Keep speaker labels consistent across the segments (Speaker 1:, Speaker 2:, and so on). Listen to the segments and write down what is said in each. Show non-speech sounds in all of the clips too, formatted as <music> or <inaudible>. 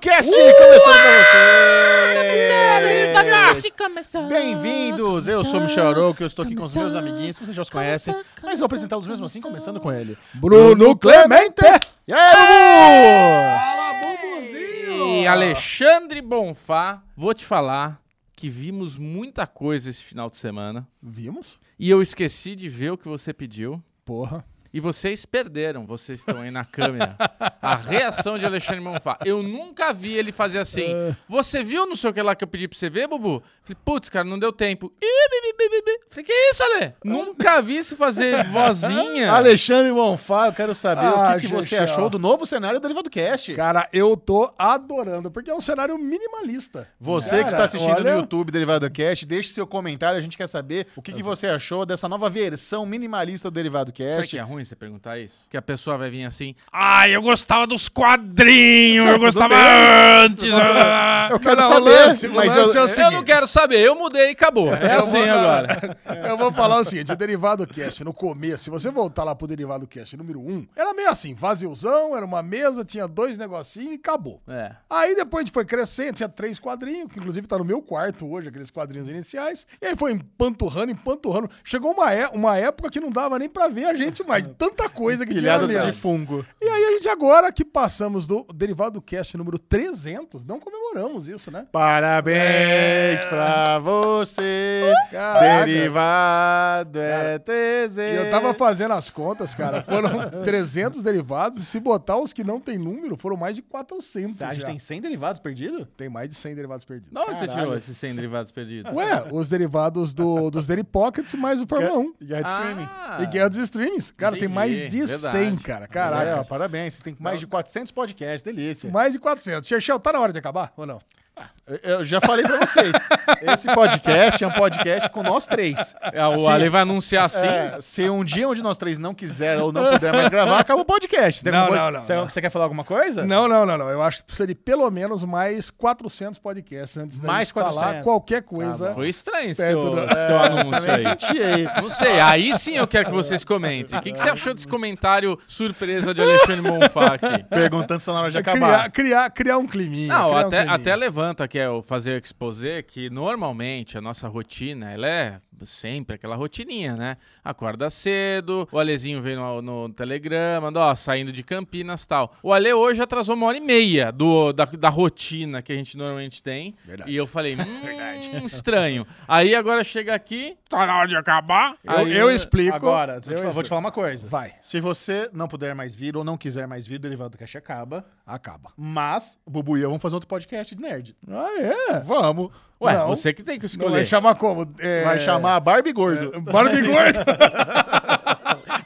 Speaker 1: Cast começando pra vocês! Bem-vindos! Eu sou o Michel Arouca, eu estou aqui com os meus
Speaker 2: Começou,
Speaker 1: amiguinhos, vocês já os conhecem,
Speaker 2: começou,
Speaker 1: mas
Speaker 2: começou,
Speaker 1: vou apresentá-los mesmo assim, começando com ele.
Speaker 3: Bruno Clemente!
Speaker 1: E aí,
Speaker 4: E Alexandre Bonfá, vou te falar que vimos muita coisa esse final de semana.
Speaker 3: Vimos?
Speaker 4: E eu esqueci de ver o que você pediu.
Speaker 3: Porra.
Speaker 4: E vocês perderam, vocês estão aí na câmera. A reação de Alexandre Bonfá. Eu nunca vi ele fazer assim. Você viu não sei o que lá que eu pedi pra você ver, Bubu? Falei, putz, cara, não deu tempo. Ih, bi, bi, bi, bi, bi. Falei, que isso, Ale? Nunca vi isso fazer vozinha.
Speaker 1: Bubu! Alexandre Bonfá, eu quero saber o
Speaker 3: Ah,
Speaker 1: que que, você
Speaker 3: Xexel.
Speaker 1: achou do novo cenário do Derivado Cast.
Speaker 3: Cara, eu tô adorando, porque é um cenário minimalista.
Speaker 1: Você
Speaker 3: Cara,
Speaker 1: que está assistindo
Speaker 3: olha,
Speaker 1: no YouTube Derivado Cast, deixe seu comentário, a gente quer saber o que, que você achou dessa nova versão minimalista do Derivado
Speaker 4: Será que
Speaker 1: Cast.
Speaker 4: é ruim você perguntar isso? Que a pessoa vai vir assim, ai, eu gostava dos quadrinhos, eu gostava antes. ah."
Speaker 3: Eu quero
Speaker 1: Não, não, o
Speaker 3: saber,
Speaker 1: lance,
Speaker 3: é o
Speaker 1: mas
Speaker 3: lance
Speaker 1: eu-
Speaker 3: é o
Speaker 1: eu
Speaker 4: Eu
Speaker 3: seguinte.
Speaker 4: não quero saber, eu mudei e acabou. É
Speaker 3: Eu
Speaker 4: assim
Speaker 3: vou- <laughs>
Speaker 4: agora.
Speaker 3: Eu vou falar o seguinte, o Derivado Cast, no começo, se você voltar lá pro Derivado Cast número 1, era meio assim, vaziozão, era uma mesa, tinha dois negocinhos e acabou.
Speaker 4: É.
Speaker 3: Aí depois a gente foi crescendo, tinha três quadrinhos, que inclusive tá no meu quarto hoje, aqueles quadrinhos iniciais. E aí foi empanturrando, empanturrando. Chegou uma, é- uma época que não dava nem pra ver a gente mais, tanta coisa que tinha na
Speaker 1: Pilhado de
Speaker 3: mesa.
Speaker 1: fungo.
Speaker 3: E aí a gente agora que passamos do Derivado Cast número 300, não comemoramos isso, né?
Speaker 1: Parabéns pra você,
Speaker 3: Caraca.
Speaker 1: derivado é TZ.
Speaker 3: E eu tava fazendo as contas, cara, foram <laughs> 300 derivados, e se botar os que não tem número, foram mais de 400
Speaker 1: A gente
Speaker 3: já.
Speaker 1: tem 100 derivados perdido?
Speaker 3: Tem mais de 100 derivados perdidos.
Speaker 4: Da onde você
Speaker 1: Caralho.
Speaker 4: tirou esses 100 derivados perdidos?
Speaker 3: Ué, os derivados do, dos Daily Pockets mais o Fórmula 1.
Speaker 1: E é de streaming.
Speaker 4: Ah,
Speaker 3: E guerra dos streams. Cara, tem mais de
Speaker 4: Entendi,
Speaker 3: 100,
Speaker 4: verdade.
Speaker 3: cara.
Speaker 1: É, ó,
Speaker 3: Caraca.
Speaker 1: parabéns, você tem mais de 400 podcasts,
Speaker 4: É,
Speaker 1: delícia.
Speaker 3: Mais de 400. Xerxel, tá na hora de acabar ou não?
Speaker 1: Eu- Eu já falei pra <laughs> vocês, esse podcast é um podcast com nós três.
Speaker 4: é, o
Speaker 1: Se-
Speaker 4: Ale vai anunciar assim.
Speaker 1: É, se um dia um de nós três não quiser ou não puder mais gravar, acaba o podcast. Tem
Speaker 3: Não,
Speaker 1: alguma coisa-
Speaker 3: não, não,
Speaker 1: Você,
Speaker 3: não.
Speaker 1: você quer falar alguma coisa?
Speaker 3: Não, não, não, não. Eu acho que precisa de pelo menos mais 400 podcasts antes de
Speaker 1: Mais Tá 400.
Speaker 3: falar qualquer coisa.
Speaker 4: Foi estranho esse
Speaker 3: É,
Speaker 4: teu,
Speaker 3: tudo-
Speaker 4: esse teu anúncio
Speaker 1: Também
Speaker 4: aí.
Speaker 1: senti aí.
Speaker 4: Não sei, aí sim eu quero que vocês comentem. O que, que você achou desse comentário surpresa de Alexandre Bonfá aqui?
Speaker 1: Perguntando se tá na hora de acabar.
Speaker 3: É criar, criar, criar um climinha.
Speaker 4: Não,
Speaker 3: criar um
Speaker 4: até,
Speaker 3: climinha.
Speaker 4: até levanta que é o fazer o exposé, que normalmente a nossa rotina, ela é sempre aquela rotininha, né? Acorda cedo, o Alezinho veio no, no telegrama, ó, saindo de Campinas tal. O Ale hoje atrasou uma hora e meia do, da, da rotina que a gente normalmente tem.
Speaker 3: Verdade.
Speaker 4: E eu falei, hum, estranho. Aí agora chega aqui, tá na hora de acabar.
Speaker 3: Eu,
Speaker 4: Aí-
Speaker 3: eu explico.
Speaker 1: Agora, eu te-
Speaker 3: eu
Speaker 1: vou te falar uma coisa.
Speaker 3: Vai,
Speaker 1: Se você não puder mais vir ou não quiser mais vir, o Derivado Cash acaba.
Speaker 3: acaba.
Speaker 1: Mas o Bubu e eu vamos fazer outro podcast de nerd.
Speaker 3: Ah, é?
Speaker 1: Vamos.
Speaker 4: Ué,
Speaker 3: Não.
Speaker 4: você que tem que
Speaker 3: Não, é vai
Speaker 4: escolher.
Speaker 3: chamar como? É...
Speaker 1: Vai chamar a Barbie Gordo.
Speaker 3: Barbie Gordo.
Speaker 1: <laughs>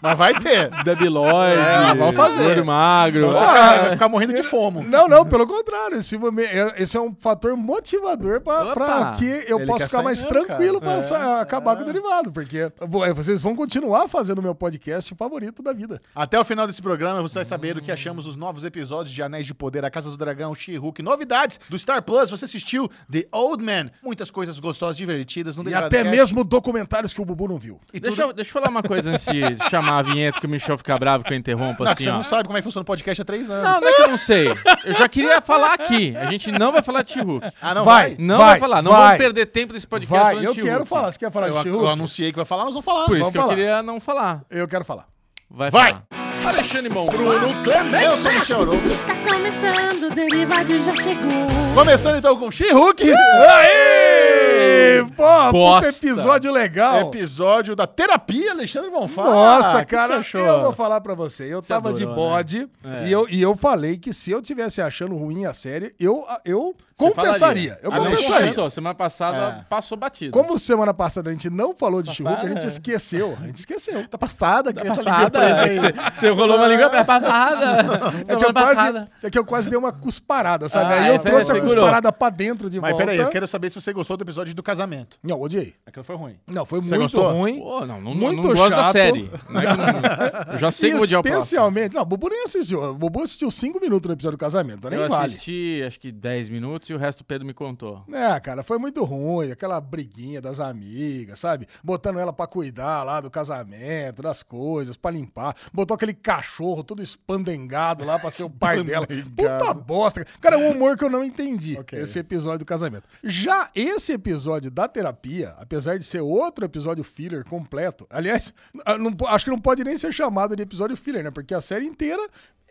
Speaker 1: Mas vai ter.
Speaker 4: Debiloid,
Speaker 1: É, vamos fazer.
Speaker 4: Gordo e Magro.
Speaker 1: Então você vai- vai ficar morrendo de fome.
Speaker 3: Não, não, pelo contrário. Esse, momen- é- esse é um fator motivador
Speaker 4: Opa!
Speaker 3: para que eu
Speaker 1: Ele
Speaker 3: possa
Speaker 1: quer
Speaker 3: ficar
Speaker 1: sair
Speaker 3: mais
Speaker 1: mesmo,
Speaker 3: tranquilo
Speaker 1: cara. É.
Speaker 3: para acabar com o derivado, porque vo- é, vocês vão continuar fazendo o meu podcast favorito da vida.
Speaker 1: Até o final desse programa você vai saber o que achamos dos novos episódios de Anéis de Poder, A Casa do Dragão, She-Hulk, novidades do Star Plus. Você assistiu The Old Man. Muitas coisas gostosas, divertidas. Não
Speaker 3: E até mesmo documentários que o Bubu não viu.
Speaker 1: E tudo...
Speaker 4: Deixa, eu, deixa eu falar uma coisa antes de
Speaker 3: <laughs>
Speaker 4: chamar a vinheta que o Michel fica bravo que eu interrompo
Speaker 1: Não, que
Speaker 4: assim,
Speaker 1: você
Speaker 4: ó.
Speaker 1: não sabe como é que funciona o podcast há três anos.
Speaker 4: Não, não é que eu não sei. Eu já queria falar aqui. A gente não vai falar de Chihuk.
Speaker 1: Ah, não vai?
Speaker 3: Vai.
Speaker 4: Não
Speaker 3: Vai,
Speaker 4: vai, falar. Não
Speaker 3: vai.
Speaker 4: vamos perder tempo nesse podcast
Speaker 3: Vai,
Speaker 4: falando
Speaker 3: eu
Speaker 4: de She-Hulk.
Speaker 3: quero falar. Você quer falar
Speaker 1: Eu,
Speaker 3: de
Speaker 1: eu
Speaker 3: Hulk?
Speaker 1: anunciei que vai falar, nós vamos falar.
Speaker 4: Por isso
Speaker 3: Vamos
Speaker 4: que eu
Speaker 3: falar.
Speaker 4: queria não falar.
Speaker 3: Eu quero falar.
Speaker 4: Vai,
Speaker 1: Vai.
Speaker 4: falar. Alexandre Mon.
Speaker 1: Eu sou o Michel Arouca.
Speaker 2: Está começando, o derivado já chegou.
Speaker 1: Começando então com She-Hulk.
Speaker 3: Aê! Pô, puta
Speaker 4: Bosta.
Speaker 3: episódio legal.
Speaker 1: Episódio da terapia, Alexandre Bonfá. Ah,
Speaker 3: Nossa,
Speaker 1: É O que que
Speaker 3: cara,
Speaker 1: você achou? né?
Speaker 3: eu vou falar pra você. Eu tava de
Speaker 4: adorou,
Speaker 3: bode
Speaker 1: É.
Speaker 3: e, eu, e eu falei que se eu tivesse achando ruim a série, eu, eu confessaria. Eu
Speaker 1: Ah, não,
Speaker 3: confessaria.
Speaker 4: Só, semana passada
Speaker 1: É.
Speaker 4: passou batido.
Speaker 3: Como semana passada a gente não falou de Chihuahua, a gente
Speaker 4: é.
Speaker 3: esqueceu. A gente esqueceu.
Speaker 1: Tá passada, que essa língua
Speaker 4: Nada.
Speaker 1: presa aí.
Speaker 4: Você, você rolou uma língua passada.
Speaker 3: <laughs> É que, eu quase, é que eu quase dei uma cusparada, sabe?
Speaker 4: Ah,
Speaker 3: Aí eu
Speaker 4: é,
Speaker 3: trouxe a
Speaker 4: segurou.
Speaker 3: cusparada pra dentro de
Speaker 1: Mas
Speaker 3: volta.
Speaker 1: peraí, eu quero saber se você gostou do episódio episódio do casamento.
Speaker 3: Não, odiei.
Speaker 1: Aquilo foi ruim.
Speaker 3: Não, foi
Speaker 1: Você
Speaker 3: muito
Speaker 1: gostou?
Speaker 3: ruim.
Speaker 4: Pô, não, não,
Speaker 3: Muito
Speaker 4: não gosto da
Speaker 3: chato.
Speaker 4: série. Não é que eu
Speaker 3: <laughs>
Speaker 4: não- eu já sei que eu vou odiar o próximo.
Speaker 3: Especialmente. Não, o Bubu nem assistiu. O Bubu assistiu 5 minutos no episódio do casamento. então Nem
Speaker 4: Eu
Speaker 3: vale.
Speaker 4: assisti, acho que 10 minutos e o resto o Pedro me contou.
Speaker 3: É, cara, foi muito ruim. Aquela briguinha das amigas, sabe? Botando ela pra cuidar lá do casamento, das coisas, pra limpar. Botou aquele cachorro todo espandengado lá pra ser o pai dela. Puta bosta. Cara, é um humor que eu não entendi.
Speaker 1: <laughs> Ok.
Speaker 3: Esse episódio do casamento. Já esse episódio da terapia, apesar de ser outro episódio filler completo, aliás, <laughs> ah, não po- acho que não pode nem ser chamado de episódio filler, né? Porque a série inteira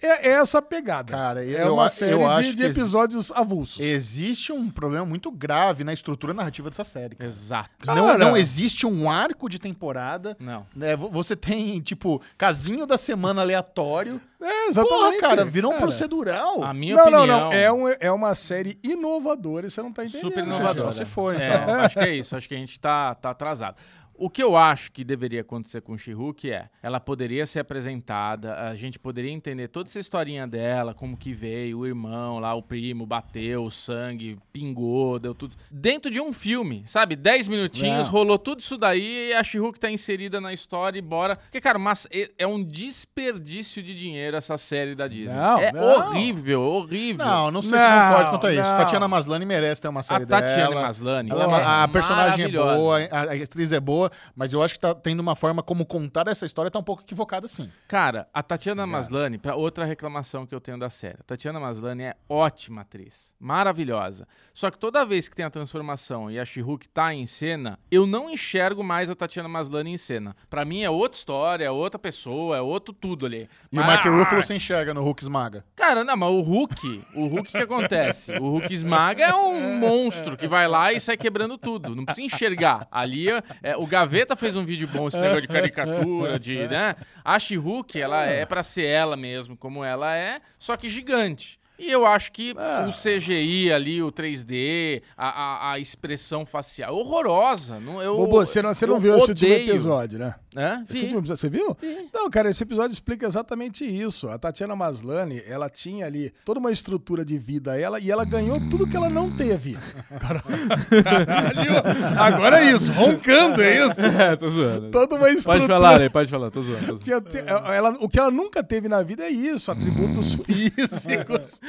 Speaker 3: é, é essa pegada.
Speaker 1: Cara,
Speaker 3: é
Speaker 1: eu
Speaker 3: uma
Speaker 1: a-
Speaker 3: série
Speaker 1: eu
Speaker 3: de,
Speaker 1: acho
Speaker 3: de
Speaker 1: que ex-
Speaker 3: episódios avulsos.
Speaker 1: Existe um problema muito grave na estrutura narrativa dessa série. cara.
Speaker 4: Exato.
Speaker 1: Não,
Speaker 3: Cara.
Speaker 1: não existe um arco de temporada.
Speaker 4: Não.
Speaker 1: né? Vo- Você tem, tipo, casinho da semana aleatório.
Speaker 3: É,
Speaker 1: Porra,
Speaker 3: exatamente.
Speaker 1: cara, virou um
Speaker 3: Cara.
Speaker 1: procedural.
Speaker 4: A minha
Speaker 3: Não,
Speaker 4: opinião.
Speaker 3: não, não. É, um, é uma série inovadora e você não tá entendendo.
Speaker 4: Super
Speaker 3: gente.
Speaker 4: inovadora.
Speaker 1: Só se for,
Speaker 4: É,
Speaker 1: então.
Speaker 4: acho que é isso. Acho que a gente tá, tá atrasado. O que eu acho que deveria acontecer com She-Hulk é, ela poderia ser apresentada, a gente poderia entender toda essa historinha dela, como que veio, o irmão lá, o primo, bateu, o sangue, pingou, deu tudo. Dentro de um filme, sabe? Dez
Speaker 1: É.
Speaker 4: minutinhos,
Speaker 3: Não.
Speaker 4: rolou tudo isso daí e a She-Hulk tá inserida na história e bora. Porque, cara, mas é- é um desperdício de dinheiro essa série da Disney.
Speaker 3: Não,
Speaker 4: é
Speaker 3: não.
Speaker 4: horrível, horrível.
Speaker 1: Não, não sei se
Speaker 3: Não,
Speaker 1: concordo quanto a isso.
Speaker 3: não.
Speaker 1: Tatiana Maslany merece ter uma
Speaker 4: A
Speaker 1: série
Speaker 4: Tatiana
Speaker 1: dela.
Speaker 4: Maslany.
Speaker 1: Ela é uma-
Speaker 4: porra,
Speaker 1: a personagem é
Speaker 4: maravilhosa.
Speaker 1: boa, a, a atriz é boa, mas eu acho que tá tendo uma forma como contar essa história tá um pouco equivocada, sim.
Speaker 4: Cara, a Tatiana Maslany, pra outra reclamação que eu tenho da série, a Tatiana Maslany é ótima atriz, maravilhosa. Só que toda vez que tem a transformação e a She-Hulk tá em cena, eu não enxergo mais a Tatiana Maslany em cena. Pra mim é outra história, é outra pessoa, é outro tudo ali.
Speaker 1: E o Mark
Speaker 4: Ah,
Speaker 1: Ruffalo se enxerga no Hulk esmaga.
Speaker 4: Cara, não, mas o Hulk, o Hulk que acontece? O Hulk esmaga é um monstro que vai lá e sai quebrando tudo. Não precisa enxergar. Ali, é, é, o Gaveta fez um vídeo bom, esse negócio de caricatura, de, né? A She-Hulk, ela é pra ser ela mesmo, como ela é, só que gigante. E eu acho que
Speaker 3: É.
Speaker 4: o CGI ali, o 3D, a, a- a expressão facial, horrorosa. Não, eu,
Speaker 3: Bobo, você não, você não
Speaker 4: eu
Speaker 3: viu esse último
Speaker 4: odeio.
Speaker 3: episódio, né?
Speaker 4: Hã?
Speaker 3: Esse
Speaker 4: Vi.
Speaker 3: último episódio, você viu? Não, cara, esse episódio explica exatamente isso. A Tatiana Maslany, ela tinha ali toda uma estrutura de vida ela e ela ganhou tudo que ela não teve. Cara- <laughs> Caralho, Agora é isso, roncando, é isso?
Speaker 4: É, tô zoando.
Speaker 3: Toda uma estrutura.
Speaker 4: Pode falar, né? pode falar, tô zoando. Tô zoando.
Speaker 3: Tinha- tinha- ela- o que ela nunca teve na vida é isso, atributos físicos.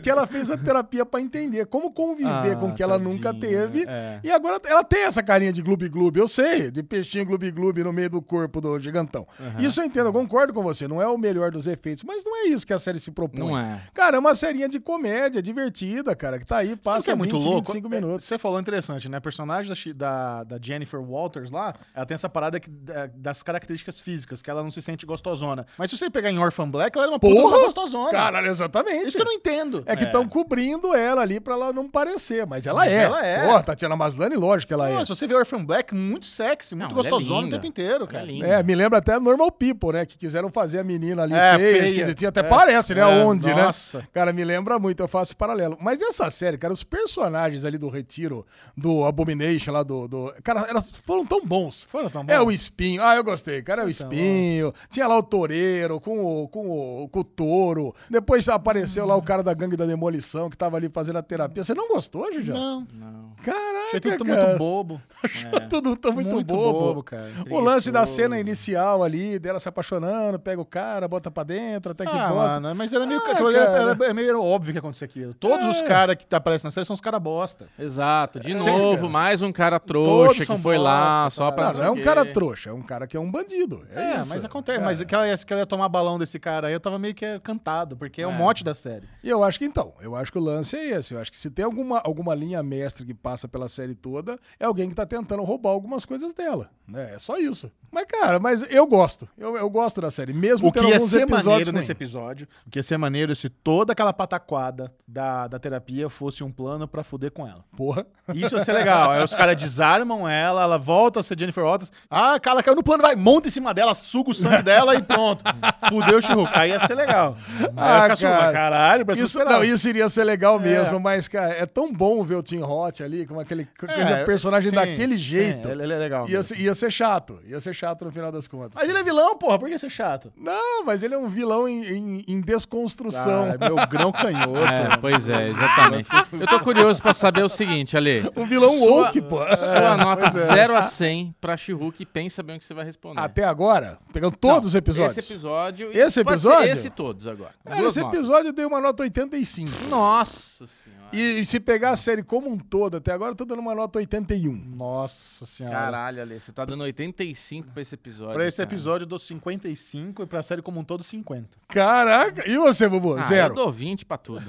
Speaker 3: que ela fez a terapia pra entender como conviver
Speaker 4: Ah,
Speaker 3: com o que ela nunca
Speaker 4: tadinha,
Speaker 3: teve.
Speaker 4: é.
Speaker 3: E agora ela tem essa carinha de gloob-gloob, eu sei, de peixinho gloob-gloob no meio do corpo do gigantão. Isso eu entendo, eu concordo com você, não é o melhor dos efeitos, mas não é isso que a série se propõe.
Speaker 4: Não é.
Speaker 3: Cara, é uma serinha de comédia, divertida, cara, que tá aí,
Speaker 1: Sabe o que
Speaker 3: passa
Speaker 1: é muito
Speaker 3: 20,
Speaker 1: louco.
Speaker 3: 25
Speaker 1: É,
Speaker 3: minutos.
Speaker 1: Você falou interessante, né? A personagem da, Chi- da- da Jennifer Walters lá, ela tem essa parada que- da- das características físicas, que ela não se sente gostosona. Mas se você pegar em Orphan Black, ela era uma puta
Speaker 3: Porra!
Speaker 1: gostosona.
Speaker 3: Caralho, exatamente.
Speaker 1: Isso que eu não entendo.
Speaker 3: É que estão cobrindo ela ali pra ela não parecer, mas ela
Speaker 1: Mas
Speaker 3: é.
Speaker 1: ela é.
Speaker 3: Porra, Tatiana Maslany, lógico que ela
Speaker 1: Não,
Speaker 3: <laughs> é.
Speaker 1: se você vê Orphan Black, muito sexy, muito
Speaker 4: Não, ela é
Speaker 1: gostosona o
Speaker 4: linda.
Speaker 1: tempo inteiro, cara.
Speaker 4: linda.
Speaker 3: É, me lembra até Normal People, né? Que quiseram fazer a menina ali
Speaker 1: É,
Speaker 3: feia,
Speaker 1: feia.
Speaker 3: esquisitinha. Até
Speaker 1: É.
Speaker 3: parece, né?
Speaker 1: É,
Speaker 3: Onde, né?
Speaker 1: nossa.
Speaker 3: Cara, me lembra muito, eu faço paralelo. Mas essa série, cara, os personagens ali do Retiro, do Abomination lá, do... do- Cara, elas foram tão bons.
Speaker 1: Foram tão
Speaker 3: É
Speaker 1: bons. Então,
Speaker 3: o Espinho. Ah, eu gostei. Cara, é o Espinho. Tinha lá o Toureiro com o, com, o, com o Touro. Depois apareceu lá o cara da Gangue da Demolição, que tava ali fazendo a terapia. Você não gostou, Juju?
Speaker 1: Não,
Speaker 4: Não.
Speaker 3: Caraca,
Speaker 1: achei tudo
Speaker 3: cara.
Speaker 1: muito bobo. né?
Speaker 3: Tudo tá muito,
Speaker 1: Muito
Speaker 3: bobo.
Speaker 1: bobo, cara.
Speaker 3: O lance da
Speaker 4: Preguiçoso.
Speaker 3: cena inicial ali, dela se apaixonando, pega o cara, bota pra dentro, até que
Speaker 1: Ah,
Speaker 3: bota.
Speaker 1: mano, mas era meio,
Speaker 3: Ah,
Speaker 1: aquilo era-
Speaker 3: cara. É.
Speaker 1: era- é meio óbvio que acontecia aquilo. Todos os caras que aparecem na série são os caras bosta.
Speaker 4: Exato, de
Speaker 1: É.
Speaker 4: novo,
Speaker 1: Sim.
Speaker 4: mais um cara
Speaker 1: Todos
Speaker 4: trouxa que
Speaker 1: são
Speaker 4: foi lá
Speaker 1: bosta,
Speaker 4: só
Speaker 1: cara.
Speaker 4: pra.
Speaker 3: Não, não é um
Speaker 4: sei o
Speaker 3: cara
Speaker 4: quê.
Speaker 3: trouxa, é um cara que é um bandido. É,
Speaker 1: É,
Speaker 3: isso.
Speaker 1: mas acontece.
Speaker 3: É.
Speaker 1: Mas que ela, ia, que ela ia tomar balão desse cara aí, eu tava meio que cantado, porque é, o
Speaker 4: É.
Speaker 1: mote da série.
Speaker 3: E eu acho que então, eu acho que o lance é esse. Eu acho que se tem alguma, alguma linha mestre que passa pela série toda, é alguém que tá tentando roubar algumas coisas dela. Né? É só isso. Mas, cara, mas eu gosto. Eu, eu gosto da série, mesmo
Speaker 1: O que
Speaker 3: tendo
Speaker 1: ia
Speaker 3: alguns
Speaker 1: ser
Speaker 3: episódios
Speaker 1: maneiro nesse
Speaker 3: ruins.
Speaker 1: episódio, o que ia ser maneiro é se toda aquela pataquada da, da terapia fosse um plano pra fuder com ela.
Speaker 3: Porra.
Speaker 1: Isso ia ser legal. Aí os caras desarmam ela, ela volta a ser Jennifer Walters. Ah, cara, ela caiu no plano, vai, monta em cima dela, suga o sangue dela e pronto. Fudeu o Chihuk. Aí ia ser legal. Aí
Speaker 3: Ah,
Speaker 1: ia ficar assim,
Speaker 3: cara.
Speaker 1: caralho, parece
Speaker 3: Isso,
Speaker 1: um
Speaker 3: não,
Speaker 1: super-herói.
Speaker 3: isso iria ser legal mesmo, mas, cara, é tão é bom ver o Tim Roth ali, ali, com aquele, com
Speaker 1: é
Speaker 3: aquele personagem
Speaker 1: sim,
Speaker 3: daquele
Speaker 1: sim,
Speaker 3: jeito.
Speaker 1: ele, ele é legal.
Speaker 3: Ia,
Speaker 1: mesmo.
Speaker 3: ser- ia ser chato. Ia ser chato no final das contas.
Speaker 1: Mas ele é vilão, porra, por que ser chato?
Speaker 3: Não, mas ele é um vilão em, em- em desconstrução.
Speaker 1: Ah, meu grão canhoto.
Speaker 4: É, pois é,
Speaker 1: <laughs>
Speaker 4: exatamente. Eu tô curioso pra saber o seguinte, Ale.
Speaker 3: <laughs> um vilão
Speaker 4: Sua-
Speaker 3: woke, pô.
Speaker 4: Sua nota
Speaker 3: pois é.
Speaker 4: 0 a 100 pra She-Hulk e pensa bem o que você vai responder.
Speaker 3: <laughs> Até agora, pegando todos os episódios.
Speaker 4: Esse episódio. e
Speaker 3: Esse
Speaker 4: pode ser
Speaker 3: episódio?
Speaker 4: Esse e todos agora.
Speaker 3: Cara,
Speaker 4: Duas
Speaker 3: esse
Speaker 4: notas.
Speaker 3: episódio deu uma nota 85.
Speaker 4: Nossa senhora.
Speaker 3: E, e se pegar a série como um todo até agora, eu tô dando uma nota 81.
Speaker 1: Nossa senhora.
Speaker 4: Caralho, Ale, você tá dando 85 pra esse episódio.
Speaker 1: Pra esse
Speaker 4: cara.
Speaker 1: episódio eu dou 55 e pra série como um todo 50.
Speaker 3: Caraca! E você, Bubu?
Speaker 4: Ah,
Speaker 3: Zero.
Speaker 4: Eu dou 20 pra
Speaker 3: <laughs>
Speaker 4: tudo.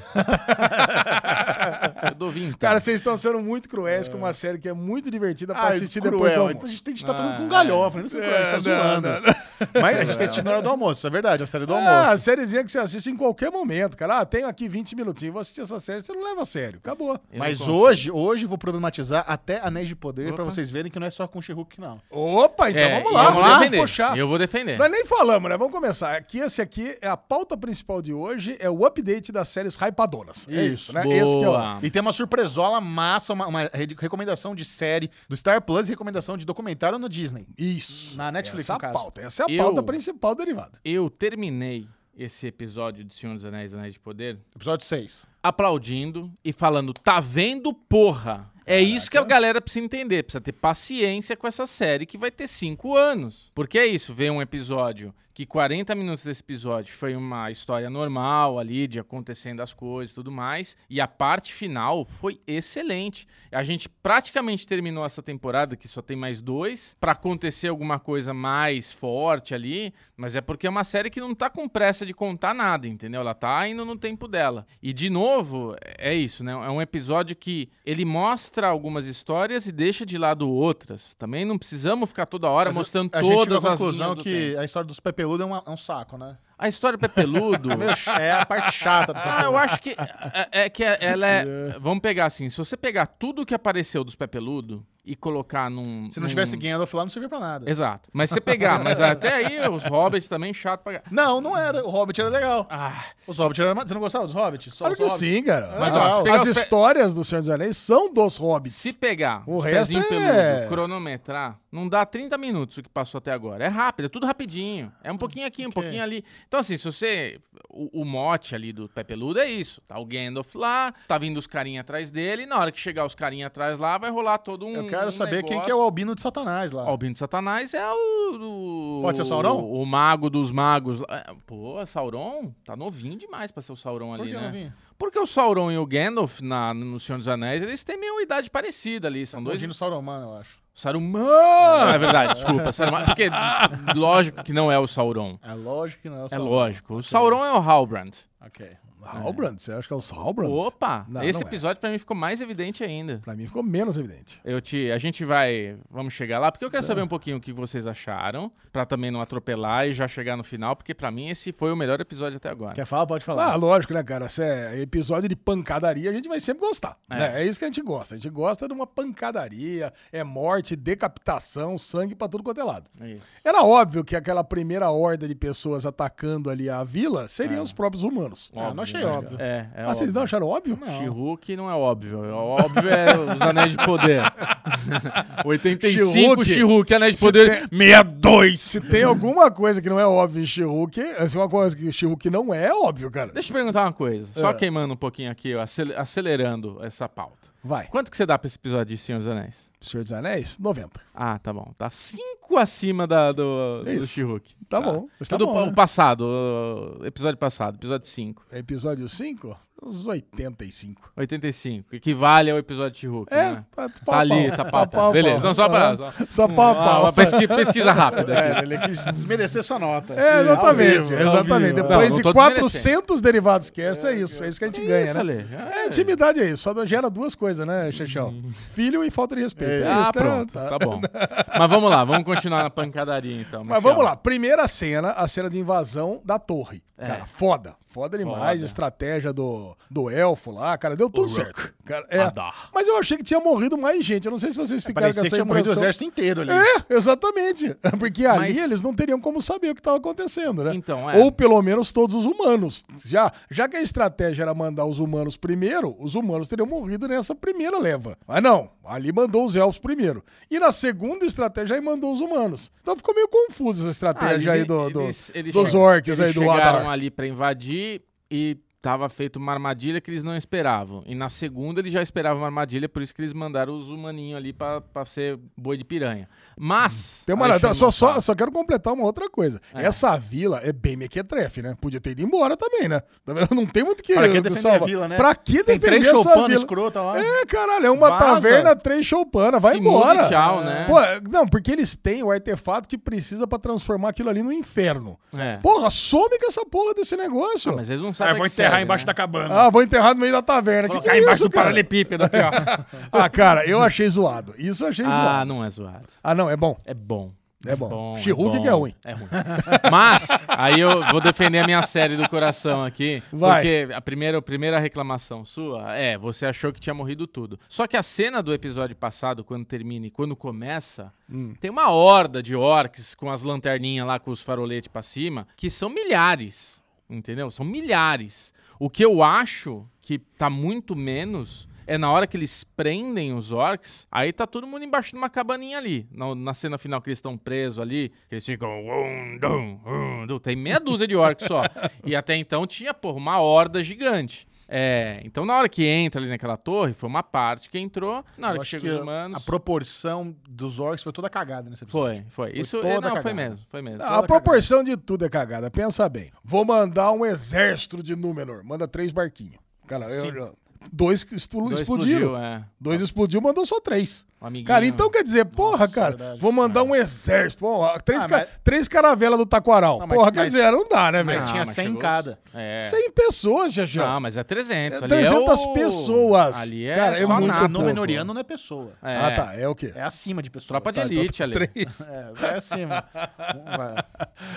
Speaker 4: eu dou então. 20.
Speaker 3: Cara, vocês estão sendo muito cruéis com uma série que é muito divertida pra
Speaker 1: Ah,
Speaker 3: assistir
Speaker 1: cruel.
Speaker 3: depois do
Speaker 1: Então
Speaker 3: almoço.
Speaker 1: A gente, a gente tá tratando
Speaker 4: Ah,
Speaker 1: com galhofa, né? não sei o que, a gente tá
Speaker 3: É,
Speaker 1: zoando.
Speaker 3: não,
Speaker 1: Mas a gente tá assistindo na hora do almoço, isso é verdade, é a série do
Speaker 3: Ah,
Speaker 1: almoço.
Speaker 3: sériezinha que você assiste em qualquer momento, cara. Ah, tenho aqui 20 minutinhos, vou assistir essa série, você não leva a sério. Acabou.
Speaker 4: Eu não
Speaker 1: Mas
Speaker 4: consigo.
Speaker 1: hoje, hoje eu vou problematizar até Anéis de Poder pra
Speaker 4: Opa.
Speaker 1: vocês verem que não é só com She-Hulk, não.
Speaker 3: Opa, então
Speaker 4: É,
Speaker 3: vamos
Speaker 4: e
Speaker 3: lá.
Speaker 4: eu vou
Speaker 3: Vamos
Speaker 4: defender.
Speaker 3: puxar.
Speaker 4: Eu vou defender.
Speaker 3: Nós nem falamos, né? Vamos começar. Aqui, esse aqui é a pauta principal de hoje, é o update das séries hypadonas. É isso, né? Esse que é o...
Speaker 4: Boa.
Speaker 1: E tem uma surpresola massa, uma, uma re- recomendação de série do Star Plus e recomendação de documentário no Disney.
Speaker 3: Isso.
Speaker 1: Na Netflix,
Speaker 3: essa
Speaker 1: no
Speaker 3: é a
Speaker 1: caso.
Speaker 3: pauta. Essa é a
Speaker 4: Eu-
Speaker 3: pauta principal derivada.
Speaker 4: Eu terminei esse episódio de Senhor dos Anéis e Anéis de Poder
Speaker 1: Episódio 6.
Speaker 4: aplaudindo e falando, tá vendo, porra? É isso que a galera precisa entender, precisa ter paciência com essa série que vai ter cinco anos. Porque é isso, veio um episódio que 40 minutos desse episódio foi uma história normal ali, de acontecendo as coisas e tudo mais, e a parte final foi excelente. A gente praticamente terminou essa temporada, que só tem mais dois, pra acontecer alguma coisa mais forte ali, mas é porque é uma série que não tá com pressa de contar nada, entendeu? Ela tá indo no tempo dela. E de novo, é isso, né? É um episódio que ele mostra algumas histórias e deixa de lado outras. Também não precisamos ficar toda hora
Speaker 1: Mas
Speaker 4: mostrando
Speaker 1: a gente
Speaker 4: todas
Speaker 1: chegou à
Speaker 4: as linhas
Speaker 1: conclusão
Speaker 4: do
Speaker 1: que
Speaker 4: tempo.
Speaker 1: a história dos Pepeludo é, uma- é um saco, né?
Speaker 4: A história do Pepeludo...
Speaker 1: <laughs> Meu, é a parte chata dessa
Speaker 4: Ah,
Speaker 1: porra.
Speaker 4: eu acho que é, é que
Speaker 1: <laughs>
Speaker 4: ela é. Vamos pegar assim, se você pegar tudo que apareceu dos Pepeludo e colocar num.
Speaker 1: Se não
Speaker 4: num-
Speaker 1: tivesse Gandalf lá, não servia pra nada.
Speaker 4: Exato. Mas você pegar, mas até aí os hobbits também chato pra.
Speaker 1: Não, não era. O Hobbit era legal.
Speaker 4: Ah,
Speaker 1: Os Hobbits eram... Você não gostava dos Hobbits? Só
Speaker 3: Claro
Speaker 1: os
Speaker 3: que
Speaker 1: Hobbits?
Speaker 3: sim, cara.
Speaker 1: Mas, ó,
Speaker 3: Ah,
Speaker 1: se
Speaker 4: pegar
Speaker 3: as
Speaker 4: os pe-
Speaker 3: histórias do Senhor dos Anéis são dos hobbits.
Speaker 4: se pegar
Speaker 3: O
Speaker 4: os
Speaker 3: resto
Speaker 4: pezinho
Speaker 3: é-
Speaker 4: peludo, cronometrar, não dá 30 minutos o que passou até agora. É rápido, é tudo rapidinho. É um pouquinho aqui, um pouquinho ali. Então, assim, se você. O, o mote ali do Pepeludo é isso. Tá o Gandalf lá, tá vindo os carinha atrás dele. Na hora que chegar os carinha atrás lá, vai rolar todo um.
Speaker 1: Eu quero
Speaker 4: um
Speaker 1: saber quem
Speaker 4: negócio.
Speaker 1: que é o albino de Satanás lá.
Speaker 4: Albino de Satanás é o, o-
Speaker 1: Pode ser o Sauron?
Speaker 4: O, mago dos magos. É, Pô, Sauron tá novinho demais pra ser o Sauron
Speaker 1: Por
Speaker 4: ali,
Speaker 1: que
Speaker 4: né?
Speaker 1: não vinha?
Speaker 4: Porque o Sauron e o Gandalf na, no Senhor dos Anéis, eles têm meio idade parecida ali. São
Speaker 1: O
Speaker 4: dois.
Speaker 1: dinossauro humano, Um eu acho.
Speaker 4: Saruman! É verdade, desculpa. <laughs> Saruman, porque lógico que não é o Sauron.
Speaker 1: É lógico que não é o
Speaker 4: É
Speaker 1: Sauron.
Speaker 4: lógico. O Sauron é o Halbrand.
Speaker 1: Ok.
Speaker 3: Halbrand? Você acha que é os Halbrand?
Speaker 4: Opa!
Speaker 3: Não,
Speaker 4: esse
Speaker 3: não é.
Speaker 4: episódio pra mim ficou mais evidente ainda.
Speaker 3: Pra mim ficou menos evidente.
Speaker 4: Eu te, a gente vai, vamos chegar lá, porque
Speaker 3: Tá.
Speaker 4: eu quero saber um pouquinho o que vocês acharam, pra também não atropelar e já chegar no final, porque pra mim esse foi o melhor episódio até agora.
Speaker 1: Quer falar? Pode
Speaker 3: Ah,
Speaker 1: falar.
Speaker 3: lógico, né, cara? Se é episódio de pancadaria, a gente vai sempre gostar.
Speaker 4: É.
Speaker 3: né? É isso que a gente gosta. A gente gosta de uma pancadaria, é morte, decapitação, sangue pra tudo quanto é lado.
Speaker 4: É isso.
Speaker 3: Era óbvio que aquela primeira horda de pessoas atacando ali a vila seriam os próprios humanos.
Speaker 1: Ah, não achei
Speaker 4: né?
Speaker 1: óbvio.
Speaker 4: É, é
Speaker 3: ah, vocês não acharam óbvio?
Speaker 4: She-Hulk não é óbvio. O óbvio é os Anéis de <laughs> Poder. 85
Speaker 3: She-Hulk.
Speaker 4: She-Hulk, Anéis de Poder 62.
Speaker 3: Se tem alguma coisa que não é óbvio em She-Hulk, se uma coisa que She-Hulk não é, é óbvio, cara.
Speaker 4: Deixa eu perguntar uma coisa, só
Speaker 3: É.
Speaker 4: queimando um pouquinho aqui, ó, acel- acelerando essa pauta.
Speaker 3: Vai.
Speaker 4: Quanto que você dá pra esse episódio de Senhor dos Anéis?
Speaker 3: Senhor dos Anéis, 90.
Speaker 4: Ah, tá bom. Tá 5 acima da, do, do
Speaker 3: Isso.
Speaker 4: She-Hulk.
Speaker 3: Tá bom, mas tá
Speaker 4: Tudo
Speaker 3: bom,
Speaker 4: pa-
Speaker 3: né?
Speaker 4: o passado, o episódio passado, episódio 5.
Speaker 3: Episódio 5, uns 85.
Speaker 4: 85, equivale ao episódio de Hulk,
Speaker 3: É,
Speaker 4: né?
Speaker 3: tá,
Speaker 4: Tá ali, tá pau, pau. Beleza, não, só pra... Só,
Speaker 3: É. Só pau, pau.
Speaker 4: uma
Speaker 3: só-
Speaker 4: pesqui- pesquisa rápida aqui.
Speaker 1: É, ele quis desmerecer sua nota.
Speaker 3: É, exatamente,
Speaker 1: Ao vivo, ao
Speaker 3: exatamente.
Speaker 1: vivo.
Speaker 3: Depois
Speaker 4: Não, não
Speaker 3: de
Speaker 4: tô assim.
Speaker 3: 400 derivados cast, é isso, é isso que a gente ganha,
Speaker 4: Isso,
Speaker 3: né?
Speaker 4: Ale,
Speaker 3: É,
Speaker 4: é.
Speaker 3: intimidade é isso, só gera duas coisas, né, Xexão? Filho e falta de respeito.
Speaker 4: Hum.
Speaker 3: É,
Speaker 4: Ah,
Speaker 3: isso, tá-
Speaker 4: pronto,
Speaker 3: tá.
Speaker 4: tá bom. Mas vamos lá, vamos continuar na pancadaria então.
Speaker 3: Mas vamos lá, primeira cena, a cena de invasão da torre. Cara, foda. Foda demais,
Speaker 4: É. Foda.
Speaker 3: estratégia do, do, do elfo lá, cara, deu tudo certo. Cara, é.
Speaker 4: Ah, dá.
Speaker 3: Mas eu achei que tinha morrido mais gente. Eu não sei se
Speaker 4: É,
Speaker 3: vocês ficaram
Speaker 1: Parecia
Speaker 3: com
Speaker 1: que
Speaker 3: essa
Speaker 1: tinha morrido o
Speaker 3: impressão.
Speaker 1: exército inteiro ali.
Speaker 3: É, exatamente. <laughs> Porque ali
Speaker 4: Mas-
Speaker 3: eles não teriam como saber o que estava acontecendo, né?
Speaker 4: Então, é.
Speaker 3: Ou pelo menos todos os humanos. Já, já que a estratégia era mandar os humanos primeiro, os humanos teriam morrido nessa primeira leva. Mas não, ali mandou os elfos primeiro. E na segunda estratégia aí mandou os humanos. Então ficou meio confusa essa
Speaker 4: Ah, eles-
Speaker 3: estratégia aí do, do-
Speaker 4: eles- eles
Speaker 3: dos
Speaker 4: che-
Speaker 3: orcs aí
Speaker 4: eles
Speaker 3: do
Speaker 4: chegaram
Speaker 3: Adar.
Speaker 4: ali pra invadir e tava feito uma armadilha que eles não esperavam. E na segunda eles já esperavam uma armadilha, por isso que eles mandaram os humaninhos ali pra, pra ser boi de piranha. Mas...
Speaker 3: Tem uma
Speaker 4: Alexandre
Speaker 3: nada- só, só,
Speaker 4: Machado,
Speaker 3: só quero completar uma outra coisa.
Speaker 4: É.
Speaker 3: Essa vila é bem mequetrefe, né? Podia ter ido embora também, né? <laughs> Também Não tem muito o que
Speaker 1: Pra que defender
Speaker 3: salvar.
Speaker 1: a vila, né?
Speaker 3: Pra que
Speaker 1: Tem
Speaker 3: defender
Speaker 1: três
Speaker 3: essa
Speaker 1: choupana
Speaker 3: vila?
Speaker 1: escrota lá.
Speaker 3: É, caralho, é uma
Speaker 4: Vaza.
Speaker 3: taverna, três choupana, vai
Speaker 4: se muda
Speaker 3: embora.
Speaker 4: e Tchau, né?
Speaker 3: Pô, não, porque eles têm o artefato que precisa pra transformar aquilo ali no inferno.
Speaker 4: É.
Speaker 3: Porra, some com essa porra desse negócio. Ah,
Speaker 4: Mas eles não sabem
Speaker 1: Ah, vou
Speaker 4: que
Speaker 1: enterrar
Speaker 4: serve,
Speaker 1: embaixo
Speaker 4: né?
Speaker 1: da cabana.
Speaker 3: vou enterrar no meio da taverna. Que que
Speaker 4: Colocar
Speaker 3: é
Speaker 4: embaixo
Speaker 3: isso,
Speaker 4: do
Speaker 3: cara?
Speaker 4: paralelepípedo aqui,
Speaker 3: <laughs>
Speaker 4: ó.
Speaker 3: Ah, cara, eu achei zoado. Isso eu achei
Speaker 4: <laughs> ah,
Speaker 3: zoado.
Speaker 4: não é zoado.
Speaker 3: Ah, não, é bom.
Speaker 4: É bom.
Speaker 3: É bom. She-Hulk que é ruim.
Speaker 4: É ruim. Mas, aí eu vou defender a minha série do coração aqui.
Speaker 3: Vai.
Speaker 4: Porque a primeira, a primeira reclamação sua é: você achou que tinha morrido tudo. Só que a cena do episódio passado, quando termina e quando começa,
Speaker 3: Hum.
Speaker 4: tem uma horda de orcs com as lanterninhas lá com os faroletes pra cima, que são milhares. Entendeu? São milhares. O que eu acho que tá muito menos é na hora que eles prendem os orcs, aí tá todo mundo embaixo de uma cabaninha ali. Na, na cena final que eles estão presos ali, que eles ficam. "Wum, dum, wum, dum", Tem meia dúzia de orcs só. E até então tinha, porra, uma horda gigante. É, então na hora que entra ali naquela torre, foi uma parte que entrou.
Speaker 1: Eu
Speaker 4: Na hora que
Speaker 1: acho
Speaker 4: chegam os humanos.
Speaker 1: a proporção dos orcs foi toda cagada nesse episódio.
Speaker 4: Foi, foi. Isso
Speaker 1: toda
Speaker 4: não, foi
Speaker 1: cagada.
Speaker 4: mesmo, foi mesmo.
Speaker 3: Ah, a proporção de tudo é cagada. Pensa bem. Vou mandar um exército de Númenor. Manda três barquinhos. Cara, eu- eu- dois que estu-
Speaker 4: Dois
Speaker 3: explodiram.
Speaker 4: explodiu, é.
Speaker 3: Dois explodiu, mandou só três.
Speaker 4: Um amiguinho.
Speaker 3: Cara, então quer dizer, porra, cara,
Speaker 1: é. verdade. É.
Speaker 3: vou mandar um exército. Bom, ó, três,
Speaker 1: Ah,
Speaker 3: ca-
Speaker 1: mas-
Speaker 3: três caravelas do Taquaral.
Speaker 1: Não, mas-
Speaker 3: porra, quer
Speaker 1: mas-
Speaker 3: dizer, não dá, né, velho?
Speaker 1: Mas tinha
Speaker 4: Ah, mas
Speaker 1: 100 em
Speaker 4: chegou-
Speaker 1: cada.
Speaker 4: É.
Speaker 3: 100 pessoas, já já.
Speaker 4: Não, mas é 300. ali
Speaker 3: É
Speaker 4: é
Speaker 3: 300
Speaker 4: o-
Speaker 3: pessoas.
Speaker 4: Ali é
Speaker 3: Cara, é
Speaker 4: só
Speaker 3: muito
Speaker 4: nata.
Speaker 3: pouco.
Speaker 1: No menoriano Ah, não é pessoa.
Speaker 4: É.
Speaker 3: Ah, tá. É o quê?
Speaker 1: É acima de pessoa.
Speaker 4: Tropa de
Speaker 3: Tá, então
Speaker 4: elite ali.
Speaker 3: Três.
Speaker 1: É, é acima. Um vai.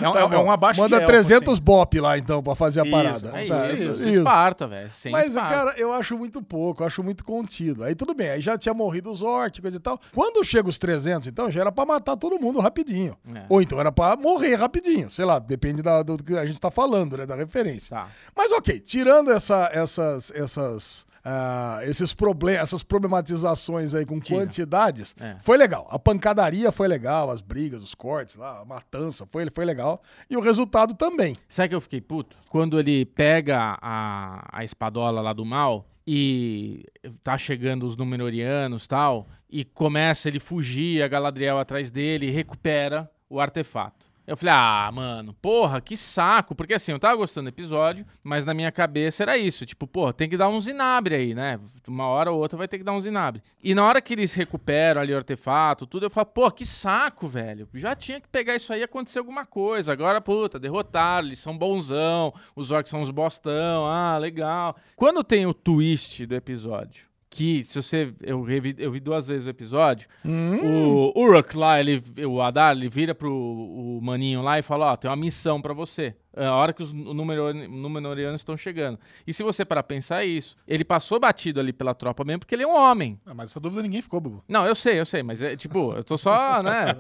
Speaker 1: É um,
Speaker 3: Tá
Speaker 1: é um- é
Speaker 3: bom.
Speaker 1: um abaixo
Speaker 3: Manda
Speaker 1: de elfo, assim.
Speaker 3: 300 bop lá, então, pra fazer a
Speaker 1: Isso,
Speaker 3: parada.
Speaker 4: É isso,
Speaker 3: Tá,
Speaker 4: isso, Esparta, velho. Sem
Speaker 3: Mas,
Speaker 4: Esparta.
Speaker 3: cara, eu acho muito pouco, eu acho muito contido. Aí tudo bem, aí já tinha morrido os orcs, coisa e tal. Quando chega os 300, então, já era pra matar todo mundo rapidinho.
Speaker 4: É.
Speaker 3: Ou então era pra morrer rapidinho, sei lá, depende da- do que a gente tá falando, né, da referência.
Speaker 4: Tá.
Speaker 3: Mas ok, tirando essa- essas... essas ah, esses problemas, essas problematizações aí com quantidades,
Speaker 4: É.
Speaker 3: foi legal. A pancadaria foi legal, as brigas, os cortes lá, a matança, foi, foi legal. E o resultado também.
Speaker 4: Sabe que eu fiquei puto? Quando ele pega a, a espadola lá do mal e tá chegando os Númenóreanos e tal, e começa ele fugir, a Galadriel atrás dele e recupera o artefato. Eu falei, ah, mano, porra, que saco. Porque assim, eu tava gostando do episódio, mas na minha cabeça era isso. Tipo, porra, tem que dar um zinabre aí, né? Uma hora ou outra vai ter que dar um zinabre. E na hora que eles recuperam ali o artefato, tudo, eu falo, pô, que saco, velho. Já tinha que pegar isso aí e acontecer alguma coisa. Agora, puta, derrotaram, eles são bonzão, os orcs são os bostão, ah, legal. Quando tem o twist do episódio, que se você. Eu, revi- eu vi duas vezes o episódio.
Speaker 3: Hum?
Speaker 4: O Uruk lá, ele, o Adar, ele vira pro o maninho lá e fala: Ó, tem uma missão pra você. É A hora que os Númenor- Númenóreanos estão chegando. E se você parar pra pensar é isso, ele passou batido ali pela tropa mesmo, porque ele é um homem.
Speaker 1: assim. Ah, mas essa dúvida ninguém ficou, Bubu.
Speaker 4: Não, eu sei, eu sei, mas é tipo, eu tô só, né?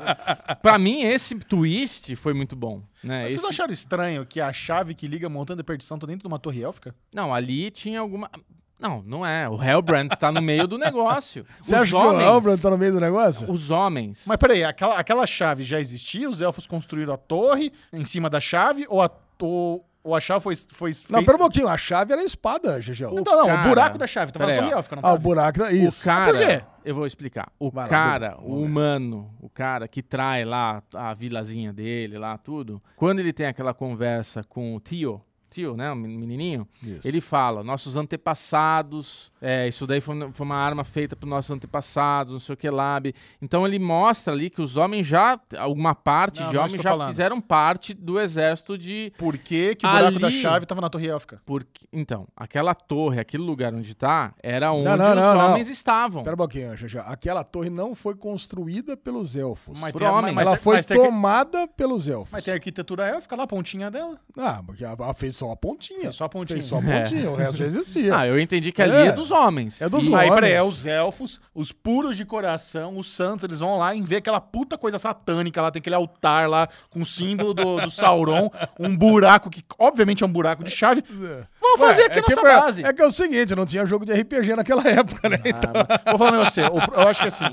Speaker 4: pra mim, esse twist foi muito bom.
Speaker 1: Mas
Speaker 4: Né?
Speaker 1: Vocês
Speaker 4: Esse-
Speaker 1: não acharam estranho que a chave que liga a Montanha da Perdição tá dentro de uma torre élfica?
Speaker 4: Não, ali tinha alguma. Não, não é. O Hellbrand tá no meio do negócio.
Speaker 3: Você
Speaker 4: os
Speaker 3: acha
Speaker 4: homens,
Speaker 3: que o Elbrand tá no meio do negócio?
Speaker 4: Os homens.
Speaker 1: Mas peraí, aquela, aquela chave já existia? Os elfos construíram a torre em cima da chave? Ou a, ou, ou a chave foi, foi
Speaker 3: Não,
Speaker 1: feita-
Speaker 3: pera um pouquinho, a chave era a espada, Gegel.
Speaker 1: Então não,
Speaker 4: cara-
Speaker 1: o buraco da chave. Tava na
Speaker 4: Peraí,
Speaker 1: torre
Speaker 4: ó.
Speaker 1: élfica, não tá?
Speaker 3: Ah, o
Speaker 1: tava?
Speaker 3: buraco da. Isso.
Speaker 4: O cara,
Speaker 1: Mas por quê?
Speaker 4: eu vou explicar. O
Speaker 3: Vai lá,
Speaker 4: cara,
Speaker 3: vamos-
Speaker 4: o humano, o cara que trai lá a vilazinha dele, lá tudo, quando ele tem aquela conversa com o tio, tio, né, o men- menininho,
Speaker 3: Isso.
Speaker 4: ele fala, nossos antepassados, é, isso daí foi, foi uma arma feita para nossos antepassados, não sei o que lá. bi- Então ele mostra ali que os homens já, alguma parte
Speaker 1: Não,
Speaker 4: de
Speaker 3: é
Speaker 1: não
Speaker 4: homens
Speaker 1: estou
Speaker 4: já
Speaker 1: falando.
Speaker 4: fizeram parte do exército de
Speaker 1: Por que, que o buraco
Speaker 4: Ali-
Speaker 1: da chave tava na torre élfica?
Speaker 4: porque, então, aquela torre, aquele lugar onde tá, era onde
Speaker 3: não,
Speaker 4: os
Speaker 3: não, não.
Speaker 4: homens estavam.
Speaker 3: Pera um pouquinho, Gegel. Aquela torre não foi construída pelos elfos.
Speaker 1: Mas
Speaker 4: Por
Speaker 1: tem a-
Speaker 4: homem.
Speaker 1: mas-
Speaker 3: Ela foi
Speaker 1: mas tem a-
Speaker 3: tomada pelos elfos.
Speaker 1: Mas tem a arquitetura élfica lá, a pontinha dela.
Speaker 3: Ah, porque a, a fez só a pontinha.
Speaker 1: Fez só a pontinha. É.
Speaker 3: Fez só a pontinha, o resto já existia.
Speaker 4: Ah, eu entendi que ali é,
Speaker 3: É.
Speaker 4: dos homens.
Speaker 3: É dos
Speaker 4: E-
Speaker 1: Aí,
Speaker 3: homens.
Speaker 1: peraí, é os elfos, os puros de coração, os santos, eles vão lá e vê aquela puta coisa satânica lá, tem aquele altar lá com o símbolo do, do Sauron, um buraco que obviamente é um buraco de chave. Vamos
Speaker 3: Ué,
Speaker 1: fazer aqui
Speaker 3: é
Speaker 1: nossa
Speaker 3: que,
Speaker 1: base.
Speaker 3: É que é o seguinte, não tinha jogo de RPG naquela
Speaker 1: <laughs>
Speaker 3: época, né? Então,
Speaker 1: Vou falar um negócio pra você. o- Eu acho que assim,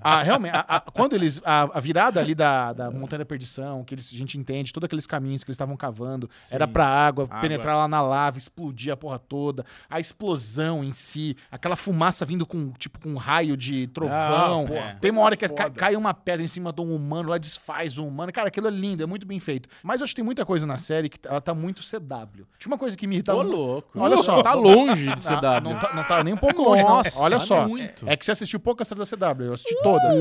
Speaker 1: a- realmente, a- a- quando eles. A, a virada ali da, da Montanha da Perdição, que eles, a gente entende, todos aqueles caminhos que eles estavam cavando, era pra água,
Speaker 4: Água.
Speaker 1: penetrar lá na lava, explodir a porra toda, a explosão em si, aquela fumaça vindo com, tipo, com um raio de trovão.
Speaker 3: Ah, porra,
Speaker 1: Tem uma hora que é,
Speaker 3: foda.
Speaker 1: ca- cai uma pedra em cima de um humano, lá desfaz um humano. Cara, aquilo é lindo, é muito bem feito. Mas eu acho que tem muita coisa na série que ela tá muito CW. Tinha uma coisa que me irritava.
Speaker 4: Ô, louco.
Speaker 1: tá- Olha só.
Speaker 4: Tá longe de
Speaker 1: Ah,
Speaker 4: CW.
Speaker 1: Não, tá, não tá nem um pouco longe, não.
Speaker 4: Nossa,
Speaker 1: Olha
Speaker 4: tá
Speaker 1: só.
Speaker 4: muito.
Speaker 1: É que você assistiu poucas séries da CW. Eu assisti todas.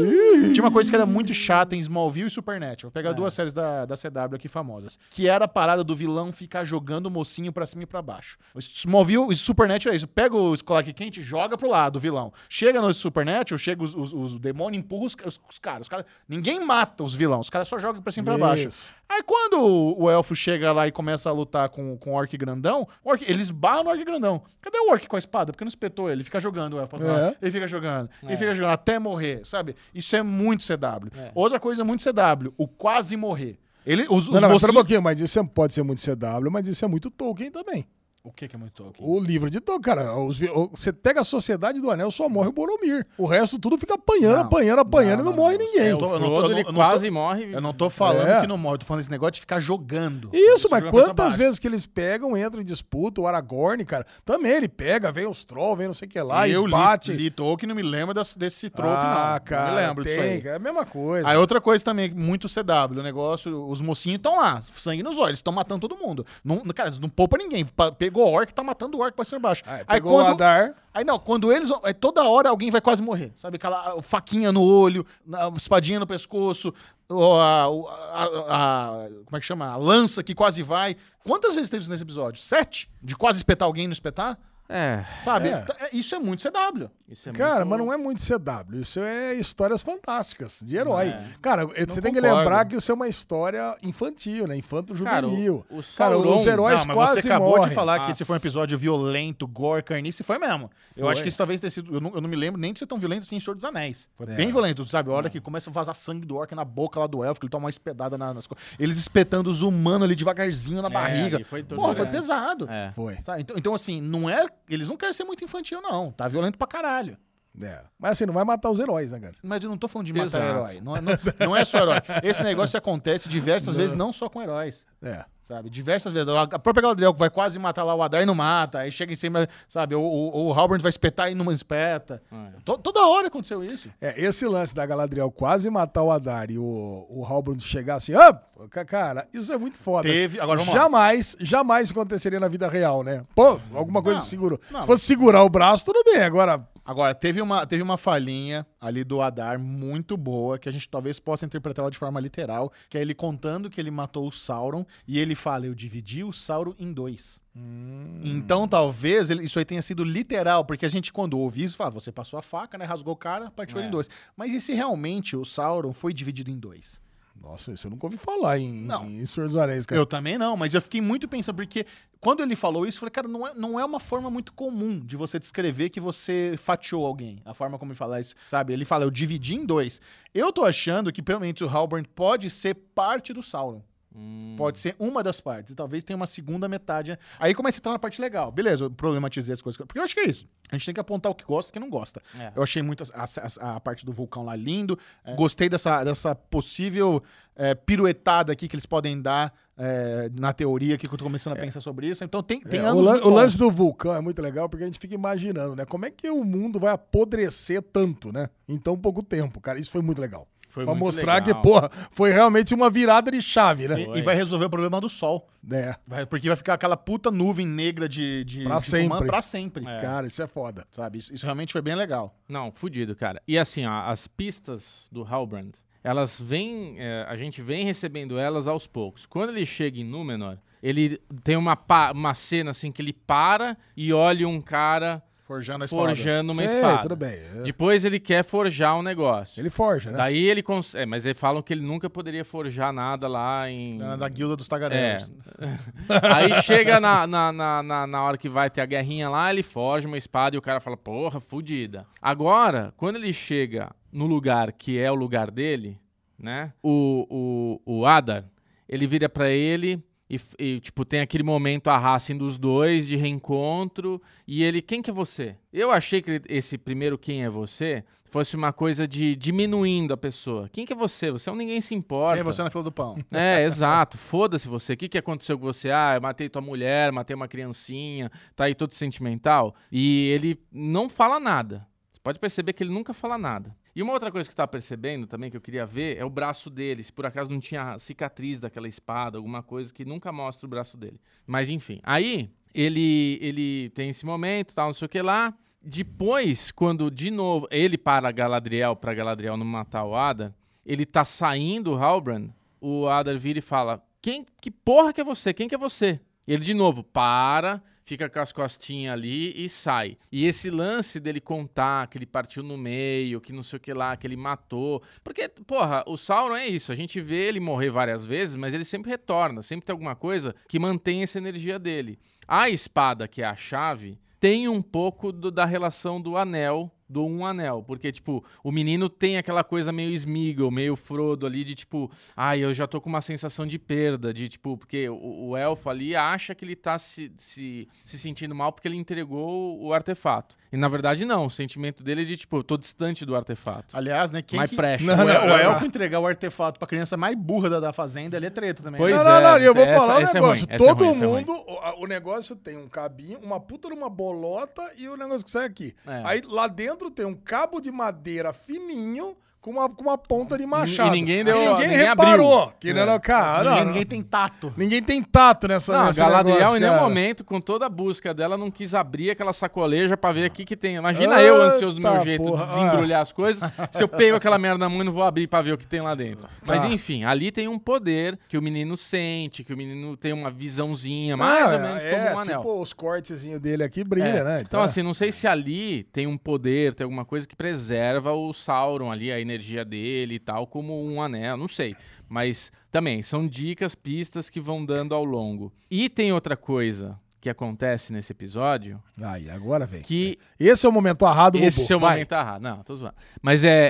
Speaker 1: Tinha uma coisa que era muito chata em Smallville e Supernatural. Vou pegar duas séries da, da CW aqui famosas. Que era a parada do vilão ficar jogando o mocinho pra cima e pra baixo. O Smallville e Supernatural é isso. Pega o Clark Kent e joga pro lado, o vilão. Chega no Supernatural, chega os, os, os demônios, empurra os, os- os caras. Os caras- Ninguém mata os vilões. Os caras só jogam pra cima e pra baixo.
Speaker 3: Isso.
Speaker 1: Aí quando o, o elfo chega lá e começa a lutar com, com o orc grandão, o orc, eles barram no orc grandão. Cadê o orc com a espada? Porque não espetou ele. Ele fica jogando o elfo pra trás.
Speaker 3: É.
Speaker 1: Ele fica jogando.
Speaker 4: É.
Speaker 1: Ele fica jogando até morrer, sabe? Isso é muito CW. Outra coisa é muito CW, o quase morrer. Ele, os,
Speaker 3: Não,
Speaker 1: os
Speaker 3: não, mas pera um
Speaker 1: mocinhos...
Speaker 3: pouquinho, mas isso é- pode ser muito CW, mas isso é muito Tolkien também.
Speaker 1: O que que é muito Tolkien?
Speaker 3: O livro de Tolkien, cara, os vi- o- você pega a Sociedade do Anel, só morre o Boromir. O resto tudo fica apanhando,
Speaker 1: Não.
Speaker 3: apanhando, apanhando
Speaker 1: Não, não,
Speaker 3: e não, morre
Speaker 1: não. É,
Speaker 3: ninguém.
Speaker 1: Eu tô- eu não tô-
Speaker 4: Frodo,
Speaker 1: eu não-
Speaker 4: ele
Speaker 1: eu não tô-
Speaker 4: quase morre.
Speaker 1: Eu não tô falando
Speaker 3: É.
Speaker 1: que não morre, tô falando esse negócio de ficar jogando.
Speaker 3: Isso,
Speaker 1: Jogando pra
Speaker 3: mas
Speaker 1: cima e pra
Speaker 3: quantas
Speaker 1: baixo.
Speaker 3: vezes que eles pegam, entram em disputa, o Aragorn, cara, também ele pega, vem os trolls, vem não sei o que lá, e,
Speaker 1: eu li-
Speaker 3: bate.
Speaker 1: Li, Tolkien, não me lembro desse, desse trope,
Speaker 3: ah,
Speaker 1: não.
Speaker 3: cara,
Speaker 1: não me lembro
Speaker 3: tem,
Speaker 1: disso aí.
Speaker 3: cara, é a mesma coisa.
Speaker 1: Aí outra coisa também, muito CW, o negócio, os mocinhos estão lá, sangue nos olhos, eles estão matando todo mundo. Não, não- cara, não poupa ninguém. Pa- pegou o orc, tá matando o orc pra cima e baixo.
Speaker 3: Aí,
Speaker 1: aí
Speaker 3: Ah, pegou o
Speaker 1: quando,
Speaker 3: Adar,
Speaker 1: aí não, quando eles, vão- aí toda hora alguém vai quase morrer, sabe? Aquela ah, faquinha no olho, na- espadinha no pescoço, ó, a, o- a- a- a- como é que chama? A lança que quase vai. Quantas vezes teve isso nesse episódio? Sete? De quase espetar alguém e não espetar?
Speaker 4: É,
Speaker 1: Sabe?
Speaker 3: É.
Speaker 1: T- é, Isso é muito CW.
Speaker 4: isso é
Speaker 3: Cara,
Speaker 4: muito-
Speaker 3: mas não é muito CW. Isso é histórias fantásticas, de herói.
Speaker 4: É.
Speaker 3: Cara, você tem que
Speaker 1: concordo.
Speaker 3: lembrar que isso é uma história infantil, né?
Speaker 4: Cara,
Speaker 3: Infanto-juvenil.
Speaker 4: o- o
Speaker 3: Cara,
Speaker 4: Sauron-
Speaker 3: os heróis
Speaker 1: não, mas
Speaker 3: quase
Speaker 1: você acabou
Speaker 3: morrem.
Speaker 1: de falar que
Speaker 4: Nossa.
Speaker 1: esse foi um episódio violento, gore, carnice, foi mesmo. Eu
Speaker 3: Foi.
Speaker 1: acho que isso talvez tenha sido. Eu não, eu não me lembro nem de ser tão violento assim em Senhor dos Anéis. Foi
Speaker 3: É.
Speaker 1: bem violento, sabe? A hora que começa a vazar sangue do orc na boca lá do elfo, que ele toma uma espedada na- nas coisas. Eles espetando os humanos ali devagarzinho na
Speaker 4: É,
Speaker 1: barriga.
Speaker 4: ali foi
Speaker 1: Porra, foi
Speaker 4: torturante.
Speaker 1: pesado.
Speaker 4: É.
Speaker 3: Foi.
Speaker 1: Tá, então, então, assim, não é. Eles não querem ser muito infantil, não. Tá violento pra caralho.
Speaker 3: É. Mas assim, não vai matar os heróis, né, cara?
Speaker 1: Mas eu não tô falando de matar
Speaker 4: Exato.
Speaker 1: herói. Não, é- não- não é só herói. Esse negócio acontece
Speaker 4: <laughs>
Speaker 1: diversas vezes, não só com heróis.
Speaker 3: É.
Speaker 1: Sabe? Diversas vezes. A própria Galadriel que vai quase matar lá o Adar e não mata. Aí chega em cima, sabe? O, o, o Halbrand vai espetar e não espeta.
Speaker 4: É.
Speaker 1: To- toda hora aconteceu isso.
Speaker 3: É, esse lance da Galadriel quase matar o Adar e o, o Halbrand chegar assim, ah, ca- cara, isso é muito foda.
Speaker 1: Teve- agora vamos lá.
Speaker 3: jamais, jamais aconteceria na vida real, né? Pô, alguma coisa
Speaker 1: Não,
Speaker 3: segurou.
Speaker 1: não.
Speaker 3: Se fosse segurar o braço, tudo bem. Agora,
Speaker 1: Agora, teve uma, teve uma falhinha ali do Adar muito boa, que a gente talvez possa interpretá-la de forma literal, que é ele contando que ele matou o Sauron e ele fala: Eu dividi o Sauron em dois.
Speaker 3: hum,
Speaker 1: Então, talvez ele- isso aí tenha sido literal, porque a gente, quando ouve isso, fala: você passou a faca, né? Rasgou o cara, partiu ele
Speaker 4: É.
Speaker 1: em dois. Mas e se realmente o Sauron foi dividido em dois?
Speaker 3: Nossa, isso eu nunca ouvi falar em,
Speaker 1: Não.
Speaker 3: em Senhor dos Anéis, cara.
Speaker 1: Eu também não, mas eu fiquei muito pensando, porque quando ele falou isso, eu falei, cara, não é, não é uma forma muito comum de você descrever que você fatiou alguém. A forma como ele fala isso, sabe? Ele fala, eu dividi em dois. Eu tô achando que, pelo menos, o Halbrand pode ser parte do Sauron.
Speaker 4: Hum,
Speaker 1: Pode ser uma das partes. E talvez tenha uma segunda metade. né? Aí começa a entrar na parte legal. Beleza, eu problematizei as coisas. que eu- Porque eu acho que é isso. A gente tem que apontar o que gosta e o que não gosta.
Speaker 4: é.
Speaker 1: Eu achei muito a, a- a parte do vulcão lá lindo. É, Gostei dessa, dessa possível é, piruetada aqui que eles podem dar é, na teoria que eu tô começando a
Speaker 4: É.
Speaker 1: pensar sobre isso. Então tem, tem
Speaker 3: É, o,
Speaker 1: anos
Speaker 3: lan-
Speaker 1: muito
Speaker 3: o
Speaker 1: bons.
Speaker 3: lance do vulcão é muito legal porque a gente fica imaginando, né? Como é que o mundo vai apodrecer tanto, né? Em tão pouco tempo, cara. Isso foi muito legal.
Speaker 4: Foi
Speaker 3: pra
Speaker 4: muito
Speaker 3: mostrar
Speaker 4: legal.
Speaker 3: que, porra, foi realmente uma virada de chave, né?
Speaker 1: E, e vai resolver o problema do sol.
Speaker 3: É.
Speaker 1: Vai- porque vai ficar aquela puta nuvem negra de, de,
Speaker 3: Pra
Speaker 1: de fumã
Speaker 3: sempre.
Speaker 1: pra sempre.
Speaker 4: É.
Speaker 3: Cara, isso é foda.
Speaker 1: Sabe? Isso, isso realmente foi bem legal.
Speaker 4: Não, fudido, cara. E assim, ó, as pistas do Halbrand, elas vêm. é, a gente vem recebendo elas aos poucos. Quando ele chega em Númenor, ele tem uma, pa- uma cena assim que ele para e olha um cara
Speaker 1: Forjando a espada.
Speaker 4: forjando uma
Speaker 3: Sei,
Speaker 4: espada.
Speaker 3: tudo bem. É.
Speaker 4: Depois ele quer forjar um negócio.
Speaker 3: Ele forja, né?
Speaker 4: Daí ele consegue. É, mas eles falam que ele nunca poderia forjar nada lá em.
Speaker 1: Na- Da guilda dos tagarelos.
Speaker 4: É. Aí chega na, na, na, na, na hora que vai ter a guerrinha lá, ele forja uma espada e o cara fala, porra, fudida. Agora, quando ele chega no lugar que é o lugar dele, né? O, o, o Adar, ele vira pra ele. E, f- e, tipo, tem aquele momento a raça dos dois, de reencontro. E ele, quem que é você? Eu achei que ele- esse primeiro quem é você fosse uma coisa de diminuindo a pessoa. Quem que é você? Você é um ninguém se importa.
Speaker 1: Quem é você na fila do pão?
Speaker 4: É, exato. Foda-se você. O que, que aconteceu com você? Ah, eu matei tua mulher, matei uma criancinha, tá aí todo sentimental. E ele não fala nada. Você pode perceber que ele nunca fala nada. E uma outra coisa que eu tava percebendo também, que eu queria ver, é o braço dele. Se por acaso não tinha cicatriz daquela espada, alguma coisa que nunca mostra o braço dele. Mas enfim. Aí ele, ele tem esse momento, tal, não sei o que lá. Depois, quando de novo ele para Galadriel, pra Galadriel não matar o Ada, ele tá saindo, o Halbrand, o Adar vira e fala: Quem que porra que é você? Quem que é você? Ele de novo para, fica com as costinhas ali e sai. E esse lance dele contar que ele partiu no meio, que não sei o que lá, que ele matou. Porque, porra, o Sauron é isso. A gente vê ele morrer várias vezes, mas ele sempre retorna. Sempre tem alguma coisa que mantém essa energia dele. A espada, que é a chave, tem um pouco do- da relação do anel, do um anel. Porque, tipo, o menino tem aquela coisa meio Smeagol, meio Frodo ali, de tipo, ai, eu já tô com uma sensação de perda, de tipo, porque o, o elfo ali acha que ele tá se, se, se sentindo mal porque ele entregou o artefato. E na verdade, não. O sentimento dele é de tipo, eu tô distante do artefato.
Speaker 1: Aliás, né? Quem
Speaker 4: My
Speaker 1: que...
Speaker 4: precious.
Speaker 1: O, el- o elfo entregar o artefato pra criança mais burra da, da fazenda, ele é treta também.
Speaker 4: Pois
Speaker 1: né?
Speaker 3: não, não, não,
Speaker 4: é,
Speaker 3: e eu vou
Speaker 4: essa-
Speaker 3: falar um
Speaker 4: essa é
Speaker 3: negócio.
Speaker 4: ruim, essa é
Speaker 3: Todo
Speaker 4: ruim, essa é ruim.
Speaker 3: mundo, o, a- o negócio tem um cabinho, uma puta numa bolota e o negócio que sai aqui.
Speaker 4: É.
Speaker 3: Aí lá dentro tem um cabo de madeira fininho com uma, com uma ponta de machado.
Speaker 4: E ninguém deu-
Speaker 3: ninguém,
Speaker 4: ninguém
Speaker 3: reparou.
Speaker 4: abriu.
Speaker 3: Que
Speaker 4: É.
Speaker 3: não, não, cara,
Speaker 1: ninguém,
Speaker 3: não,
Speaker 1: ninguém tem tato.
Speaker 3: ninguém tem tato nessa
Speaker 4: Não, a
Speaker 3: nesse
Speaker 4: Galadriel
Speaker 3: negócio,
Speaker 4: em nenhum
Speaker 3: cara.
Speaker 4: momento, com toda a busca dela, não quis abrir aquela sacoleja pra ver o que que tem. Imagina
Speaker 3: Eita
Speaker 4: eu ansioso do meu jeito
Speaker 3: porra, ah.
Speaker 4: de desembrulhar as coisas, se eu pego aquela merda na mão e não vou abrir pra ver o que tem lá dentro.
Speaker 3: Tá.
Speaker 4: Mas enfim, ali tem um poder que o menino sente, que o menino tem uma visãozinha, mais
Speaker 3: Ah,
Speaker 4: ou menos
Speaker 3: é,
Speaker 4: como um anel.
Speaker 3: Tipo, os cortezinhos dele aqui brilha,
Speaker 4: É.
Speaker 3: né?
Speaker 4: Então, assim, não sei se ali tem um poder, tem alguma coisa que preserva o Sauron ali, a energia dele e tal, como um anel, não sei. Mas também, são dicas, pistas que vão dando ao longo. E tem outra coisa que acontece nesse episódio,
Speaker 3: Aí, agora vem.
Speaker 4: que
Speaker 3: Esse é o momento arrado,
Speaker 4: esse
Speaker 3: Bubu.
Speaker 4: é o
Speaker 3: Vai.
Speaker 4: momento errado. Não, tô zoando. Mas é,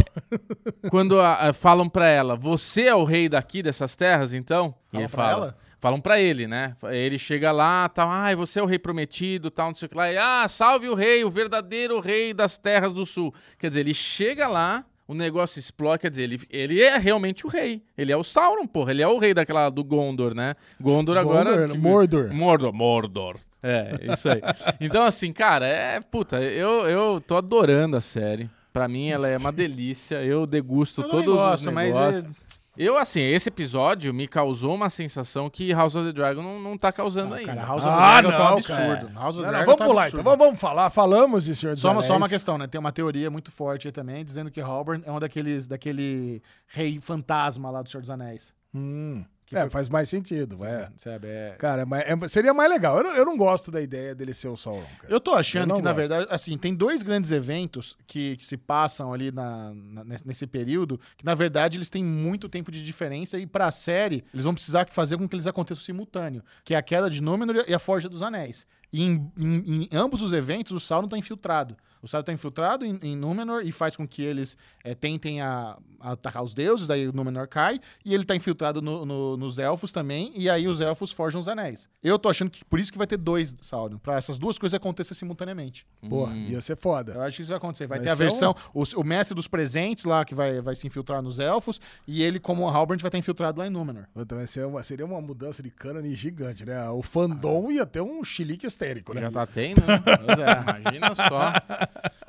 Speaker 4: quando a- a- falam pra ela, você é o rei daqui, dessas terras, então? E
Speaker 1: Falam
Speaker 4: ele
Speaker 1: pra
Speaker 4: fala.
Speaker 1: ela?
Speaker 4: Falam pra ele, né? Ele chega lá, tal, ai, você é o rei prometido, tal, não sei o que lá. E, ah, salve o rei, o verdadeiro rei das terras do sul. Quer dizer, ele chega lá, o negócio explode, quer dizer, ele, ele é realmente o rei. Ele é o Sauron, porra. Ele é o rei daquela do Gondor, né? Gondor agora. tipo,
Speaker 3: Gondor, né? Mordor.
Speaker 4: Mordor, Mordor. É, isso aí. Então, assim, cara, é. Puta, eu, eu tô adorando a série. Pra mim, ela é uma delícia. Eu degusto
Speaker 1: Eu também
Speaker 4: todos os
Speaker 1: mas
Speaker 4: negócios.
Speaker 1: é-
Speaker 4: Eu, assim, esse episódio me causou uma sensação que House of the Dragon não, não tá causando ainda.
Speaker 1: Cara, House of
Speaker 3: Ah,
Speaker 1: the Dragon tá um
Speaker 3: não, cara.
Speaker 1: absurdo. House of
Speaker 3: Não,
Speaker 1: the
Speaker 3: não,
Speaker 1: Dragon
Speaker 3: vamos
Speaker 1: tá um
Speaker 3: pular,
Speaker 1: absurdo.
Speaker 3: então. Vamos, É vamos falar. Falamos de Senhor dos
Speaker 1: Só uma, só uma
Speaker 3: Anéis.
Speaker 1: questão, né? Tem uma teoria muito forte aí também, dizendo que Halbern é um daqueles daquele rei fantasma lá do Senhor dos Anéis.
Speaker 3: Hum.
Speaker 1: Que
Speaker 3: É,
Speaker 1: foi-
Speaker 3: faz mais sentido, é.
Speaker 1: Sabe? É-
Speaker 3: Cara, mas é- seria mais legal. Eu não, eu não gosto da ideia dele ser o Sauron, cara.
Speaker 1: Eu tô
Speaker 3: Eu
Speaker 1: achando
Speaker 3: não
Speaker 1: que, na
Speaker 3: gosto.
Speaker 1: verdade, assim, tem dois grandes eventos que, que se passam ali na- na- nesse, nesse período, que, na verdade, eles têm muito tempo de diferença e, pra série, eles vão precisar que fazer com que eles aconteçam simultâneo, que é a queda de Númenor e a Forja dos Anéis. E em, em- em ambos os eventos, o Sauron tá infiltrado. O Sauron tá infiltrado em, em Númenor e faz com que eles eh, tentem a- a atacar os deuses, daí o Númenor cai, e ele tá infiltrado no- no- nos elfos também, e aí os elfos forjam os anéis. Eu tô achando que por isso que vai ter dois Sauron, pra essas duas coisas acontecerem simultaneamente.
Speaker 3: Pô, ia ser foda.
Speaker 1: Eu acho que isso vai acontecer. Vai
Speaker 3: É. Vai
Speaker 1: ter a
Speaker 3: ser um-
Speaker 1: versão, o, o mestre dos presentes lá, que vai, vai se infiltrar nos elfos, e ele, como Halbrand, vai estar infiltrado lá em
Speaker 3: <laughs>
Speaker 1: Númenor.
Speaker 3: Então, vai ser uma- seria uma mudança de cânone gigante, né? O fandom ia ter um chilique histérico, né?
Speaker 4: Já tá tendo, né?
Speaker 1: Pois é.
Speaker 4: Imagina só.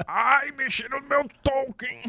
Speaker 4: Ai, mexeram no meu Tolkien.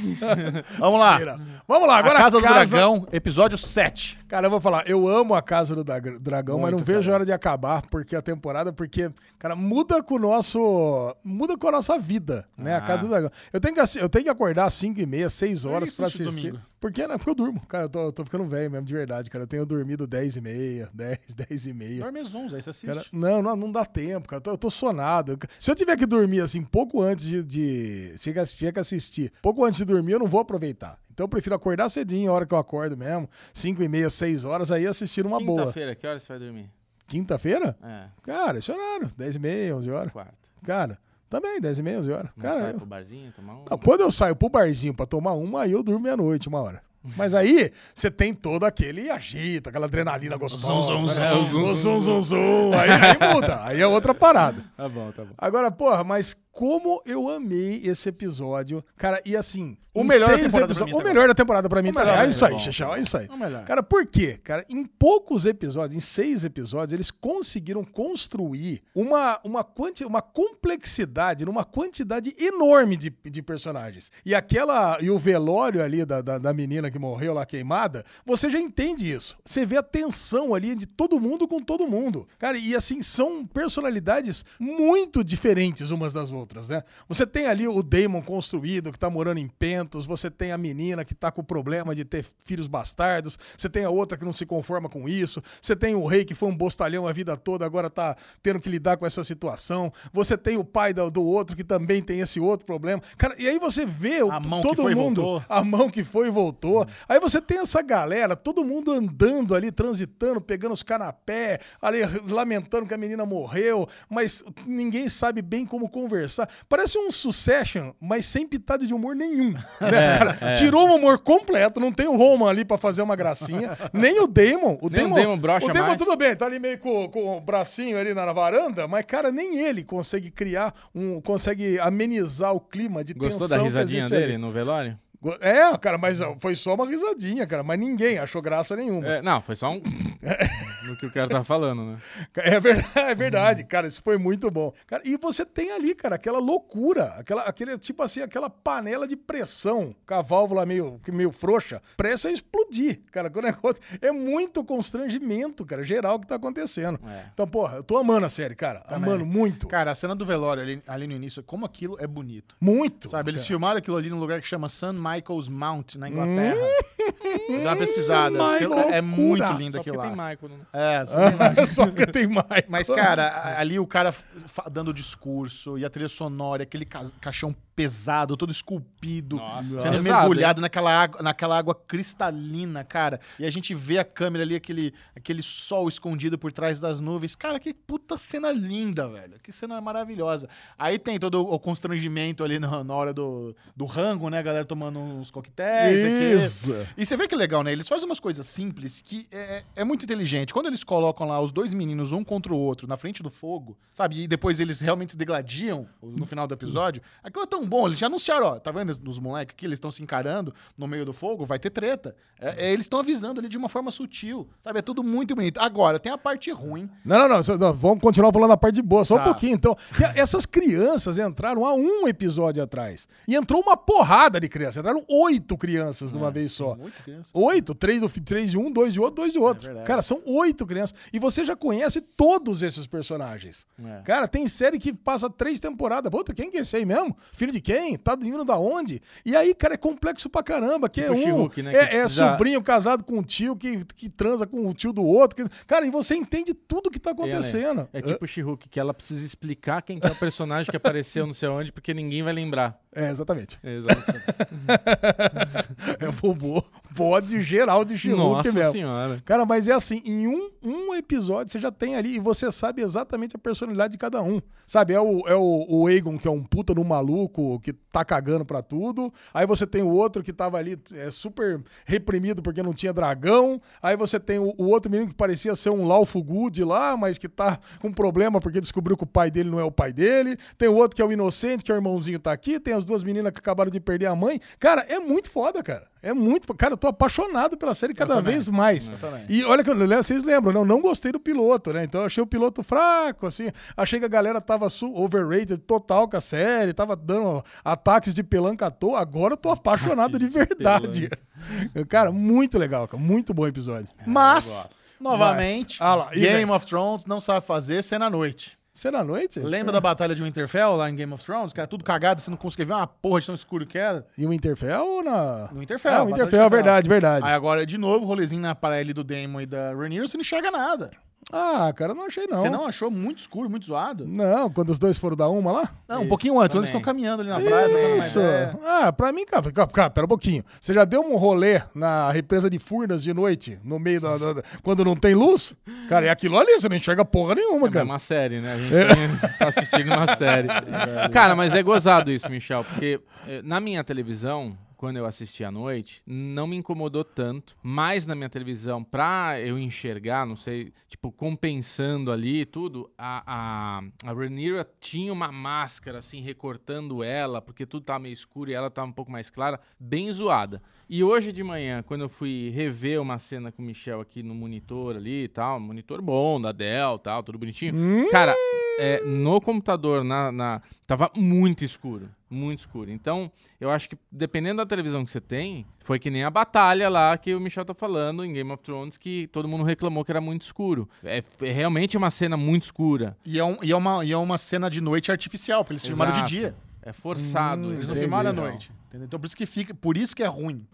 Speaker 1: Vamos lá.
Speaker 3: Mentira. Vamos lá, agora
Speaker 1: a Casa do Dragão, episódio 7.
Speaker 3: Cara, eu vou falar, eu amo a Casa do Dag- Dragão, mas
Speaker 1: Muito,
Speaker 3: não vejo
Speaker 1: cara.
Speaker 3: a hora de acabar, porque a temporada, porque, cara, muda com o nosso. Muda com a nossa vida, né? A
Speaker 4: Ah.
Speaker 3: Casa do Dragão. Eu tenho que, assi- eu tenho que acordar às 5 e meia, 6 horas
Speaker 1: isso
Speaker 3: pra
Speaker 1: assiste
Speaker 3: assistir.
Speaker 1: domingo?
Speaker 3: Porque, não, porque eu durmo, cara, eu tô, eu tô ficando velho mesmo, de verdade, cara. Eu tenho dormido 10 e meia, 10, <laughs> 10 e meia.
Speaker 1: Dorme às 11, aí você assiste.
Speaker 3: Cara, não, não, não dá tempo, cara. Eu tô, eu tô sonado. Se eu tiver que dormir, assim, pouco antes de. de se tiver- se tiver que assistir, pouco antes de dormir, eu não vou aproveitar. Então eu prefiro acordar cedinho, a hora que eu acordo mesmo, 5 e meia, 6 horas, aí assistir uma boa.
Speaker 4: Quinta-feira, que horas você vai dormir?
Speaker 3: Quinta-feira?
Speaker 4: É,
Speaker 3: Cara, esse horário, 10 e meia, 11 horas.
Speaker 4: quarta.
Speaker 3: Cara, também, 10 e meia, 11 horas.
Speaker 4: Não
Speaker 3: Cara,
Speaker 4: sai
Speaker 3: eu- Ah,
Speaker 4: pro barzinho, tomar um.
Speaker 3: não, quando eu saio pro barzinho pra tomar uma, aí eu durmo meia-noite, uma hora. Mas aí, você tem todo aquele agito, aquela adrenalina gostosa.
Speaker 1: Zum, zum,
Speaker 4: É,
Speaker 3: né?
Speaker 4: um
Speaker 1: zum.
Speaker 3: O zum, zum, zum, zum. Aí, aí muda, aí é outra parada.
Speaker 1: Tá bom, tá bom.
Speaker 3: Agora, porra, mas como eu amei esse episódio. Cara, e assim,
Speaker 1: O
Speaker 3: em
Speaker 1: melhor da
Speaker 3: seis
Speaker 1: temporada pra
Speaker 3: episódios-
Speaker 1: mim
Speaker 3: O
Speaker 1: até
Speaker 3: melhor da temporada pra mim
Speaker 1: O
Speaker 3: tá
Speaker 1: melhor
Speaker 3: ligado? É
Speaker 1: da
Speaker 3: isso aí,
Speaker 1: temporada.
Speaker 3: Xixão, é isso aí.
Speaker 1: O melhor.
Speaker 3: Cara, por quê? Cara, em poucos episódios, em seis episódios, eles conseguiram construir uma, uma, quanti, uma complexidade, numa quantidade enorme de, de personagens. E aquela. E o velório ali da, da, da menina que morreu lá queimada, você já entende isso. Você vê a tensão ali de todo mundo com todo mundo. Cara, e assim, são personalidades muito diferentes umas das outras, né? Você tem ali o Damon construído, que tá morando em Pentos, você tem a menina que tá com o problema de ter filhos bastardos, você tem a outra que não se conforma com isso, você tem o rei que foi um bostalhão a vida toda, agora tá tendo que lidar com essa situação, você tem o pai do, do outro que também tem esse outro problema. Cara, e aí você vê o-
Speaker 1: A mão que
Speaker 3: todo
Speaker 1: foi e
Speaker 3: mundo,
Speaker 1: voltou.
Speaker 3: a mão que foi e voltou.
Speaker 4: Hum.
Speaker 3: Aí você tem essa galera, todo mundo andando ali, transitando, pegando os canapé, ali lamentando que a menina morreu, mas ninguém sabe bem como conversar. Parece um Succession, mas sem pitada de humor nenhum.
Speaker 4: <laughs>
Speaker 3: né,
Speaker 4: É,
Speaker 3: cara? Tirou o humor completo, não tem o Roman ali pra fazer
Speaker 4: <laughs>
Speaker 3: uma gracinha, nem o Damon. O
Speaker 4: Nem o
Speaker 3: Damon,
Speaker 4: Damon brocha
Speaker 3: o Damon
Speaker 4: mais.
Speaker 3: tudo bem, tá ali meio com, com o bracinho ali na, na varanda, mas cara, nem ele consegue criar um, consegue amenizar o clima de
Speaker 4: Gostou da
Speaker 3: tensão que
Speaker 4: risadinha
Speaker 3: existe ali.
Speaker 4: dele no velório?
Speaker 3: Go- É, cara, mas ó, foi só uma risadinha, cara. Mas ninguém achou graça nenhuma. É,
Speaker 4: É, não, foi só um. no que o cara tá falando, né?
Speaker 3: verdade, <laughs> é verdade, cara. Isso foi muito bom. Cara, e você tem ali, cara, aquela loucura, aquela, aquele, tipo assim, aquela panela de pressão com a válvula meio, que meio frouxa, pressa a explodir, cara. Que o negócio é muito constrangimento, cara, geral que tá acontecendo.
Speaker 4: É.
Speaker 3: Então, porra, eu tô amando a série, cara. Amando muito.
Speaker 1: Cara, a cena do velório ali, ali no início, como aquilo é bonito.
Speaker 3: muito.
Speaker 1: Sabe,
Speaker 3: <laughs>
Speaker 1: eles filmaram aquilo ali num lugar que chama St. Michael's Mount, na Inglaterra.
Speaker 4: Hum.
Speaker 1: Dá uma pesquisada. porque
Speaker 3: Michael.
Speaker 1: É muito
Speaker 3: Loucura.
Speaker 1: lindo
Speaker 4: Só
Speaker 1: aquilo
Speaker 4: porque tem
Speaker 1: lá.
Speaker 4: Michael. Né?
Speaker 1: É, só tem
Speaker 3: cara. Só que
Speaker 4: <laughs>
Speaker 3: tem mais.
Speaker 1: Mas, cara, a- ali o cara fa- dando discurso e a trilha sonora, aquele ca- caixão pesado, todo esculpido,
Speaker 4: Nossa.
Speaker 1: sendo
Speaker 4: Pesado,
Speaker 1: mergulhado naquela água, naquela água cristalina, cara. E a gente vê a câmera ali, aquele, aquele sol escondido por trás das nuvens. Cara, que puta cena linda, velho. Que cena maravilhosa. Aí tem todo o constrangimento ali na, na hora do, do rango, né? A galera tomando uns coquetéis. é aqui.
Speaker 3: Isso.
Speaker 1: E você vê que legal, né? Eles fazem umas coisas simples que é, é muito inteligente. Quando eles colocam lá os dois meninos um contra o outro na frente do fogo, sabe? E depois eles realmente se degladiam no final do episódio. Aquilo é tão bom. Eles já anunciaram, ó, tá vendo os moleques aqui? Eles estão se encarando no meio do fogo, vai ter treta. É, é, eles estão avisando ali de uma forma sutil, sabe? É tudo muito bonito. Agora, tem a parte ruim.
Speaker 3: Não, não, não, só- não, Vamos continuar falando a parte de boa, só
Speaker 1: Tá.
Speaker 3: um pouquinho. Então, E a- essas crianças entraram há um episódio atrás. E entrou uma porrada de crianças. Entraram oito crianças de uma
Speaker 4: É,
Speaker 3: vez só.
Speaker 1: Muito criança.
Speaker 3: Oito, três, do, fi- três de um, dois de outro, dois de
Speaker 4: É
Speaker 3: outro.
Speaker 1: verdade.
Speaker 3: cara, são oito crianças. E você já conhece todos esses personagens.
Speaker 4: É.
Speaker 3: Cara, tem série que passa três temporadas. Puta, quem que é esse aí mesmo? Filho de quem? Tá vindo da onde? E aí, cara, é complexo pra caramba. Que é
Speaker 4: Tipo
Speaker 3: um.
Speaker 4: She-Hulk, né, que
Speaker 3: é, é
Speaker 4: precisa-
Speaker 3: sobrinho casado com um tio que, que transa com o tio do outro. que- Cara, e você entende tudo que tá acontecendo.
Speaker 4: É tipo o She-Hulk, que ela precisa explicar quem que é o personagem
Speaker 3: <laughs>
Speaker 4: que apareceu não sei onde, porque ninguém vai lembrar.
Speaker 3: É, exatamente. <laughs>
Speaker 4: Exato.
Speaker 3: É bobo. Bode geral de She-Hulk
Speaker 4: Nossa
Speaker 3: mesmo.
Speaker 4: senhora.
Speaker 3: Cara, mas é assim, em um, um episódio você já tem ali e você sabe exatamente a personalidade de cada um. Sabe, é o, é o, o Aegon, que é um puta no maluco, que tá cagando pra tudo. Aí você tem o outro que tava ali é, super reprimido porque não tinha dragão. Aí você tem o, o outro menino que parecia ser um Laufo Good lá, mas que tá com problema porque descobriu que o pai dele não é o pai dele. Tem o outro que é o inocente, que é o irmãozinho tá aqui. Tem as duas meninas que acabaram de perder a mãe. Cara, é muito foda, cara. É muito. fo- Cara, eu tô tô apaixonado pela série cada
Speaker 1: também.
Speaker 3: vez mais.
Speaker 1: também.
Speaker 3: E olha que eu, vocês lembram, né? Eu não gostei do piloto, né? Então eu achei o piloto fraco, assim. Achei que a galera tava su- overrated total com a série, tava dando ataques de pelanca à toa. Agora eu tô apaixonado de verdade. <laughs> Cara, muito legal, cara. Muito bom episódio.
Speaker 1: Mas,
Speaker 4: gosto.
Speaker 1: novamente,
Speaker 3: Mas, ah lá, e
Speaker 1: Game
Speaker 3: daí?
Speaker 1: of Thrones não sabe fazer cena à noite.
Speaker 3: Será à é noite?
Speaker 1: Lembra da batalha de Winterfell lá em Game of Thrones? Cara, tudo cagado, você não conseguia ver uma porra de tão escuro que era.
Speaker 3: é? E o Interfell ou na.
Speaker 1: No Interfell.
Speaker 3: Ah,
Speaker 1: a
Speaker 3: o
Speaker 1: batalha de
Speaker 3: Interfell, verdade, verdade.
Speaker 1: Aí agora, de novo, rolezinho na parede do Daemon e da Rhaenyra, você não enxerga nada.
Speaker 3: Ah, cara, eu não achei não.
Speaker 1: Você não achou muito escuro, muito zoado?
Speaker 3: Não, quando os dois foram dar uma lá?
Speaker 1: Não, um
Speaker 4: Isso,
Speaker 1: pouquinho antes, quando
Speaker 4: também.
Speaker 1: eles estão caminhando ali na praia. trocando uma
Speaker 3: Isso.
Speaker 1: ideia.
Speaker 3: Ah, pra mim, cara, cara, cara, pera um pouquinho. Você já deu um rolê na represa de Furnas de noite, no meio da, da- da- quando não tem luz? Cara, é aquilo ali, você não enxerga porra nenhuma,
Speaker 4: É
Speaker 3: cara.
Speaker 4: uma série, né? A gente tem- tá assistindo uma série. Cara, mas é gozado isso, Michel, porque eh, na minha televisão, quando eu assisti à noite, não me incomodou tanto. Mas na minha televisão, pra eu enxergar, não sei, tipo, compensando ali e tudo, a, a, a Rhaenyra tinha uma máscara, assim, recortando ela, porque tudo tava meio escuro e ela tava um pouco mais clara, bem zoada. E hoje de manhã, quando eu fui rever uma cena com o Michel aqui no monitor ali e tal, monitor bom, da Dell e tal, tudo bonitinho. Cara, é, no computador, na, na- tava muito escuro. Muito escuro. Então, eu acho que dependendo da televisão que você tem, foi que nem a batalha lá que o Michel tá falando em Game of Thrones, que todo mundo reclamou que era muito escuro. É, é realmente uma cena muito escura.
Speaker 1: E, é um- e é uma, e é uma cena de noite artificial, porque eles filmaram de
Speaker 4: Exato.
Speaker 1: dia.
Speaker 4: É forçado.
Speaker 1: Eles
Speaker 4: isso.
Speaker 1: não filmaram à
Speaker 4: Entendeu?
Speaker 1: noite. entendeu? Então por isso que fica. Por isso que é ruim.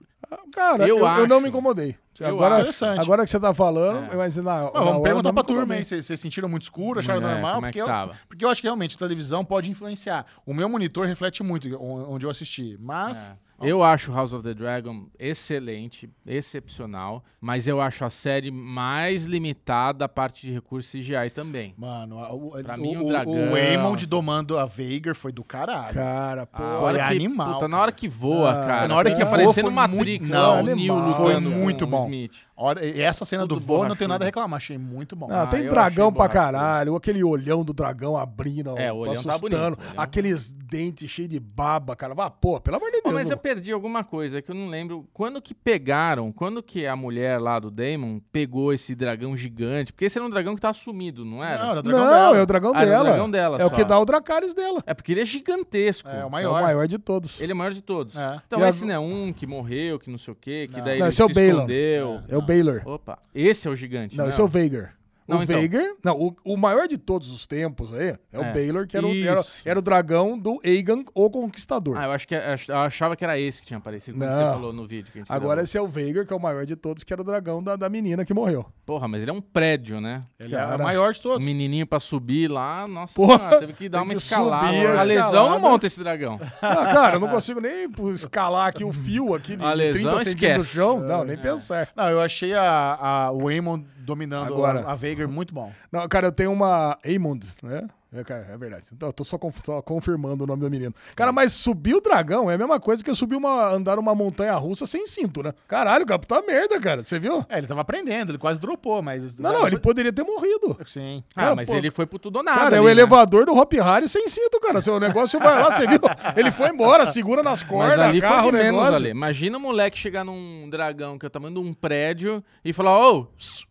Speaker 3: Cara,
Speaker 4: Eu
Speaker 3: eu, eu, não
Speaker 4: acho.
Speaker 3: me incomodei.
Speaker 4: Eu É.
Speaker 3: agora,
Speaker 1: Interessante.
Speaker 3: agora que você tá falando, mas na, na
Speaker 1: Mas vamos
Speaker 3: hora
Speaker 1: perguntar
Speaker 3: eu não
Speaker 1: pra
Speaker 3: me
Speaker 1: turma
Speaker 3: incomodei.
Speaker 1: aí. Vocês vocês sentiram muito escuro, acharam
Speaker 4: É,
Speaker 1: normal?
Speaker 4: como é
Speaker 1: porque,
Speaker 4: que
Speaker 1: eu,
Speaker 4: tava?
Speaker 1: porque eu acho que realmente a televisão pode influenciar. O meu monitor reflete muito on- onde eu assisti.
Speaker 4: É.
Speaker 1: Mas.
Speaker 4: Eu acho House of the Dragon excelente, excepcional, mas eu acho a série mais limitada a parte de recurso CGI também.
Speaker 1: Mano, a- o,
Speaker 4: Pra
Speaker 1: o,
Speaker 4: mim, o
Speaker 1: o,
Speaker 4: dragão.
Speaker 1: o Waymond domando a Veigar foi do caralho.
Speaker 3: Cara, pô.
Speaker 4: A
Speaker 1: Foi
Speaker 4: hora Ah, que,
Speaker 1: animal,
Speaker 4: puta, na
Speaker 1: cara.
Speaker 4: hora que voa,
Speaker 3: Ah,
Speaker 4: cara.
Speaker 1: na hora que
Speaker 4: fica
Speaker 1: voa,
Speaker 4: parecendo
Speaker 1: foi
Speaker 4: Matrix,
Speaker 1: muito-
Speaker 4: lá, o
Speaker 3: não,
Speaker 4: Neo
Speaker 3: animal.
Speaker 4: lutando
Speaker 3: Foi
Speaker 4: com
Speaker 1: muito
Speaker 4: o
Speaker 1: bom.
Speaker 4: Smith.
Speaker 1: Hora- e Essa cena
Speaker 4: Tudo
Speaker 1: do voo não tem
Speaker 4: borrachudo.
Speaker 1: nada a reclamar. Achei muito bom.
Speaker 3: Ah,
Speaker 4: Ah,
Speaker 3: tem
Speaker 4: eu
Speaker 3: dragão
Speaker 4: achei
Speaker 3: pra
Speaker 4: borrachudo.
Speaker 3: caralho, aquele olhão do dragão abrindo,
Speaker 4: É, o
Speaker 3: ó,
Speaker 4: olhão tá
Speaker 3: assustando,
Speaker 4: bonito, o olhão.
Speaker 3: aqueles dentes cheios de baba, cara. Ah, pô, pelo amor de
Speaker 4: Pô,
Speaker 3: Deus.
Speaker 4: mas é
Speaker 3: não-
Speaker 4: eu perdi alguma coisa que eu não lembro. Quando que pegaram, quando que a mulher lá do Damon pegou esse dragão gigante? Porque esse era um dragão que tava sumido, não era?
Speaker 1: Não, era o dragão
Speaker 3: Não,
Speaker 1: dela.
Speaker 3: é o dragão
Speaker 4: Ah, era o
Speaker 3: dela.
Speaker 4: dragão dela
Speaker 3: É o
Speaker 4: só.
Speaker 3: que dá o Dracarys dela.
Speaker 4: É porque ele é gigantesco.
Speaker 1: É, o
Speaker 3: É o
Speaker 1: maior.
Speaker 3: maior de todos.
Speaker 4: Ele é o maior de todos.
Speaker 1: É.
Speaker 4: Então
Speaker 3: E a-
Speaker 4: esse não é um que morreu, que não sei o quê, que
Speaker 1: Não.
Speaker 4: daí
Speaker 3: Não,
Speaker 4: ele
Speaker 3: esse é o
Speaker 4: se
Speaker 3: Balon.
Speaker 4: escondeu.
Speaker 3: É o Baylor.
Speaker 4: Opa, esse é o gigante.
Speaker 3: Não, esse é o Veigar.
Speaker 4: Não,
Speaker 3: o
Speaker 4: então.
Speaker 3: Veigar, não, o, o maior de todos os tempos aí é,
Speaker 4: É.
Speaker 3: o Baylor, que era o, era,
Speaker 4: Isso.
Speaker 3: era o dragão do Aegon, o Conquistador.
Speaker 4: Ah, eu, acho que, eu achava que era esse que tinha aparecido quando
Speaker 3: Não.
Speaker 4: você falou no vídeo. Que a gente
Speaker 3: Agora
Speaker 4: gravou.
Speaker 3: esse é o Veigar, que é o maior de todos, que era o dragão da, da menina que morreu.
Speaker 4: Porra, mas ele é um prédio, né?
Speaker 1: Ele é o
Speaker 3: Cara.
Speaker 1: maior de
Speaker 4: Um
Speaker 1: todos.
Speaker 4: menininho pra subir lá, nossa
Speaker 3: Porra,
Speaker 4: senhora, teve que dar
Speaker 3: tem
Speaker 4: uma
Speaker 3: que
Speaker 4: escalada.
Speaker 3: subir a
Speaker 4: a lesão não
Speaker 3: escalada.
Speaker 4: monta esse dragão.
Speaker 3: Ah, cara, eu não consigo nem pô, escalar aqui o fio aqui de,
Speaker 4: A
Speaker 3: de 30
Speaker 4: lesão
Speaker 3: centímetros do
Speaker 4: esquece.
Speaker 3: chão. Não, nem pensar.
Speaker 1: Não, eu achei a, a- o Waymond dominando
Speaker 3: Agora.
Speaker 1: a, a Veigar muito bom.
Speaker 3: Não, cara, eu tenho uma Aemond, né? É, cara, é verdade. Então, eu tô só, conf- só confirmando o nome do menino. Cara, mas subir o dragão é a mesma coisa que eu subir uma. andar uma montanha russa sem cinto, né? Caralho, cara, puta merda, cara. Você viu?
Speaker 1: É, ele tava aprendendo, ele quase dropou, mas.
Speaker 3: Não, não, ele poderia ter morrido.
Speaker 1: Sim.
Speaker 4: Ah,
Speaker 3: Cara,
Speaker 4: mas
Speaker 3: pô,
Speaker 4: ele foi pro tudo ou nada.
Speaker 1: Ah,
Speaker 3: Cara, é
Speaker 4: ali,
Speaker 3: o
Speaker 4: né?
Speaker 3: elevador do Hop Harry sem cinto, cara. Seu negócio vai lá, você viu? Ele foi embora, segura nas
Speaker 4: Mas
Speaker 3: cordas,
Speaker 4: ali
Speaker 3: carro,
Speaker 4: foi de menos
Speaker 3: negócio.
Speaker 4: ali. Imagina o moleque chegar num dragão que é o tamanho de um prédio e falar, ô,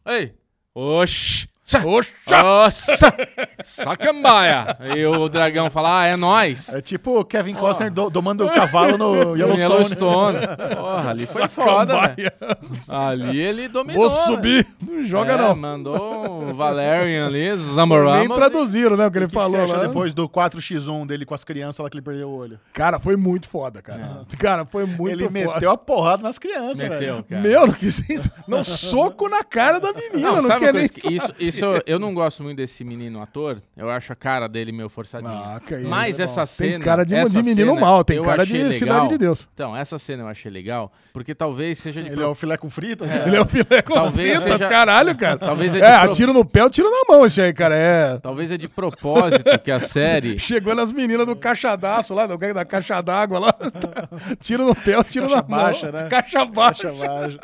Speaker 4: ei, oxi.
Speaker 3: Oxa!
Speaker 4: Nossa! Sacambaia! E o dragão fala, ah, é nóis.
Speaker 1: É tipo o Kevin
Speaker 3: Ah.
Speaker 1: Costner do- domando o cavalo
Speaker 3: <laughs>
Speaker 1: no Yellowstone.
Speaker 4: Yellowstone. Porra, ali foi foda, velho.
Speaker 1: né?
Speaker 4: Ali ele dominou.
Speaker 3: Vou subir. Não joga,
Speaker 4: É,
Speaker 3: não.
Speaker 4: Mandou o Valerian ali, Zamorama.
Speaker 3: Nem traduziram, né? O que ele
Speaker 1: O que que
Speaker 3: falou
Speaker 1: você
Speaker 3: lá.
Speaker 1: acha depois do 4x1 dele com as crianças lá que ele perdeu o olho?
Speaker 3: Cara, foi muito foda, cara. Cara, foi muito
Speaker 1: ele
Speaker 3: foda.
Speaker 1: meteu a porrada nas crianças,
Speaker 4: Meteu, Tipo-
Speaker 1: velho.
Speaker 4: cara.
Speaker 3: Meu, não quis nem. Não, soco na cara da menina, não,
Speaker 4: sabe uma
Speaker 3: quer nem.
Speaker 4: coisa que- isso, isso eu- eu não gosto muito desse menino ator. Eu acho a cara dele meio forçadinha.
Speaker 3: Ah, que isso,
Speaker 4: Mas
Speaker 3: é
Speaker 4: essa
Speaker 3: bom.
Speaker 4: cena.
Speaker 3: Tem cara de,
Speaker 4: essa
Speaker 3: de menino
Speaker 4: cena
Speaker 3: mal, tem
Speaker 4: eu
Speaker 3: cara de
Speaker 4: achei
Speaker 3: cidade
Speaker 4: legal.
Speaker 3: de Deus.
Speaker 4: Então, essa cena eu achei legal, porque talvez seja de
Speaker 1: Ele é o filé com fritas? né?
Speaker 3: Ele é o filé com
Speaker 4: Talvez
Speaker 3: fritas,
Speaker 4: seja-
Speaker 3: caralho, cara.
Speaker 4: Talvez
Speaker 3: é,
Speaker 4: é de pro-
Speaker 3: atiro no pé, eu tiro na mão esse aí, cara. É.
Speaker 4: Talvez é de propósito
Speaker 3: <laughs>
Speaker 4: que a série.
Speaker 3: Chegou nas meninas do caixadaço lá, do- da caixa d'água lá. Tiro no pé, eu tiro
Speaker 1: Caixa
Speaker 3: na
Speaker 1: baixa,
Speaker 3: mão.
Speaker 1: né?
Speaker 3: Caixa baixa,
Speaker 1: Caixa baixa.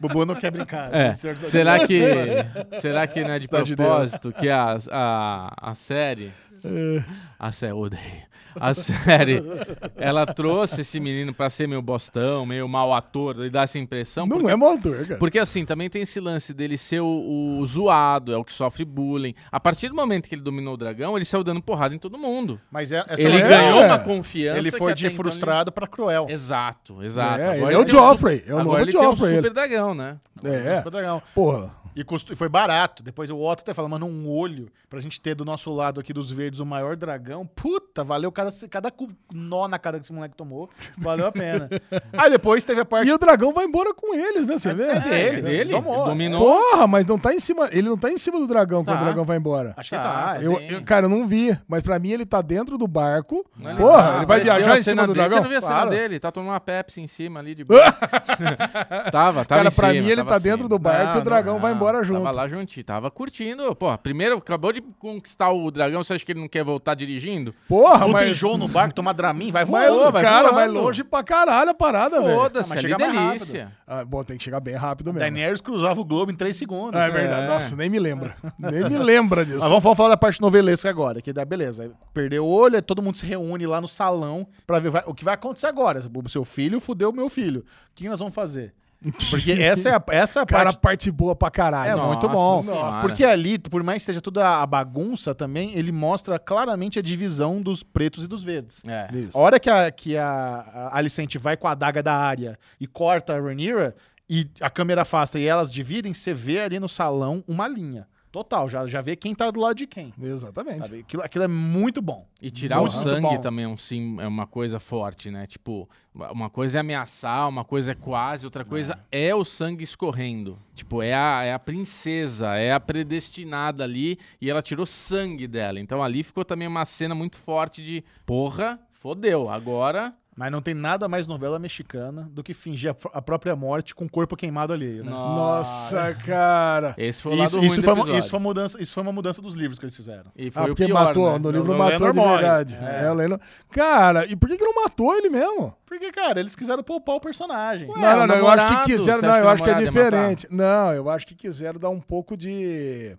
Speaker 1: Bubu não quer brincar.
Speaker 4: É,
Speaker 1: Senhor dos
Speaker 4: será
Speaker 1: Anéis. <laughs>
Speaker 4: que será que não é de
Speaker 1: Cidade de
Speaker 4: propósito que a, a, a série
Speaker 3: É.
Speaker 4: A série, odeio. A série, ela trouxe esse menino pra ser meio bostão, meio mau ator, e dá essa impressão.
Speaker 3: Não
Speaker 4: porque,
Speaker 3: é motor, cara.
Speaker 4: porque, assim, também tem esse lance dele ser o, o zoado, é o que sofre bullying. A partir do momento que ele dominou o dragão, ele saiu dando porrada em todo mundo.
Speaker 1: Mas é, essa
Speaker 4: Ele
Speaker 1: é-
Speaker 4: ganhou uma confiança.
Speaker 1: Ele
Speaker 4: que
Speaker 1: foi
Speaker 4: até
Speaker 1: de
Speaker 4: então ele-
Speaker 1: frustrado pra cruel. É.
Speaker 4: Exato, exato.
Speaker 3: É,
Speaker 4: Agora
Speaker 3: ele é o
Speaker 4: tem um su-
Speaker 3: Joffrey, é o
Speaker 4: agora
Speaker 3: novo
Speaker 4: ele tem um
Speaker 3: Joffrey,
Speaker 4: super
Speaker 3: ele.
Speaker 4: dragão, né?
Speaker 3: É,
Speaker 1: Super dragão.
Speaker 3: porra.
Speaker 1: E custo- foi barato. Depois o Otto até fala, mano, um olho pra gente ter do nosso lado aqui dos verdes o maior dragão. Puta, valeu cada, cada cu- nó na cara que esse moleque tomou. Valeu a
Speaker 4: <laughs>
Speaker 1: pena. Aí depois teve a parte
Speaker 3: E o dragão vai embora com eles, né? Você vê?
Speaker 4: É, ele, dele,
Speaker 1: Tomou.
Speaker 4: dominou.
Speaker 3: Porra, mas não tá em cima. Ele não tá em cima do dragão quando
Speaker 4: Tá.
Speaker 3: o dragão vai embora.
Speaker 1: Acho que tá.
Speaker 4: Tá, tá
Speaker 1: é.
Speaker 4: sim.
Speaker 3: Eu, eu- cara, eu não vi, mas pra mim ele tá dentro do barco.
Speaker 4: Não,
Speaker 3: Porra,
Speaker 4: não,
Speaker 3: ele vai
Speaker 4: ah, apareceu
Speaker 3: viajar
Speaker 4: a
Speaker 3: em
Speaker 4: cena
Speaker 3: cima do
Speaker 4: dele. Você
Speaker 3: dragão?
Speaker 4: não viu a cena
Speaker 3: Claro.
Speaker 4: dele? Tá tomando uma Pepsi em cima
Speaker 3: <laughs>
Speaker 4: ali de boa. tava, tava
Speaker 3: Cara,
Speaker 4: em cima,
Speaker 3: pra mim, ele
Speaker 4: tava assim.
Speaker 3: tá
Speaker 4: acima.
Speaker 3: dentro do barco e o dragão vai embora
Speaker 4: Tava
Speaker 3: junto.
Speaker 4: lá juntinho, tava curtindo. Porra, primeiro acabou de conquistar o dragão, você acha que ele não quer voltar dirigindo?
Speaker 3: Porra, mas.
Speaker 1: Botijou no barco, tomar Dramin, vai
Speaker 3: mas
Speaker 1: voando.
Speaker 4: vai
Speaker 3: cara,
Speaker 4: voando.
Speaker 3: vai longe pra caralho a parada, velho.
Speaker 1: Ah,
Speaker 4: Foda-se,
Speaker 1: mas
Speaker 4: ali
Speaker 1: chega mais
Speaker 4: delícia.
Speaker 3: Ah, bom, tem que chegar bem rápido mesmo.
Speaker 1: Daenerys cruzava o globo em três segundos.
Speaker 3: Ah, é verdade.
Speaker 4: É.
Speaker 3: Nossa, nem me lembra. nem me lembra disso.
Speaker 1: Mas vamos, vamos falar da parte novelesca agora, que dá beleza. Aí Perdeu o olho, aí todo mundo se reúne lá no salão pra ver vai- o que vai acontecer agora. O seu filho fudeu o meu filho. O que nós vamos fazer? Porque essa é a, essa é a
Speaker 3: <laughs> Cara,
Speaker 1: parte.
Speaker 3: parte boa pra
Speaker 1: É
Speaker 3: caralho.
Speaker 4: Nossa
Speaker 1: muito bom.
Speaker 4: Senhora.
Speaker 1: Porque ali, por mais que seja toda a bagunça também, ele mostra claramente a divisão dos pretos e dos verdes.
Speaker 4: É.
Speaker 3: Isso.
Speaker 1: A hora que a, que a, a Alicente vai com a adaga da área e corta a Rhaenyra, e a câmera afasta e elas dividem, você vê ali no salão uma linha. Total, já, já vê quem tá do lado de quem.
Speaker 3: Exatamente.
Speaker 1: sabe? Aquilo, aquilo é muito bom.
Speaker 4: E tirar
Speaker 1: Muito
Speaker 4: o sangue
Speaker 1: bom.
Speaker 4: também é, um sim, é uma coisa forte, né? Tipo, uma coisa é ameaçar, uma coisa é quase, outra coisa é, o sangue escorrendo. Tipo, é a, é a princesa, é a predestinada ali e ela tirou sangue dela. Então ali ficou também uma cena muito forte de porra, fodeu, agora.
Speaker 1: Mas não tem nada mais novela mexicana do que fingir a, pró- a própria morte com o corpo queimado alheio, né?
Speaker 3: Nossa, cara.
Speaker 4: Esse foi o lado
Speaker 1: Isso,
Speaker 4: ruim
Speaker 1: isso
Speaker 4: do
Speaker 1: foi, uma-
Speaker 4: episódio.
Speaker 1: isso foi uma mudança, isso foi uma mudança dos livros que eles fizeram.
Speaker 4: E foi
Speaker 3: Ah,
Speaker 4: o
Speaker 3: porque
Speaker 4: pior,
Speaker 3: matou.
Speaker 4: né?
Speaker 3: No livro
Speaker 1: No
Speaker 3: matou
Speaker 1: Leandro
Speaker 3: de
Speaker 1: morre.
Speaker 3: verdade. É. o Leandro. Cara, e por que, que não matou ele mesmo?
Speaker 1: Porque, cara, eles quiseram poupar o personagem.
Speaker 4: Ué,
Speaker 3: não, não,
Speaker 4: o
Speaker 3: não, eu acho que
Speaker 4: namorado,
Speaker 3: quiseram.
Speaker 4: você
Speaker 3: Não,
Speaker 4: acha
Speaker 3: eu
Speaker 4: que o
Speaker 3: acho que é
Speaker 4: namorado ia matar?
Speaker 3: diferente. Não, eu acho que quiseram dar um pouco de. eh,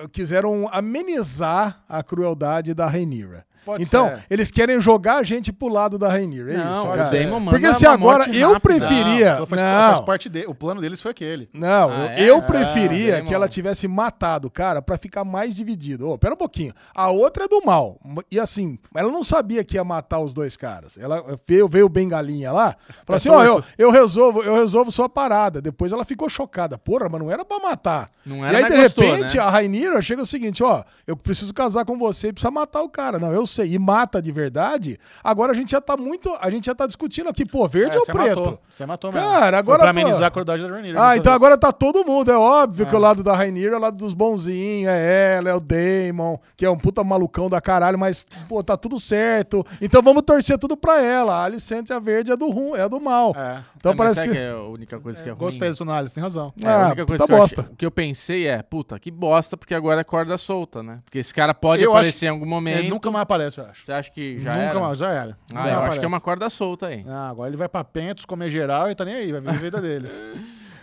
Speaker 3: eh, Quiseram amenizar a crueldade da Rainira.
Speaker 1: Pode
Speaker 3: então,
Speaker 1: ser.
Speaker 3: eles querem jogar a gente pro lado da Rainira. É
Speaker 4: Não,
Speaker 3: isso,
Speaker 4: o
Speaker 3: cara.
Speaker 4: Daemon manda
Speaker 3: Porque se
Speaker 4: uma
Speaker 3: agora
Speaker 4: morte
Speaker 3: eu então
Speaker 4: rápida.
Speaker 3: preferia.
Speaker 1: Não,
Speaker 3: Não,
Speaker 1: faz, faz parte dele. O plano deles foi aquele.
Speaker 3: não,
Speaker 4: Ah,
Speaker 3: eu-
Speaker 4: é?
Speaker 3: eu
Speaker 4: Ah,
Speaker 3: preferia
Speaker 4: Daemon.
Speaker 3: que ela tivesse matado o cara pra ficar mais dividido. Ô, pera um pouquinho. A outra é do mal. E assim, ela não sabia que ia matar os dois caras. Ela veio, veio bem galinha lá.
Speaker 4: É
Speaker 3: Falou assim: ó, eu,
Speaker 1: torto.
Speaker 3: eu resolvo, eu resolvo sua parada. Depois ela ficou chocada. Porra, mas não era pra matar.
Speaker 4: Não
Speaker 3: e
Speaker 4: era,
Speaker 3: aí,
Speaker 4: mas
Speaker 3: de
Speaker 4: gostou,
Speaker 3: repente,
Speaker 4: né?
Speaker 3: a Rainira chega o seguinte: ó, eu preciso casar com você e precisa matar o cara. Não, eu sei. E mata de verdade. Agora a gente já tá muito. A gente já tá discutindo aqui, pô, verde
Speaker 1: É,
Speaker 3: ou
Speaker 1: você
Speaker 3: preto?
Speaker 1: matou. Você matou mesmo.
Speaker 3: Cara,
Speaker 1: Foi
Speaker 3: agora,
Speaker 1: Pra
Speaker 3: pô.
Speaker 1: amenizar a crueldade da Rhaenyra.
Speaker 3: Ah,
Speaker 1: dessa
Speaker 3: então
Speaker 1: vez.
Speaker 3: agora tá todo mundo. É óbvio
Speaker 4: Ah.
Speaker 3: que o lado da Rainier é o lado dos bonzinhos, é ela, é o Damon, que é um puta malucão da caralho, mas, pô, tá tudo certo. Então vamos torcer tudo pra ela. A Alicente a verde é do rum, é do mal.
Speaker 1: É.
Speaker 3: Então
Speaker 4: É, mas
Speaker 3: parece
Speaker 4: será
Speaker 3: que.
Speaker 4: é a única coisa que é ruim.
Speaker 1: Gostei da sua análise, tem razão.
Speaker 4: É, a
Speaker 3: Ah,
Speaker 4: única coisa
Speaker 3: puta
Speaker 4: que eu achei-
Speaker 3: bosta.
Speaker 4: o que eu pensei é, puta, que bosta, porque agora é corda solta, né? Porque esse cara pode
Speaker 1: Eu acho-
Speaker 4: aparecer em algum
Speaker 1: Ele
Speaker 3: é,
Speaker 4: momento.
Speaker 1: nunca mais aparece, eu acho.
Speaker 4: Você acha que já
Speaker 1: nunca
Speaker 4: era?
Speaker 1: mais, já era. Nunca
Speaker 4: Ah, eu
Speaker 1: aparece.
Speaker 4: acho que é uma corda solta aí.
Speaker 1: Ah, agora ele vai pra Pentos, comer geral e tá nem aí, vai ver a vida dele.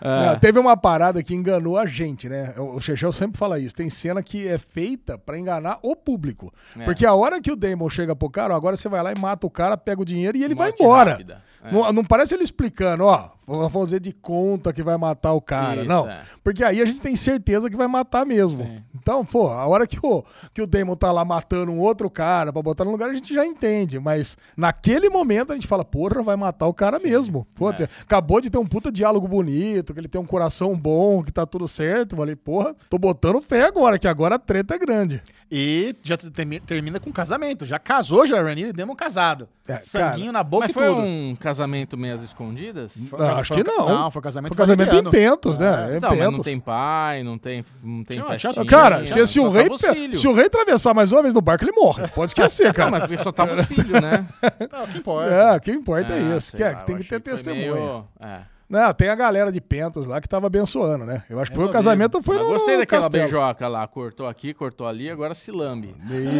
Speaker 3: Não, É, teve uma parada que enganou a gente, né? O o Chechel sempre fala isso. Tem cena que é feita pra enganar o público.
Speaker 4: É.
Speaker 3: Porque a hora que o Damon chega pro cara, ó, agora você vai lá e mata o cara, pega o dinheiro e ele vai
Speaker 4: Morte
Speaker 3: embora.
Speaker 4: rápida. É.
Speaker 3: Não, não parece ele explicando, ó, vou fazer de conta que vai matar o cara.
Speaker 4: Isso,
Speaker 3: não.
Speaker 4: é.
Speaker 3: Porque aí a gente tem certeza que vai matar mesmo. Então, pô, a hora que o, que o Damon tá lá matando um outro cara pra botar no lugar, a gente já entende. Mas naquele momento a gente fala, porra, vai matar o cara mesmo.
Speaker 4: é.
Speaker 3: Pô, te- acabou de ter um puta diálogo bonito, que ele tem um coração bom, que tá tudo certo. Falei, porra, tô botando fé agora, que agora a treta é grande.
Speaker 1: E já te- termi- termina com casamento. Já casou, já, Rhaenyra e Demon um casado.
Speaker 3: É,
Speaker 1: Sanguinho na boca
Speaker 4: Mas
Speaker 1: e
Speaker 4: foi
Speaker 1: tudo.
Speaker 4: um casamento meio às escondidas?
Speaker 1: Foi-
Speaker 3: Ah,
Speaker 1: mas
Speaker 3: acho
Speaker 1: foi-
Speaker 3: que não.
Speaker 1: Não, foi um casamento
Speaker 3: Foi um casamento em
Speaker 1: valeriano.
Speaker 3: Pentos, né? É em
Speaker 4: Então, mas não
Speaker 3: Pentos.
Speaker 4: tem pai, não tem, não tem
Speaker 1: Tinha- tinha-
Speaker 4: festinha. né?
Speaker 3: Cara, se, se
Speaker 4: só
Speaker 3: o rei,
Speaker 4: tava os filhos.
Speaker 3: se o rei atravessar mais uma vez no barco, ele morre. Pode esquecer,
Speaker 4: <laughs> Não,
Speaker 3: cara.
Speaker 4: mas porque só tava os filhos, né?
Speaker 1: Não, o que importa.
Speaker 3: É, o <laughs> que importa é
Speaker 4: Ah,
Speaker 3: isso.
Speaker 4: sei
Speaker 3: Que é-
Speaker 4: lá,
Speaker 3: tem
Speaker 4: eu
Speaker 3: que ter
Speaker 4: achei foi
Speaker 3: testemunha.
Speaker 4: meio- é.
Speaker 3: Não, tem a galera de Pentos lá que tava abençoando, né? Eu acho que foi o casamento, foi
Speaker 4: Mas
Speaker 3: no
Speaker 4: gostei
Speaker 3: no
Speaker 4: daquela
Speaker 3: castelo.
Speaker 4: beijoca lá. Cortou aqui, cortou ali, agora se lambe.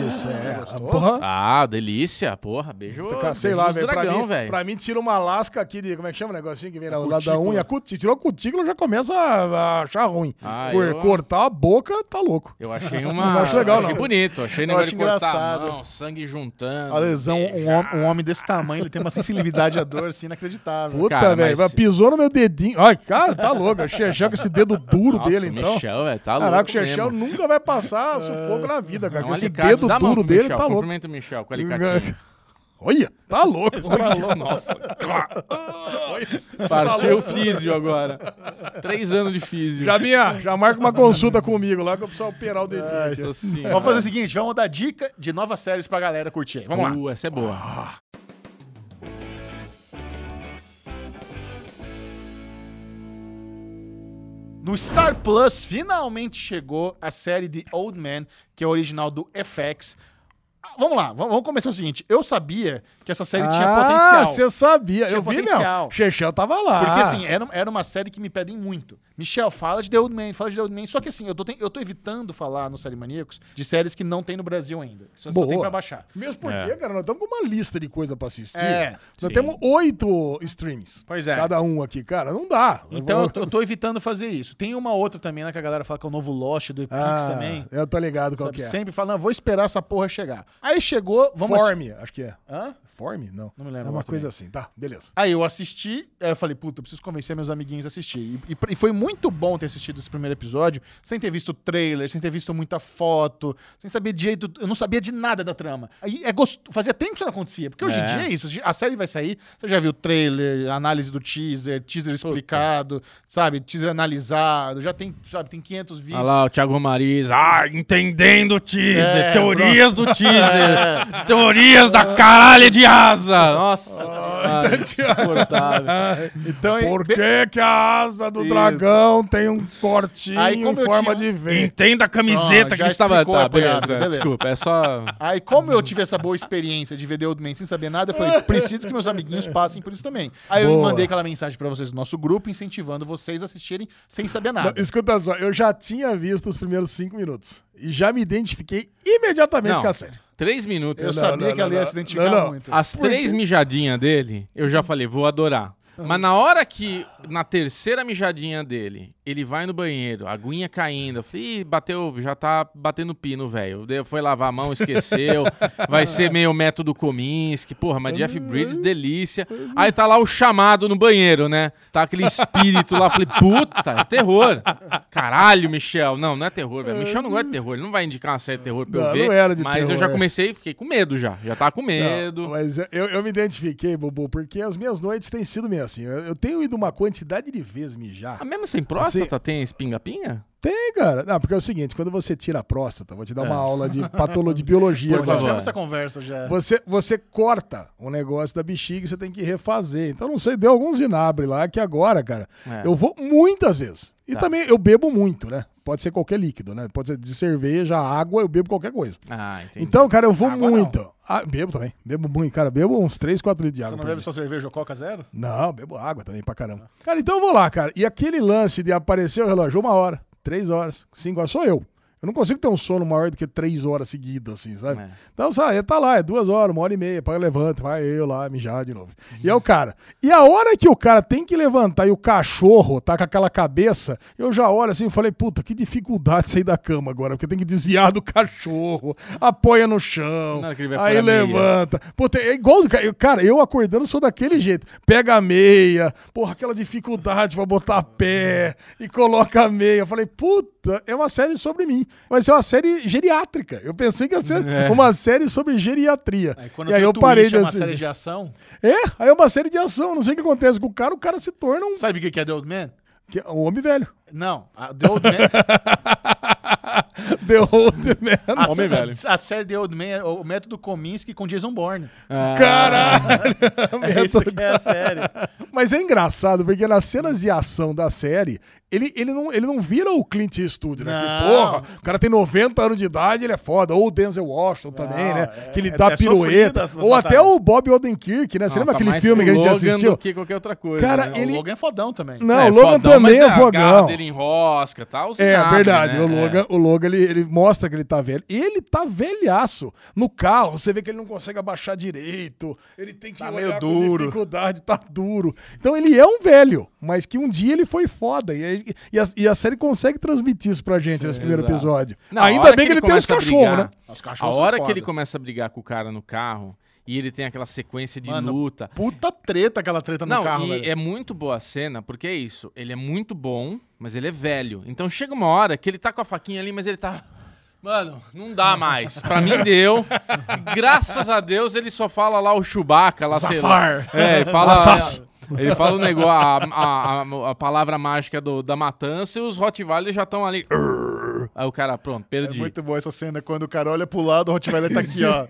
Speaker 3: Isso, é. Porra.
Speaker 4: Ah, delícia, porra. Beijo.
Speaker 3: Cara, Tá, sei
Speaker 4: beijo
Speaker 3: lá,
Speaker 4: dos
Speaker 3: velho. Pra,
Speaker 4: dragão,
Speaker 3: mim-
Speaker 4: velho.
Speaker 3: pra mim, tira uma lasca aqui de. Como é que chama o negocinho que vem lá do lado da
Speaker 1: cutícula.
Speaker 3: unha? Cuti, tirou a cutícula, já começa a, a achar ruim.
Speaker 4: Ah,
Speaker 3: Cor-
Speaker 4: eu-
Speaker 3: Cortar a boca, tá louco.
Speaker 4: Eu
Speaker 3: <laughs>
Speaker 4: achei uma.
Speaker 3: Não acho legal,
Speaker 4: achei
Speaker 3: não.
Speaker 4: bonito. Achei negócio
Speaker 1: acho
Speaker 4: de cortar
Speaker 1: engraçado.
Speaker 4: a mão, sangue juntando.
Speaker 1: A lesão, um,
Speaker 4: beijo.
Speaker 1: hom- um homem desse tamanho, ele tem uma sensibilidade à dor assim inacreditável.
Speaker 3: Puta,
Speaker 4: Cara,
Speaker 3: velho.
Speaker 4: mas-
Speaker 3: Pisou no meu dedinho. Ai, cara, tá louco. Eu Xexão com esse dedo duro
Speaker 4: Nossa,
Speaker 3: dele,
Speaker 4: o
Speaker 3: então.
Speaker 4: Michel, velho, tá
Speaker 3: Caraca, o
Speaker 4: louco
Speaker 3: Xexão
Speaker 4: mesmo.
Speaker 3: nunca vai passar <laughs> sufoco na vida, cara.
Speaker 4: É um
Speaker 3: com esse
Speaker 4: alicate.
Speaker 3: dedo
Speaker 4: Dá a mão
Speaker 3: duro
Speaker 4: pro
Speaker 3: dele,
Speaker 4: Michel,
Speaker 3: tá louco.
Speaker 4: Cumprimenta o Michel com o alicatinho.
Speaker 3: <laughs> Olha, tá louco. <laughs>
Speaker 4: Nossa.
Speaker 3: tá
Speaker 4: Partiu o físio agora. Três anos de físio.
Speaker 3: Jabinha, já marca uma consulta comigo lá que eu preciso operar o dedinho. aqui.
Speaker 4: Nossa senhora.
Speaker 1: Vamos fazer o seguinte, vamos dar dica de novas séries pra galera curtir. aí. Vamos lá.
Speaker 4: Uh, essa é boa.
Speaker 1: No Star Plus finalmente chegou a série The Old Man, que é original do FX. Ah, Vamos lá, vamos vamos começar o seguinte. Eu sabia que essa série tinha
Speaker 3: Ah,
Speaker 1: potencial.
Speaker 3: você sabia.
Speaker 1: Tinha
Speaker 3: eu vi,
Speaker 1: potencial.
Speaker 3: não. Chechel tava lá.
Speaker 1: Porque assim, era, era uma série que me pedem muito. Michel, fala de The Old Man, fala de The Old Man. Só que assim, eu tô, ten- eu tô evitando falar no Série Maníacos de séries que não tem no Brasil ainda. que Só, só
Speaker 3: Boa.
Speaker 1: tem pra baixar.
Speaker 3: Mesmo porque,
Speaker 4: É.
Speaker 3: cara, nós estamos com uma lista de coisa pra assistir.
Speaker 1: É,
Speaker 3: nós
Speaker 4: sim.
Speaker 3: temos oito streams.
Speaker 1: Pois é.
Speaker 3: Cada um aqui, cara. Não dá.
Speaker 1: Então eu
Speaker 3: vou-
Speaker 1: tô, eu tô evitando fazer isso. Tem uma outra também, né, que a galera fala que é o novo Lost do Epix
Speaker 3: Ah,
Speaker 1: também.
Speaker 3: Eu tô ligado qual
Speaker 1: Sabe?
Speaker 3: que é.
Speaker 1: Sempre falando, vou esperar essa porra chegar. Aí chegou, vamos.
Speaker 3: Form, acho que é.
Speaker 1: Hã?
Speaker 3: Form? Não.
Speaker 1: Não me lembro
Speaker 3: É uma
Speaker 1: agora
Speaker 3: coisa assim. Tá, beleza.
Speaker 1: Aí eu assisti, aí eu falei, puta, eu preciso convencer meus amiguinhos a assistir. E, e pr- e foi muito bom ter assistido esse primeiro episódio, sem ter visto trailer, sem ter visto muita foto, sem saber direito, eu não sabia de nada da trama. Aí é gosto, fazia tempo que isso não acontecia, porque hoje em
Speaker 4: É.
Speaker 1: dia é isso, a série vai sair, você já viu trailer, análise do teaser, teaser explicado, sabe, teaser analisado, já tem, sabe, tem 500 vídeos.
Speaker 4: Olha lá o Thiago Mariz. Ah, entendendo o teaser.
Speaker 1: É,
Speaker 4: teorias do
Speaker 3: É.
Speaker 4: teaser. Teorias da caralho de asa.
Speaker 3: Oh,
Speaker 4: Nossa
Speaker 3: então,
Speaker 4: senhora. insuportável.
Speaker 1: Então, é
Speaker 3: Por
Speaker 1: bem-
Speaker 3: que, que a asa do
Speaker 1: Isso.
Speaker 3: dragão tem um cortinho
Speaker 1: Aí,
Speaker 3: em
Speaker 1: como eu
Speaker 3: forma
Speaker 1: tinha
Speaker 3: de V?
Speaker 4: Entenda a
Speaker 1: Ó,
Speaker 4: camiseta
Speaker 1: Ah, já
Speaker 4: que estava.
Speaker 1: explicou a
Speaker 4: Tá,
Speaker 1: piada,
Speaker 4: beleza,
Speaker 1: beleza.
Speaker 4: Desculpa, é só.
Speaker 1: Aí, como eu tive essa boa experiência de ver The Old Man sem saber nada, eu falei, preciso que meus amiguinhos passem por isso também. Aí eu
Speaker 3: Boa.
Speaker 1: mandei aquela mensagem pra vocês do nosso grupo, incentivando vocês a assistirem sem saber
Speaker 3: Não,
Speaker 1: nada.
Speaker 3: escuta só, eu já tinha visto os primeiros cinco minutos e já me identifiquei imediatamente
Speaker 4: Não.
Speaker 3: com a série.
Speaker 4: Três minutos.
Speaker 1: Eu
Speaker 3: não,
Speaker 1: sabia
Speaker 3: não,
Speaker 1: que ela ia
Speaker 3: não,
Speaker 1: se identificar
Speaker 3: não, Ah, não.
Speaker 1: muito.
Speaker 4: As três mijadinhas dele, eu
Speaker 3: Hum.
Speaker 4: já falei, vou adorar. Mas na hora que, na terceira mijadinha dele, ele vai no banheiro, a aguinha caindo, eu falei, Ih, bateu, já tá batendo pino, velho. Daí Foi lavar a
Speaker 3: <laughs>
Speaker 4: mão, esqueceu. vai ser meio método Kominsky, porra, mas Jeff Bridges, delícia. Aí tá lá o chamado no banheiro, né? Tá aquele espírito lá, eu falei, puta, é terror. Caralho, Michel. Não, não é terror, velho. Michel não gosta de terror, ele não vai indicar uma série de terror pra
Speaker 3: Não,
Speaker 4: eu ver.
Speaker 3: não era de
Speaker 4: mas eu
Speaker 3: terror. é.
Speaker 4: já comecei e fiquei com medo já. Já tava com medo.
Speaker 3: Não, mas eu, eu me identifiquei, Bubu, porque as minhas noites têm sido meio assim. Eu, eu tenho ido uma quantidade de vezes mijar.
Speaker 4: Ah, mesmo sem
Speaker 3: Assim,
Speaker 4: próstata tem espinga-pinga?
Speaker 3: Tem, cara. Não, porque é o seguinte, quando você tira a próstata, vou te dar
Speaker 1: É.
Speaker 3: uma aula de patologia, de biologia.
Speaker 1: Nós
Speaker 3: agora.
Speaker 4: favor.
Speaker 1: tivemos essa conversa já.
Speaker 3: Você, você corta o negócio da bexiga e você tem que refazer. Então, não sei, deu alguns inabre lá que agora, cara,
Speaker 4: É.
Speaker 3: eu vou muitas vezes. E
Speaker 4: Tá.
Speaker 3: também eu bebo muito, né? Pode ser qualquer líquido, né? Pode ser de cerveja, água, eu bebo qualquer coisa.
Speaker 4: Ah, entendi.
Speaker 3: Então, cara, eu vou
Speaker 4: Água não.
Speaker 3: muito. Ah, bebo também. Bebo muito, cara. Bebo uns 3, 4 litros de água.
Speaker 1: Você não
Speaker 3: por
Speaker 1: bebe
Speaker 3: dia.
Speaker 1: só cerveja ou coca zero?
Speaker 3: Não, bebo água também pra caramba. Cara, então eu vou lá, cara. E aquele lance de aparecer o relógio uma hora, três horas, cinco horas, sou eu. Eu não consigo ter um sono maior do que três horas seguidas, assim, sabe?
Speaker 4: É.
Speaker 3: Então, sabe, tá lá, é duas horas, uma hora e meia, para levanta, vai eu lá mijar de novo. E é o cara. E a hora que o cara tem que levantar e o cachorro tá com aquela cabeça, eu já olho assim e falei, puta, que dificuldade sair da cama agora, porque tem que desviar do cachorro, apoia no chão,
Speaker 4: Na hora que ele vai
Speaker 3: aí
Speaker 4: pôr a meia.
Speaker 3: levanta levanta. Puta, é igual. os ca- eu- Cara, eu acordando sou daquele jeito. Pega a meia, porra, aquela dificuldade pra botar pé e coloca a meia. Eu falei, puta, é uma série sobre mim. Vai ser uma série geriátrica. Eu pensei que ia ser uma série sobre geriatria.
Speaker 1: É. Aí quando
Speaker 3: e aí
Speaker 1: tem
Speaker 3: eu
Speaker 1: Twitch,
Speaker 3: parei de
Speaker 1: é uma
Speaker 3: assistir.
Speaker 1: série de ação.
Speaker 3: É, aí é uma série de ação. Não sei o que acontece com o cara, o cara se torna um, <laughs>
Speaker 1: Sabe o que que é The Old Man?
Speaker 3: que- um homem velho.
Speaker 1: Não, a The Old Man
Speaker 3: The Old Man.
Speaker 1: A,
Speaker 4: Homem
Speaker 1: sé-
Speaker 4: velho.
Speaker 1: a série The Old Man é o método Kominsky com Jason Bourne.
Speaker 4: Ah,
Speaker 1: <laughs>
Speaker 3: Caralho!
Speaker 1: É isso que é a série.
Speaker 3: Mas é engraçado, porque nas cenas de ação da série, ele, ele, não, ele não vira o Clint Eastwood, né? Que,
Speaker 1: Não.
Speaker 3: porra, o cara tem 90 anos de idade, ele é foda. Ou o Denzel Washington também, né? Que ele
Speaker 1: é-
Speaker 3: dá
Speaker 1: é sofrido
Speaker 3: pirueta.
Speaker 1: as- as
Speaker 3: Ou até
Speaker 1: batalhas.
Speaker 3: o Bob Odenkirk, né? Você
Speaker 4: não,
Speaker 3: lembra
Speaker 4: tá
Speaker 3: aquele
Speaker 4: mais
Speaker 3: filme que a gente
Speaker 4: Logan do
Speaker 3: assistiu?
Speaker 4: que qualquer outra coisa.
Speaker 3: Cara,
Speaker 4: né?
Speaker 1: O
Speaker 3: Ele-
Speaker 1: Logan é fodão também.
Speaker 3: Não, o
Speaker 4: É,
Speaker 3: Logan
Speaker 4: fodão,
Speaker 3: também
Speaker 4: mas
Speaker 3: é
Speaker 4: a garra
Speaker 3: fogão.
Speaker 4: dele enrosca, tá? Os
Speaker 3: É
Speaker 4: nabos,
Speaker 3: verdade,
Speaker 4: né?
Speaker 3: o
Speaker 4: É.
Speaker 3: Logan, o Logan ele, ele mostra que ele tá velho. E ele tá velhaço. No carro, você vê que ele não consegue abaixar direito. Ele tem que
Speaker 1: Tá
Speaker 3: olhar
Speaker 1: meio
Speaker 3: com
Speaker 1: duro.
Speaker 3: dificuldade, tá duro. Então ele é um velho, mas que um dia ele foi foda. E, aí- e a, e a série consegue transmitir isso pra gente nesse primeiro
Speaker 4: exato.
Speaker 3: episódio.
Speaker 4: Não, a
Speaker 3: Ainda
Speaker 4: hora
Speaker 3: bem que ele, tem os
Speaker 4: começa a
Speaker 3: cachorros, né?
Speaker 4: brigar-
Speaker 1: Os cachorros
Speaker 4: A
Speaker 1: são
Speaker 4: hora que
Speaker 1: foda.
Speaker 4: ele começa a brigar com o cara no carro e ele tem aquela sequência de
Speaker 1: Mano,
Speaker 4: luta.
Speaker 1: Puta treta aquela treta Tá no
Speaker 4: Não,
Speaker 1: carro,
Speaker 4: e
Speaker 1: velho.
Speaker 4: é muito boa a cena, porque é isso. Ele é muito bom, mas ele é velho. Então chega uma hora que ele tá com a faquinha ali, mas ele tá. Mano, não dá mais. Pra mim deu. Graças a Deus ele só fala lá o Chewbacca, lá sei lá.
Speaker 3: Zafar.
Speaker 4: É, ele fala.
Speaker 3: Assass.
Speaker 4: Ele fala o negócio, a, a- a- a palavra mágica do- da matança e os Rottweilers já estão ali. Aí o cara, pronto,
Speaker 1: É
Speaker 4: perdi.
Speaker 1: muito bom essa cena quando o cara olha pro lado, o Rottweiler tá aqui,
Speaker 4: <laughs>
Speaker 1: ó.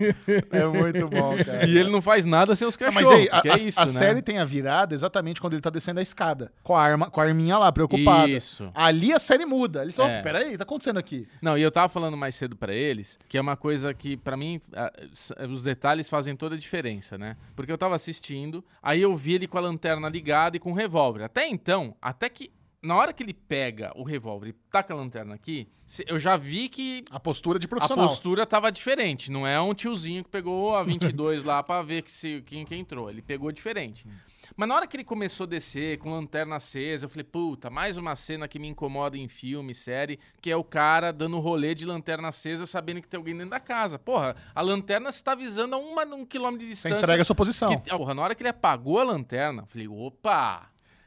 Speaker 1: É muito bom, cara.
Speaker 4: E ele não faz nada sem os
Speaker 1: Ah,
Speaker 4: cachorros.
Speaker 1: Mas aí, a,
Speaker 4: que
Speaker 1: a-
Speaker 4: é isso,
Speaker 1: a
Speaker 4: né?
Speaker 1: série tá tem a virada exatamente quando ele tá descendo a escada. Com a, arma, com a arminha lá, preocupada.
Speaker 4: Isso.
Speaker 1: Ali a série muda. Ele só,
Speaker 4: É.
Speaker 1: peraí, o que tá acontecendo aqui?
Speaker 4: Não, e eu tava falando mais cedo pra eles que é uma coisa que, pra mim, a- s- os detalhes fazem toda a diferença, né? Porque eu tava assistindo, aí eu vi ele com a lanterna ligada e com o revólver. Até então, até que. Na hora que ele pega o revólver e taca a lanterna aqui, se- eu já vi que
Speaker 1: A postura de
Speaker 4: a
Speaker 1: profissional.
Speaker 4: postura tava diferente. Não é um tiozinho que pegou a 22 lá pra ver que se, quem que entrou. Ele pegou diferente. Mas na hora que ele começou a descer, com lanterna acesa, eu falei, puta, mais uma cena que me incomoda em filme, série, que é o cara dando rolê de lanterna acesa, sabendo que tem alguém dentro da casa. Porra, a lanterna se tá avisando a uma, um quilômetro de
Speaker 1: Você
Speaker 4: distância.
Speaker 1: entrega a sua posição.
Speaker 4: que, porra, na hora que ele apagou a lanterna, eu falei, opa,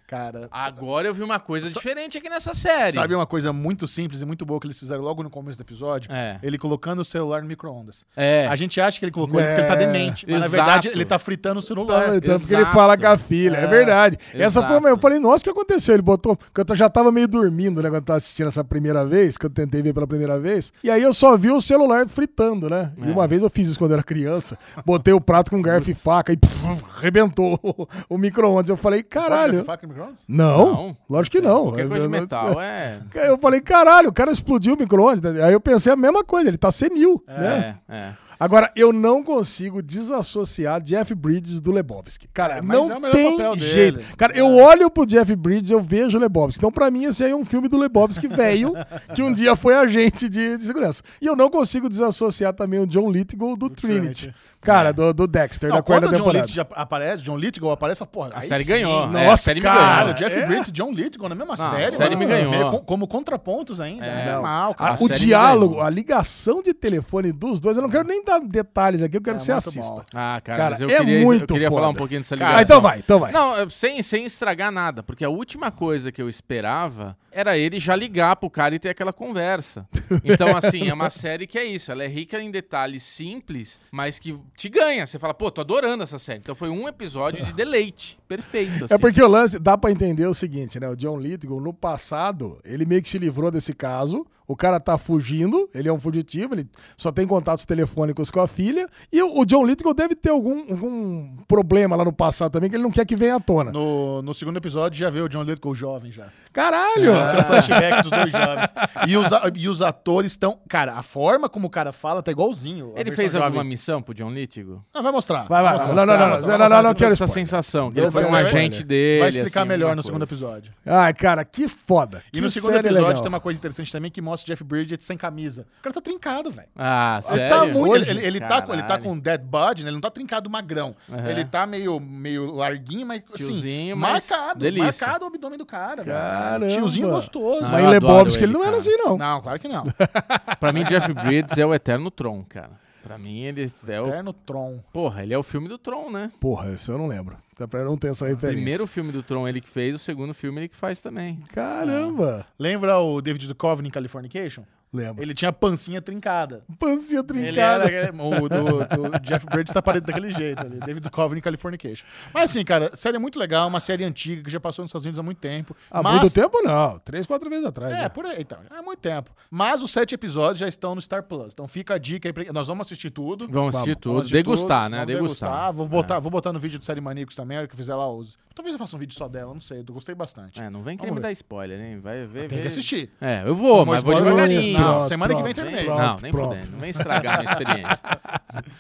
Speaker 1: Cara,
Speaker 4: agora eu vi uma coisa diferente aqui nessa série.
Speaker 1: sabe uma coisa muito simples e muito boa que eles fizeram logo no começo do episódio?
Speaker 4: É.
Speaker 1: Ele colocando o celular no micro-ondas.
Speaker 4: É.
Speaker 1: A gente acha que ele colocou ele porque ele tá
Speaker 3: É.
Speaker 1: demente. Mas na
Speaker 4: Exato.
Speaker 1: verdade, ele tá fritando o celular.
Speaker 3: Tanto que então, ele
Speaker 4: Ah, Exato.
Speaker 3: fala com a filha, é, verdade. Essa foi,
Speaker 4: exato.
Speaker 3: uma- eu falei, nossa, o que aconteceu? Ele botou, porque eu já tava meio dormindo, né, quando eu tava assistindo essa primeira vez, que eu tentei ver pela primeira vez. E aí eu só vi o celular fritando, né?
Speaker 4: É.
Speaker 3: E uma vez eu fiz isso quando eu era criança, botei o prato com garfo e faca e <laughs> pff, arrebentou o, o micro-ondas. Eu falei,
Speaker 1: Caralho. Faca
Speaker 3: caralho.
Speaker 1: no micro-ondas?
Speaker 3: Não,
Speaker 4: Não.
Speaker 3: lógico que não.
Speaker 4: Qualquer
Speaker 3: Eu-
Speaker 4: coisa de
Speaker 3: eu-
Speaker 4: metal é.
Speaker 3: Eu falei, caralho, o cara explodiu o micro-ondas. né? Aí eu pensei a mesma coisa, ele tá senil, né?
Speaker 4: É, é.
Speaker 3: Agora, eu não consigo desassociar Jeff Bridges do Lebowski. Cara,
Speaker 1: É, mas
Speaker 3: não
Speaker 1: é o melhor
Speaker 3: tem
Speaker 1: papel dele. É.
Speaker 3: jeito. Cara, eu olho pro Jeff Bridges, eu vejo o Lebowski. Então, pra mim, esse aí é um filme do Lebowski velho, que um dia foi agente de, de segurança. E eu não consigo desassociar também o John Lithgow do, Trinity.
Speaker 1: Trinity.
Speaker 3: Cara, do, do Dexter,
Speaker 1: Não,
Speaker 3: da quarta
Speaker 1: quando o John
Speaker 3: temporada.
Speaker 1: Lithgow aparece, John Lithgow aparece, porra,
Speaker 4: A
Speaker 1: aí
Speaker 4: série
Speaker 1: sim.
Speaker 4: ganhou.
Speaker 3: Nossa,
Speaker 4: é, a série me
Speaker 3: cara,
Speaker 1: Caralho,
Speaker 4: ganhou.
Speaker 1: Jeff
Speaker 3: é?
Speaker 1: Briggs e John Lithgow na mesma série.
Speaker 4: a série me
Speaker 1: mano.
Speaker 4: ganhou.
Speaker 1: Co- Como contrapontos ainda.
Speaker 4: É.
Speaker 1: É, mal,
Speaker 3: A-
Speaker 1: cara.
Speaker 4: A
Speaker 3: o
Speaker 4: série me
Speaker 3: diálogo,
Speaker 4: ganhou.
Speaker 3: a ligação de telefone dos dois, eu não quero nem dar detalhes aqui, eu quero
Speaker 1: É
Speaker 3: que você
Speaker 1: muito
Speaker 3: assista.
Speaker 1: bom.
Speaker 4: Ah, cara,
Speaker 3: Cara,
Speaker 4: mas eu
Speaker 3: é
Speaker 4: queria,
Speaker 3: muito
Speaker 4: eu queria falar um
Speaker 3: foda.
Speaker 4: pouquinho dessa
Speaker 1: Cara,
Speaker 4: ligação.
Speaker 3: Ah, então vai, então vai.
Speaker 4: Não, eu- sem, sem estragar nada, porque a última coisa que eu esperava era ele já ligar pro cara e ter aquela conversa. Então, assim, é
Speaker 3: <laughs>
Speaker 4: uma série que é isso. Ela é rica em detalhes simples, mas que te ganha. Você fala, pô, tô adorando essa série. Então foi um episódio de deleite. Perfeito.
Speaker 3: É
Speaker 4: assim.
Speaker 3: porque o lance, dá pra entender o seguinte, né? O John Lithgow, no passado, ele meio que se livrou desse caso. O cara tá fugindo, ele é um fugitivo, ele só tem contatos telefônicos com a filha. E o, o John Lithgow deve ter algum, algum problema lá no passado também, que ele não quer que venha à tona.
Speaker 1: No, no segundo episódio já vê o John Lithgow jovem já.
Speaker 3: Caralho!
Speaker 1: Tem um flashback dos dois jovens. E os, a- e os atores estão... Cara, a forma como o cara fala tá igualzinho. a
Speaker 4: Ele
Speaker 1: versão
Speaker 4: fez
Speaker 1: jovem.
Speaker 4: alguma missão pro John Lithgow?
Speaker 1: Ah, vai mostrar.
Speaker 3: Vai, vai,
Speaker 1: mostrar,
Speaker 3: não, não,
Speaker 1: mostrar,
Speaker 3: não,
Speaker 1: mostrar,
Speaker 3: não,
Speaker 1: mostrar,
Speaker 3: não, não,
Speaker 1: mostrar.
Speaker 3: quero
Speaker 4: essa
Speaker 3: spoiler.
Speaker 4: sensação, que ele
Speaker 1: Não,
Speaker 4: foi
Speaker 1: vai-
Speaker 4: um
Speaker 1: vai-
Speaker 4: agente dele.
Speaker 1: Vai explicar
Speaker 4: assim,
Speaker 1: melhor
Speaker 4: alguma
Speaker 1: no segundo
Speaker 4: coisa.
Speaker 1: episódio.
Speaker 3: Ai, cara, que foda.
Speaker 1: E no segundo episódio tem uma coisa interessante também que mostra o Jeff Bridges sem camisa. O cara tá trincado, velho.
Speaker 4: Ah,
Speaker 1: Ele
Speaker 4: sério?
Speaker 1: tá muito. Ele, ele, ele tá, com- ele tá
Speaker 4: Caralho.
Speaker 1: com um dead body, né? Ele não tá trincado magrão.
Speaker 4: Aham.
Speaker 1: Ele tá meio, meio larguinho, mas assim,
Speaker 4: Tiozinho, mas
Speaker 1: marcado.
Speaker 4: delícia.
Speaker 1: Marcado o abdômen do cara. velho.
Speaker 3: Caramba.
Speaker 1: Tiozinho gostoso.
Speaker 4: Ah,
Speaker 3: Mas
Speaker 4: eu
Speaker 3: em
Speaker 4: adoro
Speaker 3: Lebowski ele
Speaker 4: ele,
Speaker 3: não era
Speaker 4: cara.
Speaker 3: assim, não.
Speaker 1: Não, claro que não.
Speaker 4: Pra mim, Jeff Bridges é o eterno Tron, cara. Pra mim, ele é o...
Speaker 1: Eterno Tron.
Speaker 4: Porra, ele é o filme do Tron, né?
Speaker 3: Porra, isso eu não lembro. Dá pra eu não ter essa
Speaker 4: O
Speaker 3: referência.
Speaker 4: primeiro filme do Tron ele que fez, o segundo filme ele que faz também.
Speaker 3: Caramba!
Speaker 1: Lembra o David Duchovny em Californication?
Speaker 3: Lembro.
Speaker 1: Ele tinha a pancinha trincada.
Speaker 3: Pancinha
Speaker 1: Ele
Speaker 3: trincada.
Speaker 1: era, o do, do Jeff Bridges tá parecido daquele jeito ali. David Coveney Californication. Mas assim, cara, série muito legal, uma série antiga que já passou nos Estados Unidos há muito tempo.
Speaker 3: Há
Speaker 1: mas...
Speaker 3: Ah, muito tempo não. Três, quatro vezes atrás.
Speaker 1: É,
Speaker 3: né?
Speaker 1: por aí, então. Há muito tempo. Mas os sete episódios já estão no Star Plus. Então fica a dica aí. Pra... Nós vamos assistir tudo.
Speaker 4: Vamos assistir tudo. Degustar, né?
Speaker 1: Vamos
Speaker 4: Degustar. É.
Speaker 1: Vou, botar, vou botar no vídeo do Série Maníacos também, a hora que eu fizer lá os... Talvez eu faça um vídeo só dela, não sei. Eu gostei bastante.
Speaker 4: É, não vem querer
Speaker 1: Vamos
Speaker 4: me
Speaker 1: ver.
Speaker 4: dar spoiler, hein? Vai ver.
Speaker 1: Tem
Speaker 4: vê-
Speaker 1: que assistir.
Speaker 4: É, eu vou, mas vou
Speaker 1: spoiler,
Speaker 4: devagarinho.
Speaker 1: Não,
Speaker 4: Não,
Speaker 1: semana que vem
Speaker 3: pronto,
Speaker 1: terminei.
Speaker 3: pronto,
Speaker 4: não, nem
Speaker 3: pronto.
Speaker 4: fudendo. Não vem estragar a
Speaker 1: <laughs>
Speaker 4: minha experiência.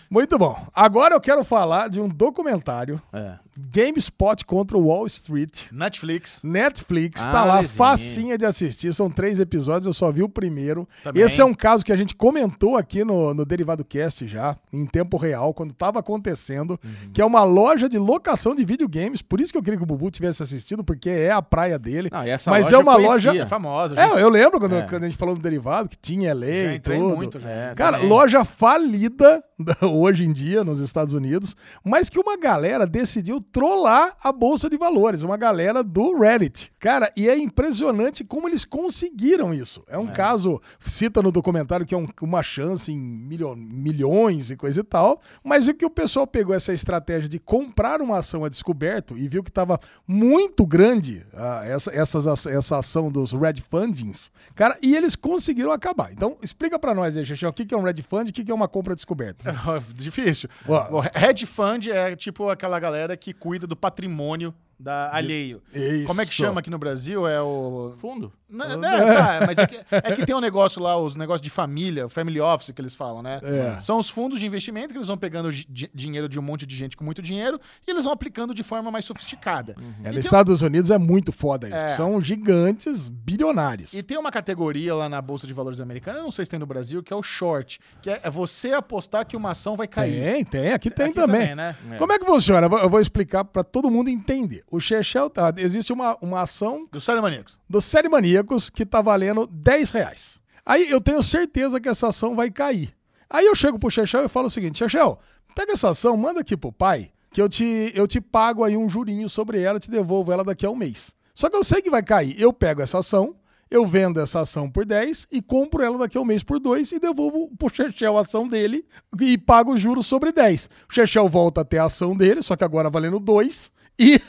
Speaker 3: Muito bom. Agora eu quero falar de um documentário
Speaker 4: É.
Speaker 3: GameSpot contra Wall Street.
Speaker 1: Netflix.
Speaker 3: Netflix
Speaker 4: Ah,
Speaker 3: tá lá,
Speaker 4: levinho.
Speaker 3: facinha de assistir. São três episódios, eu só vi o primeiro.
Speaker 1: Também.
Speaker 3: Esse é um caso que a gente comentou aqui no, no Derivado Cast já, em tempo real, quando tava acontecendo,
Speaker 1: Uhum.
Speaker 3: que é uma loja de locação de videogames. Por isso que eu queria que o Bubu tivesse assistido, porque é a praia dele.
Speaker 4: Não, e essa
Speaker 3: Mas
Speaker 4: loja
Speaker 3: é
Speaker 4: eu
Speaker 3: uma
Speaker 4: conhecia.
Speaker 1: É
Speaker 3: loja.
Speaker 1: famosa. gente. <laughs>
Speaker 3: É, eu lembro quando,
Speaker 4: É.
Speaker 3: quando a gente falou do derivado, que tinha
Speaker 1: Já
Speaker 3: lei e
Speaker 1: entrei
Speaker 3: tudo.
Speaker 1: muito. Já.
Speaker 4: É,
Speaker 3: Cara,
Speaker 4: também.
Speaker 3: loja falida hoje em dia nos Estados Unidos, mas que uma galera decidiu trollar a bolsa de valores, uma galera do Reddit. Cara, e é impressionante como eles conseguiram isso. É um caso, cita no documentário que é um- uma chance em milho- milhões e coisa e tal, mas o que o pessoal pegou essa estratégia de comprar uma ação a descoberto e viu que estava muito grande ah, essa, essas- essa ação dos Red Fundings, cara, e eles conseguiram acabar. Então, explica pra nós aí, Xixão, o que que é um Red Fund e o que que é uma
Speaker 1: <laughs>
Speaker 3: compra descoberta.
Speaker 1: É, Difícil.
Speaker 3: Ó.
Speaker 1: O hedge fund é tipo aquela galera que cuida do patrimônio da alheio.
Speaker 3: Isso.
Speaker 1: Como é que chama aqui no Brasil? É o.
Speaker 4: Fundo.
Speaker 1: Não, é, tá, mas é que, é que tem um negócio lá, os negócios de família, o family office que eles falam, né?
Speaker 3: É.
Speaker 1: São os fundos de investimento que eles vão pegando di- di- dinheiro de um monte de gente com muito dinheero e eles vão aplicando de forma mais sofisticada.
Speaker 3: É,
Speaker 1: E
Speaker 3: nos
Speaker 1: tem-
Speaker 3: Estados Unidos é muito foda isso.
Speaker 1: É.
Speaker 3: que São gigantes, bilionários.
Speaker 1: E tem uma categoria lá na Bolsa de Valores Americana, eu não sei se tem no Brasil, que é o short, que é é você apostar que uma ação vai cair.
Speaker 3: Tem, tem, aqui tem
Speaker 1: Aqui
Speaker 3: também.
Speaker 1: né?
Speaker 3: Como é que funciona? Eu vou- Eu vou explicar pra todo mundo entender. O Chechel, tá, existe uma, uma ação
Speaker 1: Do Sério Maníacos.
Speaker 3: do Série Maníacos que tá valendo 10 reais. Aí eu tenho certeza que essa ação vai cair. Aí eu chego pro Chechel e falo o seguinte: Chechel, pega essa ação, manda aqui pro pai, que eu te, eu te pago aí um jurinho sobre ela, te devolvo ela daqui a um mês. Só que eu sei que vai cair. Eu pego essa ação, eu vendo essa ação por 10 e compro ela daqui a um mês por 2 e devolvo pro Chechel a ação dele e pago o juros sobre 10. O Chechel volta até a ação dele, só que agora valendo 2 <laughs> e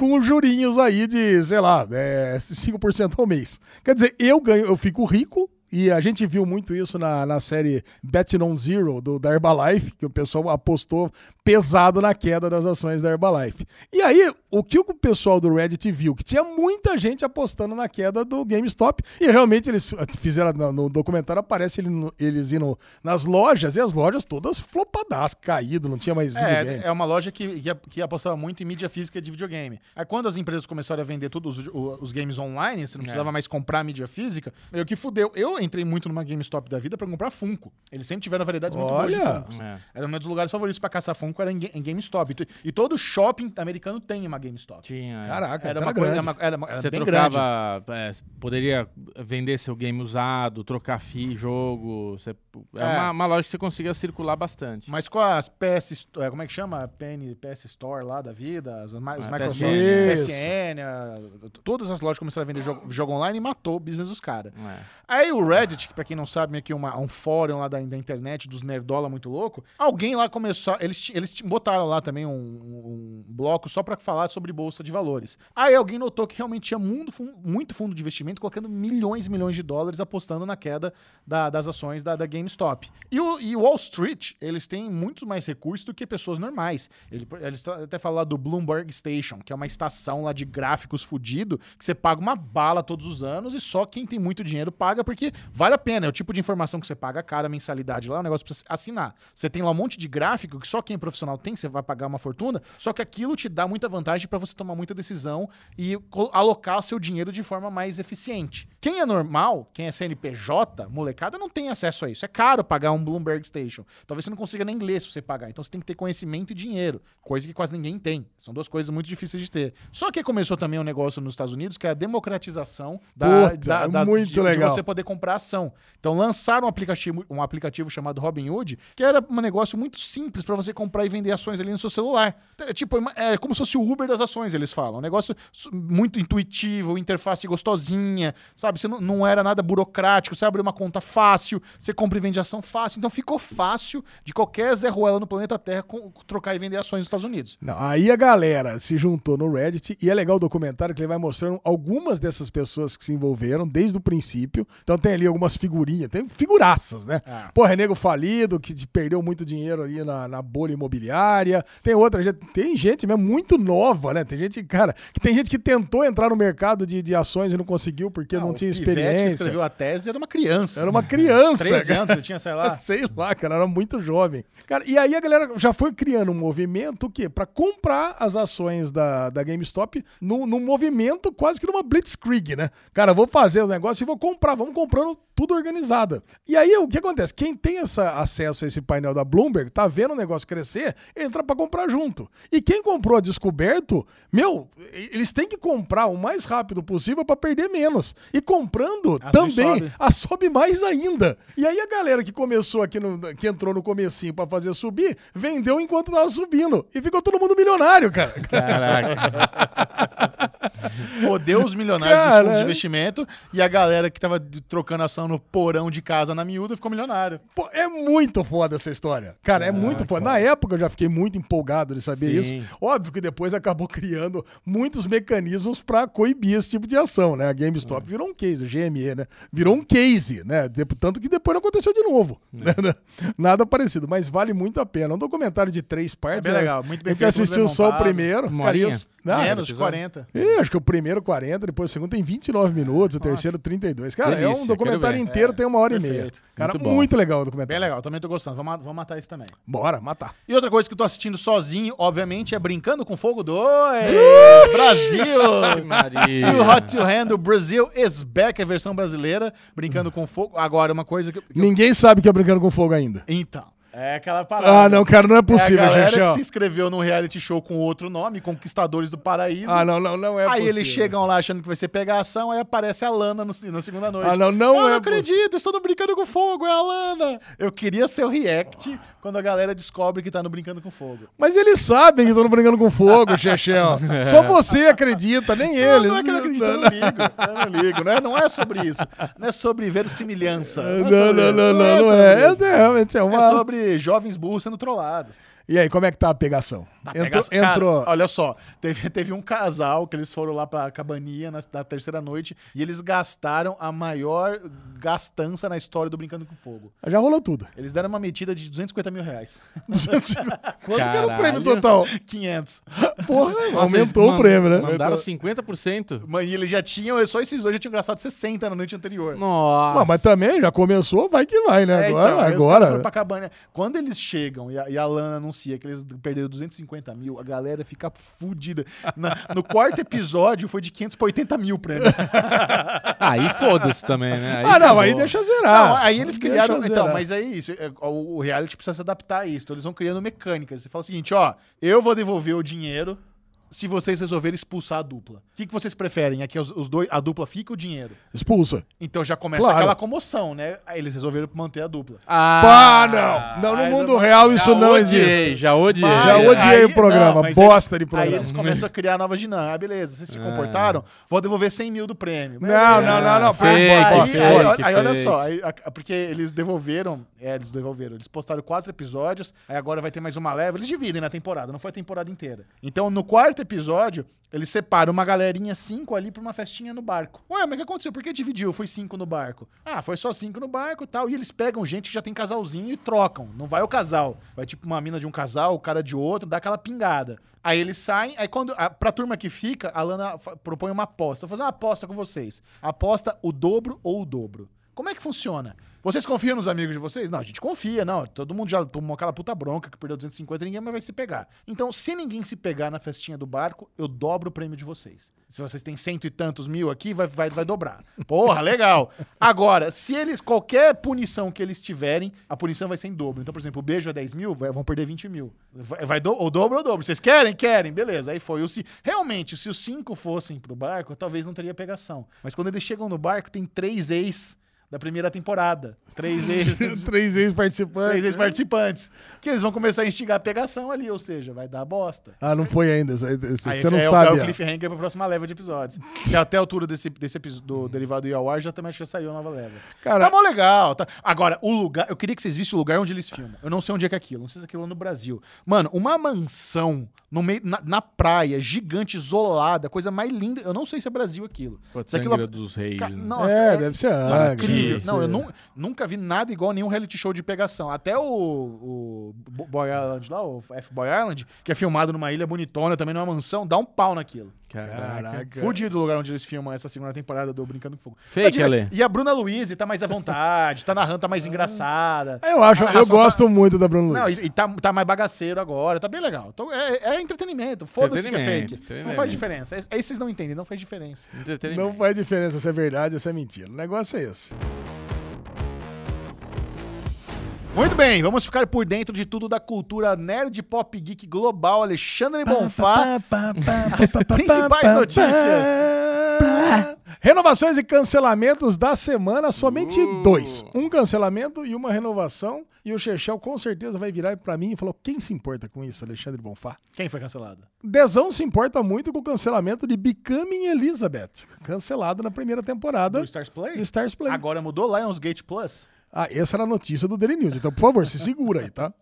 Speaker 3: com os jurinhos aí de, sei lá, é, 5% ao mês. Quer dizer, eu ganho, eu fico rico. E a gente viu muito isso na, na série Betting on Zero do, da Herbalife, que o pessoal apostou pesado na queda das ações da Herbalife. E aí, o que o pessoal do Reddit viu? Que tinha muita gente apostando na queda do GameStop. E realmente eles fizeram, no, no documentário aparece ele no- eles indo nas lojas, e as lojas todas flopadas, caído, não tinha mais videogame.
Speaker 1: É, é uma loja que, que, que apostava muito em mídia física de videogame. Aí quando as empresas começaram a vender todos os, o- os games online,
Speaker 3: É.
Speaker 1: você não precisava mais comprar mídia física, meio que fudeu. Eu entrei muito numa GameStop da vida pra comprar Funko. Eles sempre tiveram variedades muito boas de
Speaker 3: Olha!
Speaker 1: Funkos.
Speaker 4: É.
Speaker 1: Era um dos lugares favoritos pra caçar Funko, era em, ga- em GameStop. E, tu- e todo shopping americano tem uma GameStop.
Speaker 4: Tinha.
Speaker 3: Caraca,
Speaker 1: Era
Speaker 3: cara
Speaker 1: uma coisa,
Speaker 3: Tá grande.
Speaker 1: era, uma- era uma- era
Speaker 4: Você
Speaker 1: bem grande.
Speaker 4: trocava. é, poderia vender seu game usado, trocar FI, jogo. Você, é
Speaker 1: É.
Speaker 4: uma, uma loja que você conseguia circular bastante.
Speaker 1: Mas com as PS, Sto- eh, como é que chama? PN, PS Store lá da vida, as, ma- os
Speaker 4: Ah,
Speaker 1: Microsoft, PSN,
Speaker 3: PSN.
Speaker 1: a- todas as lojas começaram a vender jogo, jogo online e matou o business dos caras.
Speaker 4: É.
Speaker 1: Aí o Reddit, que pra quem não sabe, é que uma- um fórum lá da, da internet, dos nerdola muito louco, alguém lá começou, eles, ti- eles ti- botaram lá também um, um- um bloco só pra falar sobre bolsa de valores. Aí alguém notou que realmente tinha muito, fun- muito fundo de investimento colocando milhões e milhões de dólares apostando na queda da- das ações da, da GameStop. E o e o Wall Street, eles têm muito mais recursos do que pessoas normais. Ele- eles tá- até falam lá do Bloomberg Station, que é uma estação lá de gráficos fudido, que você paga uma bala todos os anos e só quem tem muito dinheiro paga, porque vale a pena. É o tipo de informação que você paga cara, a mensalidade lá, é um negócio pra você assinar. Você tem lá um monte de gráfico que só quem é profissional tem, você vai pagar uma fortuna, só que aquilo te dá muita vantagem pra você tomar muita decisão e co- alocar seu dinheiro de forma mais eficiente. Quem é normal, quem é CNPJ, molecada, não tem acesso a isso. É caro pagar um Bloomberg Station. Talvez você não consiga nem ler se você pagar. Então você tem que ter conhecimento e dinheiro, coisa que quase ninguém tem. São duas coisas muito difíceis de ter. Só que começou também um negócio nos Estados Unidos que é a democratização da,
Speaker 3: Puta, é
Speaker 1: da- da-
Speaker 3: muito
Speaker 1: de, de
Speaker 3: legal.
Speaker 1: você poder comprar ação. Então lançaram um aplicativo, um aplicativo chamado Robinhood, que era um negócio muito simples pra você comprar e vender ações ali no seu celular. É tipo, é como se fosse o Uber das ações, eles falam. Um negócio su- muito intuitivo, interface gostosinha, sabe? sabe? Você não, não era nada burocrático, você abriu uma conta fácil, você compra e vende ação fácil. Então ficou fácil de qualquer Zé Ruela no planeta Terra com- trocar e vender ações nos Estados Unidos.
Speaker 3: Não, aí a galera se juntou no Reddit e é legal o documentário que ele vai mostrando algumas dessas pessoas que se envolveram desde o princípio. Então tem ali algumas figurinhas, tem figuraças, né?
Speaker 1: Ah.
Speaker 3: Porra, é nego falido, que te perdeu muito dinheiro ali na, na bolha imobiliária. Tem outra gente, tem gente mesmo muito nova, né? Tem gente, cara, que tem gente que tentou entrar no mercado de, de ações e não conseguiu porque não,
Speaker 1: Ah, o
Speaker 3: tinha
Speaker 1: pivete que
Speaker 3: experiência.
Speaker 1: escreveu assim. a tese era uma criança.
Speaker 3: Era uma criança,
Speaker 1: 13
Speaker 3: cara.
Speaker 1: anos, ele tinha, sei lá.
Speaker 3: <laughs> Sei lá, cara, era muito jovem. Cara, e aí a galera já foi criando um movimento que para comprar as ações da, da GameStop num, num movimento quase que numa blitzkrieg, né? Cara, vou fazer o negócio e vou comprar, vamos comprando tudo organizada. E aí o que acontece? Quem tem essa, acesso a esse painel da Bloomberg, tá vendo o negócio crescer, entra para comprar junto. E quem comprou a descoberto, meu, eles têm que comprar o mais rápido possível para perder menos. E comprando
Speaker 1: Assim
Speaker 3: também
Speaker 1: sobe.
Speaker 3: a sobe mais ainda. E aí a galera que começou aqui, no, que entrou no comecinho pra fazer subir, vendeu enquanto tava subindo. E ficou todo mundo milionário, cara. <laughs>
Speaker 4: Caraca.
Speaker 1: Fodeu os milionários dos
Speaker 3: Cara,
Speaker 1: fundos de
Speaker 3: é.
Speaker 1: investimento e a galera que tava d- trocando ação no porão de casa na miúda ficou milionário.
Speaker 3: Pô, é muito foda essa história. Cara, é
Speaker 1: Ah,
Speaker 3: muito foda. Na época eu já fiquei muito empolgado de saber
Speaker 4: Sim.
Speaker 3: isso. Óbvio que depois acabou <laughs> criando muitos mecanismos pra coibir esse tipo de ação, né? A
Speaker 1: É.
Speaker 3: GameStop virou um case, a GME, né? Virou um case, né? Tipo, Tanto que depois não aconteceu de novo.
Speaker 1: É.
Speaker 3: né? <laughs> Nada parecido, mas vale muito a pena. É um documentário de três partes.
Speaker 1: bem
Speaker 3: né?
Speaker 1: legal, muito bem
Speaker 3: A gente
Speaker 1: feito, muito bem
Speaker 3: assistiu só o
Speaker 1: montado.
Speaker 3: primeiro.
Speaker 4: Uma
Speaker 3: cara, e
Speaker 4: horinha?
Speaker 3: os- Não,
Speaker 1: Menos de
Speaker 4: episódio.
Speaker 1: 40.
Speaker 3: é, acho que o primeiro 40, depois o segundo tem 29 minutos, o terceiro 32. Cara, é
Speaker 4: Delícia,
Speaker 3: um documentário
Speaker 4: quero ver.
Speaker 3: inteiro,
Speaker 1: É,
Speaker 3: tem uma hora e meia.
Speaker 1: perfeito.
Speaker 3: Cara,
Speaker 4: Muito
Speaker 3: muito,
Speaker 4: bom.
Speaker 3: legal o
Speaker 1: Bem
Speaker 3: documentário.
Speaker 1: legal, também tô gostando. Vamos, ma- vamos matar isso também.
Speaker 3: Bora, matar.
Speaker 1: E outra coisa que eu tô assistindo sozinho, obviamente, é Brincando com Fogo 2.
Speaker 3: <laughs>
Speaker 1: Brasil!
Speaker 4: Maria.
Speaker 1: Too Hot to Handle, Brasil is back, a versão brasileira, Brincando com Fogo. Agora, uma coisa que... eu-
Speaker 3: Ninguém sabe que é Brincando com Fogo ainda.
Speaker 1: Então, é aquela parada.
Speaker 3: Ah, não, cara, não é possível,
Speaker 1: é a galera
Speaker 3: gente.
Speaker 1: que
Speaker 3: ó.
Speaker 1: se inscreveu num reality show com outro nome, Conquistadores do Paraíso.
Speaker 3: Ah, não, não, não é
Speaker 1: aí
Speaker 3: possível.
Speaker 1: eles chegam lá achando que vai ser pegação, aí aparece a Lana no- na segunda noite.
Speaker 3: Ah, não,
Speaker 1: eu não
Speaker 3: não é possível.
Speaker 1: acredito, estou no Brincando com Fogo, é a Lana. Eu queria ser o react quando a galera descobre que tá no Brincando com Fogo.
Speaker 3: Mas eles sabem que estão brincando
Speaker 1: <laughs>
Speaker 3: com fogo, Chechel. Só você acredita, nem eles.
Speaker 1: É. Não é que eu não acredito, eu não ligo. Eu não ligo, né? Não é sobre isso. Não é sobre verossimilhança.
Speaker 3: Não, não, não, não, não, não
Speaker 1: sobre
Speaker 3: é.
Speaker 1: é isso.
Speaker 3: É, realmente é
Speaker 1: É
Speaker 3: uma.
Speaker 1: sobre jovens burros sendo trollados.
Speaker 3: E aí, como é que tá a pegação? entrou.
Speaker 1: Pega as- cara,
Speaker 3: entrou-
Speaker 1: olha só, teve, <laughs> teve um casal que eles foram lá pra cabaninha na, na terceira noite e eles gastaram a maior gastança na história do Brincando com Fogo.
Speaker 3: Já rolou tudo. <laughs>
Speaker 1: Eles deram uma metida de 250 mil reais. <laughs>
Speaker 3: Quanto que era o um prêmio
Speaker 4: Caralho.
Speaker 3: total?
Speaker 1: 500.
Speaker 3: Porra,
Speaker 4: Nossa, eles
Speaker 3: aumentou o
Speaker 4: man-
Speaker 3: prêmio, né?
Speaker 4: Mandaram
Speaker 3: Aumentou.
Speaker 4: 50%.
Speaker 1: Mas eles já tinham, só esses dois já tinham gastado 60 na noite anterior.
Speaker 4: Nossa.
Speaker 3: Mas, tá- mas também já começou, vai que vai, né?
Speaker 1: É, então,
Speaker 3: agora,
Speaker 1: aí os caras foram
Speaker 3: agora.
Speaker 1: pra cabana. Quando eles chegam e a, e a Lana anuncia que eles perderam 250 mil, a galera fica fudida. Na- no quarto episódio foi de 500 pra 80 mil prêmio.
Speaker 4: Aí foda-se também, né?
Speaker 3: Ah, não,
Speaker 4: acabou.
Speaker 3: aí deixa zerar.
Speaker 1: Não, aí eles
Speaker 3: Ah, Deixa né?
Speaker 1: criaram.
Speaker 3: zerar.
Speaker 1: Então, mas é isso. é, O o reality precisa se adaptar a isso. Então, eles vão criando mecânicas. Você fala o seguinte: ó, eu vou devolver o dinheiro se vocês resolverem expulsar a dupla. O que, que vocês preferem? Aqui os, os dois, a dupla fica ou o dinheiro?
Speaker 3: Expulsa.
Speaker 1: Então já começa
Speaker 3: Claro.
Speaker 1: aquela comoção, né? Aí eles resolveram manter a dupla.
Speaker 4: Ah,
Speaker 3: Pá, não. Não, no
Speaker 1: mas
Speaker 3: mundo
Speaker 1: eu-
Speaker 3: real isso
Speaker 4: já
Speaker 3: não
Speaker 4: odiei,
Speaker 3: existe.
Speaker 4: Já odiei.
Speaker 3: Já
Speaker 1: Mas
Speaker 3: odiei o programa,
Speaker 1: mas
Speaker 3: bosta de
Speaker 1: eles,
Speaker 3: programa.
Speaker 1: Aí eles começam a criar novas dinâmicas. Ah, beleza, vocês se comportaram? Vou devolver 100 mil do prêmio.
Speaker 3: Não, não, não, não. Foi
Speaker 4: Fake,
Speaker 3: embora.
Speaker 1: Aí,
Speaker 3: bosta,
Speaker 1: aí,
Speaker 4: fake,
Speaker 3: bosta.
Speaker 1: aí, aí olha
Speaker 4: fake.
Speaker 1: só, aí, a- a- porque eles devolveram, é, eles devolveram, eles postaram quatro episódios, aí agora vai ter mais uma leva, eles dividem na temporada, não foi a temporada inteira. Então, no quarto episódio, eles separam uma galerinha cinco ali pra uma festinha no barco. Ué, mas o que aconteceu? Por que dividiu? Foi cinco no barco. Ah, foi só cinco no barco e tal, e eles pegam gente que já tem casalzinho e trocam, não vai o casal. Vai tipo uma mina de um casal, o cara de outro, dá aquela pingada. Aí eles saem, aí quando. A, pra turma que fica, a Lana fa- propõe uma aposta. Vou fazer uma aposta com vocês. Aposta o dobro ou o dobro. Como é que funciona? Vocês confiam nos amigos de vocês? Não, a gente confia, não. Todo mundo já tomou aquela puta bronca que perdeu 250 e ninguém mais vai se pegar. Então, se ninguém se pegar na festinha do barco, eu dobro o prêmio de vocês. Se vocês têm cento e tantos mil aqui, vai, vai, vai dobrar. Porra, <laughs> legal. Agora, se eles. Qualquer punição que eles tiverem, a punição vai ser em dobro. Então, por exemplo, o beijo é 10 mil, vai- vão perder 20 mil. Vai, vai do, ou dobro ou dobro. Vocês querem? Querem, beleza. Aí foi. O, ci- realmente, se os cinco fossem pro barco, talvez não teria pegação. Mas quando eles chegam no barco, tem três ex da primeira temporada. Três ex,
Speaker 3: Três
Speaker 1: três
Speaker 3: ex-participantes.
Speaker 1: ex-participantes. Que eles vão começar a instigar a pegação ali, ou seja, vai dar bosta.
Speaker 3: Ah, não foi ainda. Você
Speaker 1: Aí
Speaker 3: você não
Speaker 1: é, o-
Speaker 3: sabe.
Speaker 1: é o
Speaker 3: ah.
Speaker 1: cliffhanger pra próxima leva de episódios. Que até a altura desse, desse episódio do Derivado e ao ar já também acho que já saiu a nova leva.
Speaker 3: Cara-
Speaker 1: tá mó legal. tá- Agora, o lugar. Eu queria que vocês vissem o lugar onde eles filmam. Eu não sei onde é que é aquilo. Não sei se é aquilo é no Brasil. Mano, uma mansão no meio, na, na praia, gigante, isolada, coisa mais linda. Eu não sei se é Brasil aquilo.
Speaker 4: Pô,
Speaker 1: se aquilo
Speaker 4: Tangra dos Reis.
Speaker 1: Ca-
Speaker 4: né?
Speaker 1: Nossa,
Speaker 3: é,
Speaker 1: é-
Speaker 3: deve ser
Speaker 1: Cara,
Speaker 3: Angra.
Speaker 1: incrível.
Speaker 3: deve
Speaker 1: Não, eu
Speaker 3: ser-
Speaker 1: nu- nunca vi nada igual a nenhum reality show de pegação. Até o, o Bo- Boy Island lá, o F-Boy Island, que é filmado numa ilha bonitona, também numa mansão, dá um pau naquilo.
Speaker 4: Caraca.
Speaker 3: Caraca.
Speaker 1: Fudido o lugar onde eles filmam essa segunda temporada do Brincando com Fogo.
Speaker 4: Fake,
Speaker 1: dire-
Speaker 4: Ale.
Speaker 1: E a Bruna Luiz tá mais à vontade, tá narrando, tá mais engraçada.
Speaker 3: Ah. É, Eu acho,
Speaker 1: A
Speaker 3: eu
Speaker 1: narração
Speaker 3: gosto
Speaker 1: tá-
Speaker 3: muito da Bruno
Speaker 1: Não,
Speaker 3: Luiz.
Speaker 1: e, e tá, tá mais bagaceiro agora, tá bem legal. Tô- é, é entretenimento, foda-se que é
Speaker 4: Entretenimento,
Speaker 1: fake. Não faz
Speaker 4: entretenimento.
Speaker 1: diferença. Aí vocês não entendem, não faz diferença.
Speaker 4: Entretenimento.
Speaker 3: Não faz diferença se é verdade ou se é mentira. O negócio é esse.
Speaker 1: Muito bem, vamos ficar por dentro de tudo da cultura nerd pop geek global. Alexandre Bonfá. <laughs>
Speaker 3: As
Speaker 1: principais notícias.
Speaker 3: Renovações e cancelamentos da semana, somente
Speaker 4: Uh.
Speaker 3: dois. Um cancelamento e uma renovação. E o Chechel com certeza vai virar pra mim e falou: quem se importa com isso, Alexandre Bonfá?
Speaker 1: Quem foi cancelado?
Speaker 3: Dezão se importa muito com o cancelamento de Becoming Elizabeth, cancelado na primeira temporada
Speaker 1: Do Stars Play?
Speaker 3: de Stars Play.
Speaker 1: Agora mudou Lionsgate Plus.
Speaker 3: Ah, essa era a notícia do Daily News. Então, por favor, se segura
Speaker 1: <laughs>
Speaker 3: aí, tá?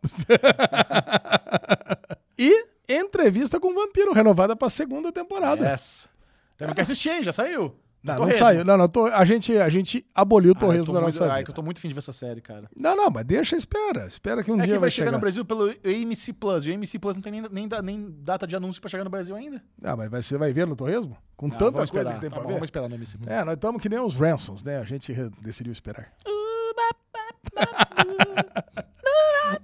Speaker 3: e entrevista com o vampiro, renovada pra segunda temporada.
Speaker 1: Yes. Temos que assistir, já saiu.
Speaker 3: Não, não
Speaker 1: É, Torresmo.
Speaker 3: saiu. Não, não, tô- a, gente, a gente aboliu o
Speaker 1: Ah, eu
Speaker 3: torresmo
Speaker 1: tô
Speaker 3: da
Speaker 1: muito-
Speaker 3: nossa
Speaker 1: ai, que
Speaker 3: vida.
Speaker 1: eu tô muito fim de ver essa série, cara.
Speaker 3: Não, não, mas deixa, espera. Espera que um
Speaker 1: é
Speaker 3: dia
Speaker 1: que
Speaker 3: vai
Speaker 1: vai chegar,
Speaker 3: chegar.
Speaker 1: no Brasil pelo AMC Plus. E o AMC Plus não tem nem, nem da- nem data de anúncio pra chegar no Brasil ainda.
Speaker 3: Ah, mas vai- você vai ver no torresmo? Com
Speaker 1: Ah,
Speaker 3: tanta coisa
Speaker 1: vamos
Speaker 3: que
Speaker 1: esperar.
Speaker 3: tem
Speaker 1: Tá
Speaker 3: pra
Speaker 1: bom,
Speaker 3: ver.
Speaker 1: Vamos esperar no AMC Plus.
Speaker 3: É, nós estamos que nem os Ransons, né? A gente re- decidiu esperar.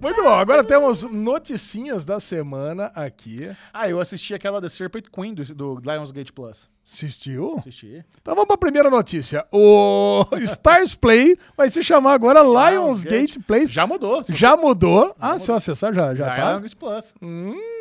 Speaker 3: Muito bom, agora temos noticinhas da semana aqui.
Speaker 1: Ah, eu assisti aquela The Serpent Queen do, do Lionsgate Plus.
Speaker 3: Assistiu?
Speaker 1: Assisti.
Speaker 3: Então vamos para a primeira notícia. O <laughs> Stars Play vai se chamar agora Lionsgate Play. Já,
Speaker 1: Ah, Já mudou.
Speaker 3: mudou. Ah, se eu acessar já, já tá.
Speaker 1: Lionsgate Plus. é.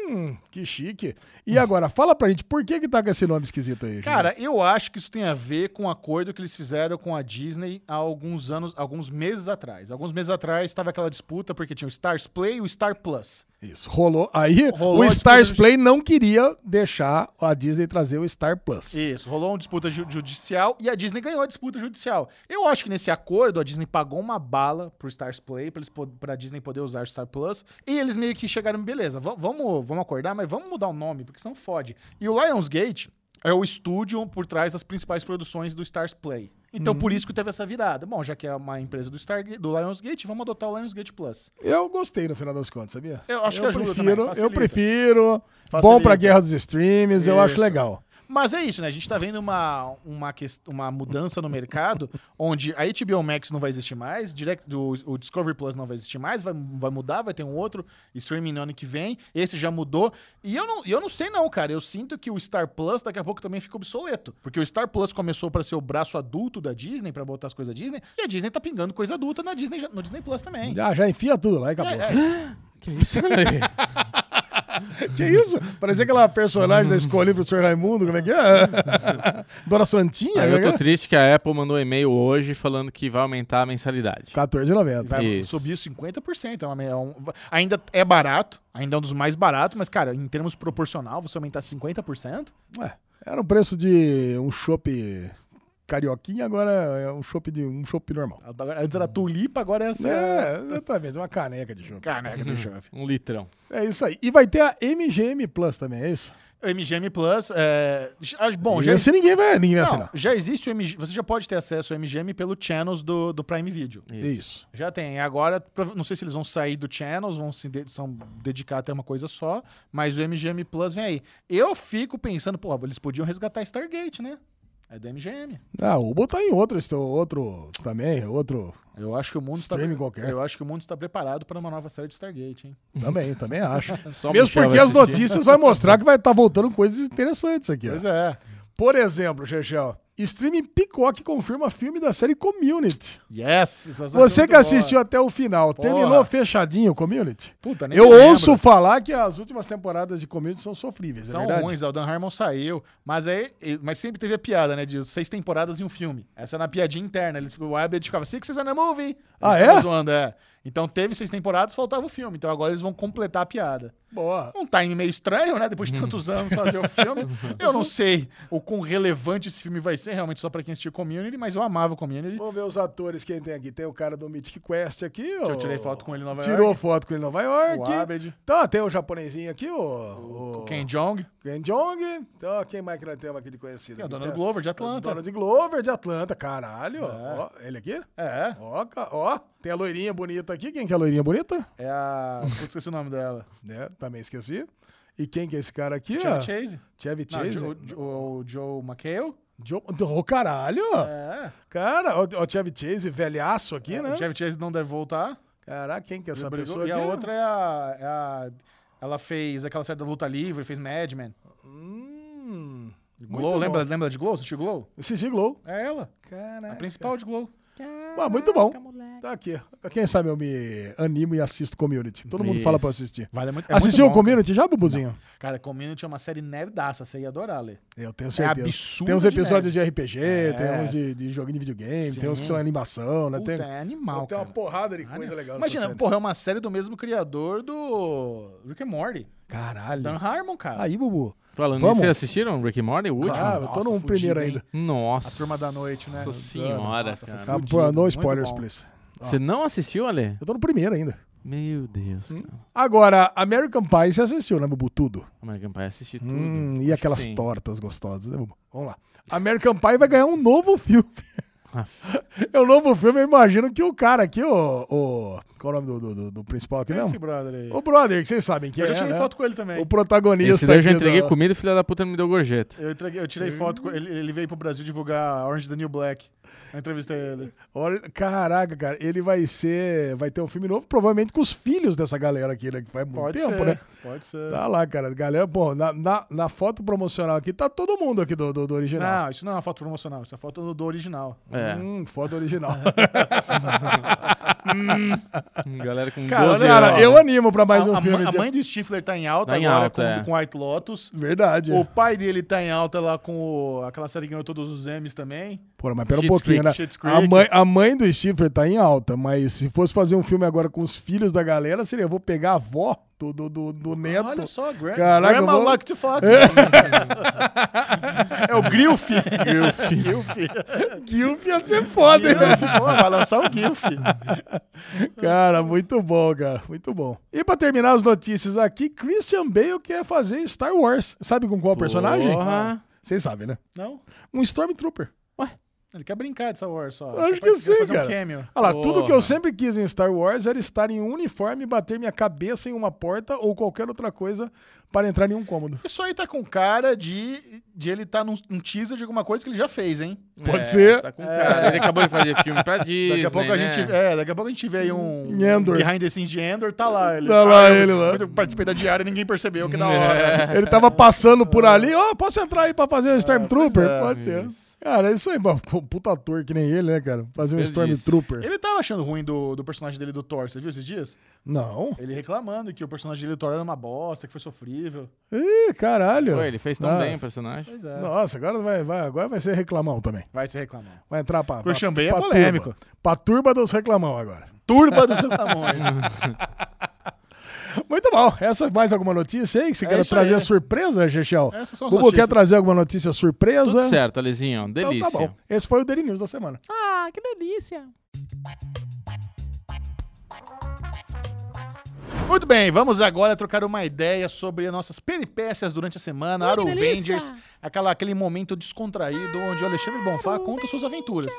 Speaker 3: Hum, que chique. E agora, fala pra gente, por que que tá com esse nome esquisito aí? Juliano?
Speaker 1: Cara, eu acho que isso tem a ver com o acordo que eles fizeram com a Disney há alguns anos, alguns meses atrás. Alguns meses atrás estava aquela disputa porque tinha o Stars Play e o Star Plus.
Speaker 3: Isso, rolou. Aí
Speaker 1: Rolou
Speaker 3: o
Speaker 1: a disputa
Speaker 3: Stars
Speaker 1: do-
Speaker 3: Play não queria deixar a Disney trazer o Star Plus.
Speaker 1: Isso, rolou uma disputa ju- judicial e a Disney ganhou a disputa judicial. Eu acho que nesse acordo a Disney pagou uma bala pro Stars Play para a Disney poder usar o Star Plus e eles meio que chegaram, beleza, va- vamos, vamos acordar, mas vamos mudar o nome porque senão fode. E o Lionsgate é o estúdio por trás das principais produções do Stars Play. Então por isso que teve essa virada. Bom, já que é uma empresa do Star do Lionsgate, vamos adotar o Lionsgate Plus.
Speaker 3: Eu gostei no final das contas, sabia?
Speaker 1: Eu acho que ajuda também,
Speaker 3: prefiro, Eu
Speaker 1: facilita.
Speaker 3: prefiro. Bom
Speaker 1: Facilita.
Speaker 3: pra guerra dos streams, eu acho
Speaker 1: Isso.
Speaker 3: legal.
Speaker 1: Mas é isso, né? A gente tá vendo uma, uma, ques- uma mudança no mercado, <laughs> onde a HBO Max não vai existir mais, direct, o, o Discovery Plus não vai existir mais, vai, vai mudar, vai ter um outro streaming no ano que vem, esse já mudou. E eu não, e eu não sei não, cara, eu sinto que o Star Plus daqui a pouco também fica obsoleto, porque o Star Plus começou pra ser o braço adulto da Disney, pra botar as coisas da Disney, e a Disney tá pingando coisa adulta na Disney, já- no Disney Plus também.
Speaker 3: Já, já enfia tudo lá e
Speaker 1: É,
Speaker 3: acabou.
Speaker 4: Que isso, <laughs> Ale?
Speaker 3: Que isso? Parecia aquela personagem da escolinha pro Sr. Raimundo, como é
Speaker 4: <laughs>
Speaker 3: que é? Dona Santinha?
Speaker 4: Aí
Speaker 3: como é
Speaker 4: eu
Speaker 3: que é?
Speaker 4: tô triste que a Apple mandou um e-mail hoje falando que vai aumentar a mensalidade.
Speaker 3: 14,90.
Speaker 1: Vai
Speaker 4: Isso.
Speaker 1: subir 50%. é uma- é um- ainda é barato, ainda é um dos mais baratos, mas, cara, em termos proporcional, você aumentar 50%,
Speaker 3: Ué, era o preço de um chopp carioquinha, agora é um chopp de um chopp normal.
Speaker 1: Agora- Antes era tulipa, agora é essa.
Speaker 3: É, exatamente, uma caneca de chopp.
Speaker 1: Caraca, do chove.
Speaker 4: Um litrão.
Speaker 3: É isso aí. E vai ter a MGM Plus também, é isso?
Speaker 1: O MGM Plus, é, ah, bom,
Speaker 3: E
Speaker 1: já,
Speaker 3: esse ninguém vai, ninguém vai
Speaker 1: não,
Speaker 3: assinar.
Speaker 1: já existe o MGM. Você já pode ter acesso ao MGM pelo Channels do, do Prime Video.
Speaker 3: É Isso.
Speaker 1: Já tem. Agora, prova- não sei se eles vão sair do Channels, vão se de- são dedicar até uma coisa só, mas o MGM Plus vem aí. Eu fico pensando, porra, eles podiam resgatar Stargate, né? É da MGM.
Speaker 3: Ah, ou botar em outro, este- outro também, outro.
Speaker 1: Eu acho que o mundo
Speaker 4: tá-
Speaker 1: está
Speaker 3: Streaming é. qualquer.
Speaker 1: Eu acho que o mundo está preparado para uma nova série de Stargate, hein?
Speaker 3: Também, também acho.
Speaker 4: Só o
Speaker 3: Mesmo
Speaker 4: Michel
Speaker 3: porque
Speaker 4: vai
Speaker 3: as
Speaker 4: assistir.
Speaker 3: tá notícias vai mostrar que vai estar voltando coisas interessantes aqui. ó.
Speaker 1: Pois é.
Speaker 3: Por exemplo, Chechel, Streaming Peacock confirma filme da série Community.
Speaker 1: Yes! isso é
Speaker 3: Você
Speaker 1: muito
Speaker 3: que
Speaker 1: boa.
Speaker 3: assistiu até o final,
Speaker 1: Porra.
Speaker 3: terminou fechadinho Community?
Speaker 1: Puta, nem
Speaker 3: Eu
Speaker 1: me lembro.
Speaker 3: ouço falar que as últimas temporadas de Community são sofríveis,
Speaker 1: São
Speaker 3: é verdade?
Speaker 1: ruins, o Dan Harmon saiu. Mas aí, e- mas sempre teve a piada, né? De seis temporadas em um filme. Essa era uma piadinha interna. Eles, o Abed ficava, Six is in a movie. Ele
Speaker 3: Ah,
Speaker 1: ficava
Speaker 3: é?
Speaker 1: Zoando, é. Então teve seis temporadas, faltava o filme. Então agora eles vão completar a piada.
Speaker 3: Boa.
Speaker 1: Um time meio estranho, né?
Speaker 3: <laughs>
Speaker 1: Depois de tantos anos fazer o filme. Eu não sei o quão relevante esse filme vai ser, realmente, só pra quem assistiu Community, mas eu amava o Community.
Speaker 3: Vamos ver os atores quem tem aqui. Tem o cara do Mythic Quest aqui, ó.
Speaker 1: eu tirei foto com ele em Nova
Speaker 3: Tirou
Speaker 1: York.
Speaker 3: foto com ele em Nova York.
Speaker 1: O Abed.
Speaker 3: Tá, tem o japonesinho aqui, o,
Speaker 1: O Ken Jong.
Speaker 3: Ken Jong. Então, quem mais que nós temos aqui de conhecido?
Speaker 1: Tem É, o
Speaker 3: aqui?
Speaker 1: Donald
Speaker 3: Tem-
Speaker 1: Glover, de Atlanta.
Speaker 3: Donald Glover de Atlanta, caralho. Ó, ele aqui?
Speaker 1: É,
Speaker 3: Ó, ca- ó, tem a loirinha bonita aqui. Quem que é a loirinha bonita?
Speaker 1: é a... Putz, esqueci o nome dela.
Speaker 3: <laughs> Né? Também esqueci. E quem que é esse cara aqui? ó?
Speaker 1: Chevy Chase.
Speaker 3: Chevy
Speaker 1: Não,
Speaker 3: Chase.
Speaker 1: Jo- Jo- o Joe McHale.
Speaker 3: Joe... Ô, caralho!
Speaker 1: É.
Speaker 3: Cara, ó, o Chevy Chase, velhaço aqui, né?
Speaker 1: O Chevy Chase não deve voltar.
Speaker 3: Caraca, quem que é essa
Speaker 1: brigou.
Speaker 3: pessoa
Speaker 1: E
Speaker 3: aqui?
Speaker 1: a outra é a, é a- Ela fez aquela série da Luta Livre, fez Mad Men.
Speaker 3: Hum, muito
Speaker 1: Glow,
Speaker 3: bom.
Speaker 1: lembra, lembra de Glow? Assistiu Glow?
Speaker 3: Gigi Glow.
Speaker 1: É ela.
Speaker 3: Caraca.
Speaker 1: A principal de Glow.
Speaker 3: Ah, muito bom.
Speaker 2: moleque.
Speaker 3: Tá aqui. Quem sabe eu me animo e assisto Community. Todo mundo
Speaker 4: Isso.
Speaker 3: fala pra eu assistir.
Speaker 1: Vale é muito,
Speaker 3: Assistiu o
Speaker 1: bom,
Speaker 3: Community já, Bubuzinho?
Speaker 1: Cara. cara, Community é uma série nerdaça, você ia adorar, Lê.
Speaker 3: Eu tenho certeza.
Speaker 1: É absurdo
Speaker 3: Tem uns
Speaker 1: de
Speaker 3: episódios de, RPG, tem
Speaker 1: É.
Speaker 3: uns de, de joguinho de videogame, tem uns que
Speaker 1: Sim.
Speaker 3: são animação, né?
Speaker 1: Puta,
Speaker 3: Tem,
Speaker 1: é animal,
Speaker 3: tem uma
Speaker 1: cara.
Speaker 3: porrada de
Speaker 1: Ah,
Speaker 3: coisa
Speaker 1: né?
Speaker 3: legal. nessa
Speaker 1: Imagina,
Speaker 3: série.
Speaker 1: porra, é uma série do mesmo criador do Rick and Morty.
Speaker 3: Caralho.
Speaker 1: Dan Harmon, cara.
Speaker 3: Aí, Bubu.
Speaker 4: Falando
Speaker 3: Vamos.
Speaker 4: nisso, vocês assistiram Rick and Morty, o último?
Speaker 3: Claro, eu tô
Speaker 1: Nossa,
Speaker 3: num
Speaker 1: fudido,
Speaker 3: primeiro
Speaker 1: hein?
Speaker 3: ainda.
Speaker 4: Nossa.
Speaker 1: A Turma da Noite, né?
Speaker 4: Nossa senhora,
Speaker 1: Nossa,
Speaker 4: cara.
Speaker 1: foi
Speaker 3: Ah,
Speaker 1: fudido,
Speaker 3: pô, no
Speaker 1: muito
Speaker 3: spoilers,
Speaker 1: bom.
Speaker 3: please.
Speaker 4: Você não assistiu, Ale?
Speaker 3: Eu tô no primeiro ainda.
Speaker 4: Meu Deus,
Speaker 3: Hum?
Speaker 4: cara.
Speaker 3: Agora, American Pie você assistiu, né, Bubu? Tudo.
Speaker 4: American Pie assisti tudo.
Speaker 3: Hum, e
Speaker 4: Acho
Speaker 3: aquelas
Speaker 4: que sim.
Speaker 3: tortas gostosas, né, Bubu? Vamos lá. American Pie vai ganhar um
Speaker 1: <laughs>
Speaker 3: novo filme. é um novo filme, eu imagino que o cara aqui, o. o qual é o nome do, do- do- do principal aqui
Speaker 1: Quem é
Speaker 3: mesmo?
Speaker 1: Esse brother aí.
Speaker 3: O brother, que vocês sabem que
Speaker 1: eu
Speaker 3: é.
Speaker 1: já tirei
Speaker 3: né?
Speaker 1: foto com ele também.
Speaker 3: O protagonista.
Speaker 4: Esse daí eu já
Speaker 3: aqui
Speaker 4: entreguei
Speaker 3: do-
Speaker 4: comida e o filho da puta não me deu gorjeta.
Speaker 1: Eu, entreguei- eu
Speaker 3: Hum.
Speaker 1: tirei foto com ele. Ele veio pro Brasil divulgar Orange the New Black. Eu entrevistei
Speaker 3: Hum.
Speaker 1: ele.
Speaker 3: Olha, Caraca, cara, ele vai ser. Vai ter um filme novo, provavelmente com os filhos dessa galera aqui, né? Que faz muito
Speaker 1: Pode
Speaker 3: tempo,
Speaker 1: ser.
Speaker 3: né?
Speaker 1: Pode ser.
Speaker 3: Tá lá, cara. Galera, pô, na, na, na foto promocional aqui tá todo mundo aqui do, do, do original.
Speaker 1: Não, isso não é uma foto promocional. Isso é foto do, do original.
Speaker 4: É.
Speaker 3: Hum,
Speaker 1: <laughs>
Speaker 3: foto original.
Speaker 4: um Galera com
Speaker 1: Cara,
Speaker 4: 12
Speaker 1: olha,
Speaker 4: anos.
Speaker 3: cara, eu animo pra mais
Speaker 1: a,
Speaker 3: um
Speaker 1: a
Speaker 3: filme.
Speaker 1: mãe- a
Speaker 3: de-
Speaker 1: mãe do Stifler tá em alta
Speaker 4: Tá em
Speaker 1: agora com,
Speaker 4: alta, é.
Speaker 1: com White Lotus.
Speaker 3: Verdade.
Speaker 1: O pai dele tá em alta lá com o- aquela série que ganhou todos os M's também.
Speaker 3: Pô, mas pera um
Speaker 4: Schitt's
Speaker 3: pouquinho,
Speaker 4: Creek,
Speaker 3: né?
Speaker 1: Schitt's Creek.
Speaker 3: A mãe, a mãe do Stifler tá em alta, mas se fosse fazer um filme agora com os filhos da galera, seria: eu vou pegar a avó do, do, do, É do neto.
Speaker 1: Olha só, Gra
Speaker 3: Caraca,
Speaker 1: Grandma
Speaker 3: eu vou-
Speaker 1: Luck to Fuck. <laughs> é o Grilf. <laughs> Grilf.
Speaker 3: Gilf ia ser foda, hein?
Speaker 1: Pô, vai lançar o Gilf.
Speaker 3: Cara, muito bom, cara. Muito bom. E pra terminar as notícias aqui, Christian Bale quer fazer Star Wars. Sabe com qual personagem?
Speaker 4: Porra.
Speaker 3: Vocês sabem, né?
Speaker 1: Não?
Speaker 3: Um Stormtrooper.
Speaker 1: Ele quer brincar de Star Wars só.
Speaker 3: Eu acho
Speaker 1: Quer
Speaker 3: que sim,
Speaker 1: fazer
Speaker 3: cara.
Speaker 1: um cameo.
Speaker 3: Olha lá, tudo que eu
Speaker 4: Porra.
Speaker 3: sempre quis em Star Wars era estar em um uniforme e bater minha cabeça em uma porta ou qualquer outra coisa para entrar em um cômodo.
Speaker 1: Isso aí tá com cara de, de ele tá num, num teaser de alguma coisa que ele já fez, hein?
Speaker 3: Ah, Pode
Speaker 4: É,
Speaker 3: ser.
Speaker 4: Tá com cara. Ele acabou de fazer filme
Speaker 3: <laughs>
Speaker 4: pra Disney,
Speaker 1: Daqui a pouco a
Speaker 4: né?
Speaker 1: gente, é, daqui a pouco a gente vê aí um
Speaker 3: Em Endor.
Speaker 1: behind the scenes de Endor, tá lá ele.
Speaker 3: Tá lá
Speaker 1: eu-
Speaker 3: ele lá.
Speaker 1: eu participei da diária, e ninguém percebeu que da
Speaker 4: É.
Speaker 1: hora.
Speaker 3: Ele
Speaker 4: <laughs>
Speaker 3: tava passando por ali, ó, posso entrar aí pra
Speaker 4: Ah,
Speaker 3: fazer um Stormtrooper?
Speaker 1: pois é,
Speaker 3: Pode ser. Cara, é isso aí, mano. Pô, Puta ator que nem ele, né, cara? Fazer um
Speaker 4: Desperdício.
Speaker 3: Stormtrooper.
Speaker 1: Ele tava achando ruim do, do personagem dele do Thor, você viu esses dias?
Speaker 3: Não.
Speaker 1: Ele reclamando que o personagem dele do Thor era uma bosta, que foi sofrível.
Speaker 3: Ih, caralho.
Speaker 4: Pô, ele fez tão
Speaker 3: Ah.
Speaker 4: bem o personagem.
Speaker 1: Pois é.
Speaker 3: Nossa, agora vai, vai, agora vai ser reclamão também.
Speaker 1: Vai se reclamar.
Speaker 3: Vai entrar pra.
Speaker 1: Christian
Speaker 3: pra,
Speaker 1: Bale é
Speaker 3: pra
Speaker 1: polêmico.
Speaker 3: Turba. Pra turba dos reclamão agora.
Speaker 1: Turba dos Reclamões.
Speaker 3: Muito bom. Essa mais alguma notícia aí que você
Speaker 1: É
Speaker 3: quer
Speaker 1: isso
Speaker 3: trazer
Speaker 1: aí.
Speaker 3: surpresa, Chechel?
Speaker 1: Essas são as
Speaker 3: Google quer
Speaker 1: notícias.
Speaker 3: trazer alguma notícia surpresa?
Speaker 4: Tudo certo, Alezinho.
Speaker 3: Então
Speaker 4: Delícia.
Speaker 3: tá bom. Esse foi o Daily News da semana.
Speaker 2: Ah, que delícia.
Speaker 1: Muito bem, vamos agora trocar uma ideia sobre as nossas peripécias durante a semana.
Speaker 2: que
Speaker 1: Arrowvengers,
Speaker 2: delícia.
Speaker 1: aquela aquele momento descontraído onde o Alexandre Bonfá conta suas aventuras.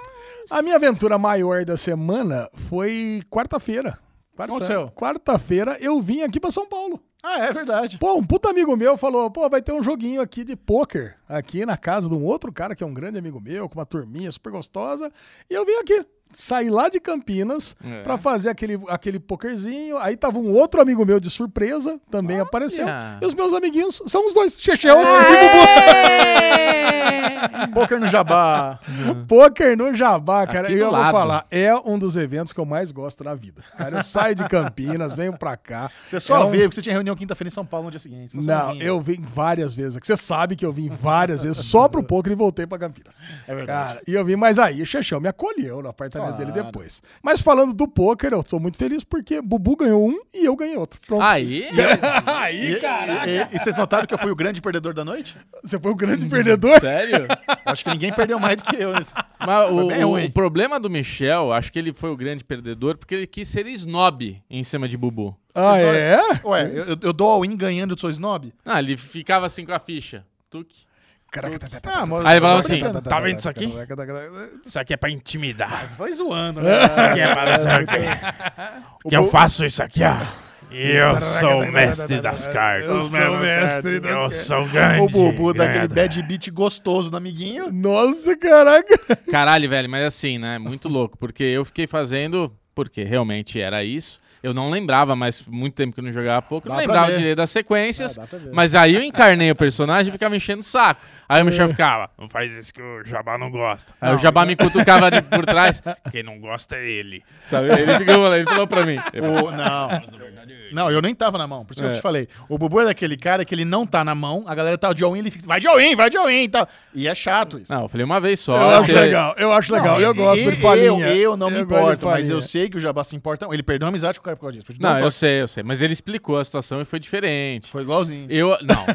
Speaker 3: A minha aventura maior da semana foi quarta-feira. Quarta-
Speaker 1: aconteceu?
Speaker 3: Quarta-feira eu vim aqui pra São Paulo.
Speaker 1: Ah, é verdade.
Speaker 3: Pô, um puta amigo meu falou, pô, vai ter um joguinho aqui de pôquer aqui na casa de um outro cara que é um grande amigo meu, com uma turminha super gostosa, e eu vim aqui. Saí lá de Campinas
Speaker 4: É.
Speaker 3: pra fazer aquele, aquele pokerzinho. Aí tava um outro amigo meu de surpresa,
Speaker 4: Ah,
Speaker 3: <laughs>
Speaker 4: é?
Speaker 3: também apareceu. E os meus amiguinhos são os dois, Chechel e Bubu.
Speaker 2: Aê!
Speaker 1: Poker no jabá.
Speaker 3: Poker no Jabá, cara.
Speaker 4: Aqui
Speaker 3: E
Speaker 4: do
Speaker 3: eu vou
Speaker 4: lado.
Speaker 3: falar, é um dos eventos que eu mais gosto na vida. Cara, eu saio de Campinas, venho pra cá.
Speaker 1: <laughs> Você só
Speaker 3: é um-
Speaker 1: veio porque você tinha reunião quinta-feira em São Paulo no dia seguinte. senão você
Speaker 3: Não,
Speaker 1: vinha.
Speaker 3: eu vim várias vezes aqui. Você sabe que eu vim várias vezes
Speaker 1: <laughs>
Speaker 3: só pro poker e voltei pra Campinas.
Speaker 1: É verdade.
Speaker 3: Cara, e eu vim, mas aí o Xexão me acolheu no apartamento
Speaker 1: Claro.
Speaker 3: dele depois. Mas falando do poker, eu sou muito feliz porque Bubu ganhou um e eu ganhei outro. Pronto.
Speaker 4: Aí,
Speaker 1: Ah, E,
Speaker 3: aí,
Speaker 1: e, e- e vocês notaram que eu fui o grande perdedor da noite?
Speaker 3: Você foi o grande
Speaker 1: Hum,
Speaker 3: perdedor?
Speaker 4: sério?
Speaker 1: Acho que ninguém perdeu mais do que eu. nesse-
Speaker 4: <laughs> Mas o,
Speaker 1: bem
Speaker 4: o-
Speaker 1: ruim.
Speaker 4: o problema do Michel, acho que ele foi o grande perdedor, porque ele quis ser snob em cima de Bubu.
Speaker 3: Ah, é?
Speaker 1: Ué, eu, eu dou all-in ganhando, eu sou snob?
Speaker 4: Ah, ele ficava assim com a ficha. Tuque.
Speaker 3: Caraca, tá, tá, tá,
Speaker 1: Ah, mas-
Speaker 4: Aí ele falava
Speaker 1: eu tô
Speaker 4: assim,
Speaker 1: brincando.
Speaker 4: tá vendo isso aqui?
Speaker 3: tá, tá, tá.
Speaker 4: Isso aqui é pra intimidar.
Speaker 1: Vai zoando, né?
Speaker 4: Isso aqui é pra saber que, que eu faço isso aqui, ó. Eu sou o mestre das cartas.
Speaker 3: Eu sou o mestre das
Speaker 4: Eu
Speaker 3: cartas.
Speaker 4: sou grande.
Speaker 1: O Bubu daquele
Speaker 4: ganhador.
Speaker 1: bad beat gostoso do amiguinho.
Speaker 3: Nossa, caraca.
Speaker 4: Caralho, velho, mas assim, né? Muito louco. Porque eu fiquei fazendo. Porque realmente era isso. Eu não lembrava, mas muito tempo que eu não jogava pouco. Eu não
Speaker 1: Dá pra
Speaker 4: lembrava
Speaker 1: ver.
Speaker 4: direito das sequências.
Speaker 1: Ah, dá pra ver.
Speaker 4: mas aí eu encarnei o personagem e ficava enchendo o saco. Aí o Michel ficava, não faz isso que o Jabá É. não é. gosta. Aí o Jabá me cutucava de- por trás. Quem não gosta é ele. Sabe? Ele, ficou, falando- ele falou pra mim.
Speaker 1: O- não. Não, eu nem tava na mão, por isso que eu te falei. O Bubu é daquele cara que ele não tá na mão, a galera tá de all-in, ele fica, vai de all-in, vai de all-in e tal. E é chato isso.
Speaker 4: Não, eu falei uma vez só.
Speaker 3: Eu acho
Speaker 4: você-
Speaker 3: legal, eu acho
Speaker 1: Não,
Speaker 3: legal. Eu
Speaker 1: e-
Speaker 3: gosto
Speaker 1: e-
Speaker 3: de falinha.
Speaker 1: Eu, eu não me
Speaker 3: gosto de
Speaker 1: importo, mas eu
Speaker 3: falinha.
Speaker 1: sei que o Jabá se importa. Ele perdeu a amizade com o cara por causa disso.
Speaker 4: Não,
Speaker 1: Não, tá.
Speaker 4: eu sei, eu sei. Mas ele explicou a situação e foi diferente.
Speaker 1: Foi igualzinho.
Speaker 4: Eu. Não.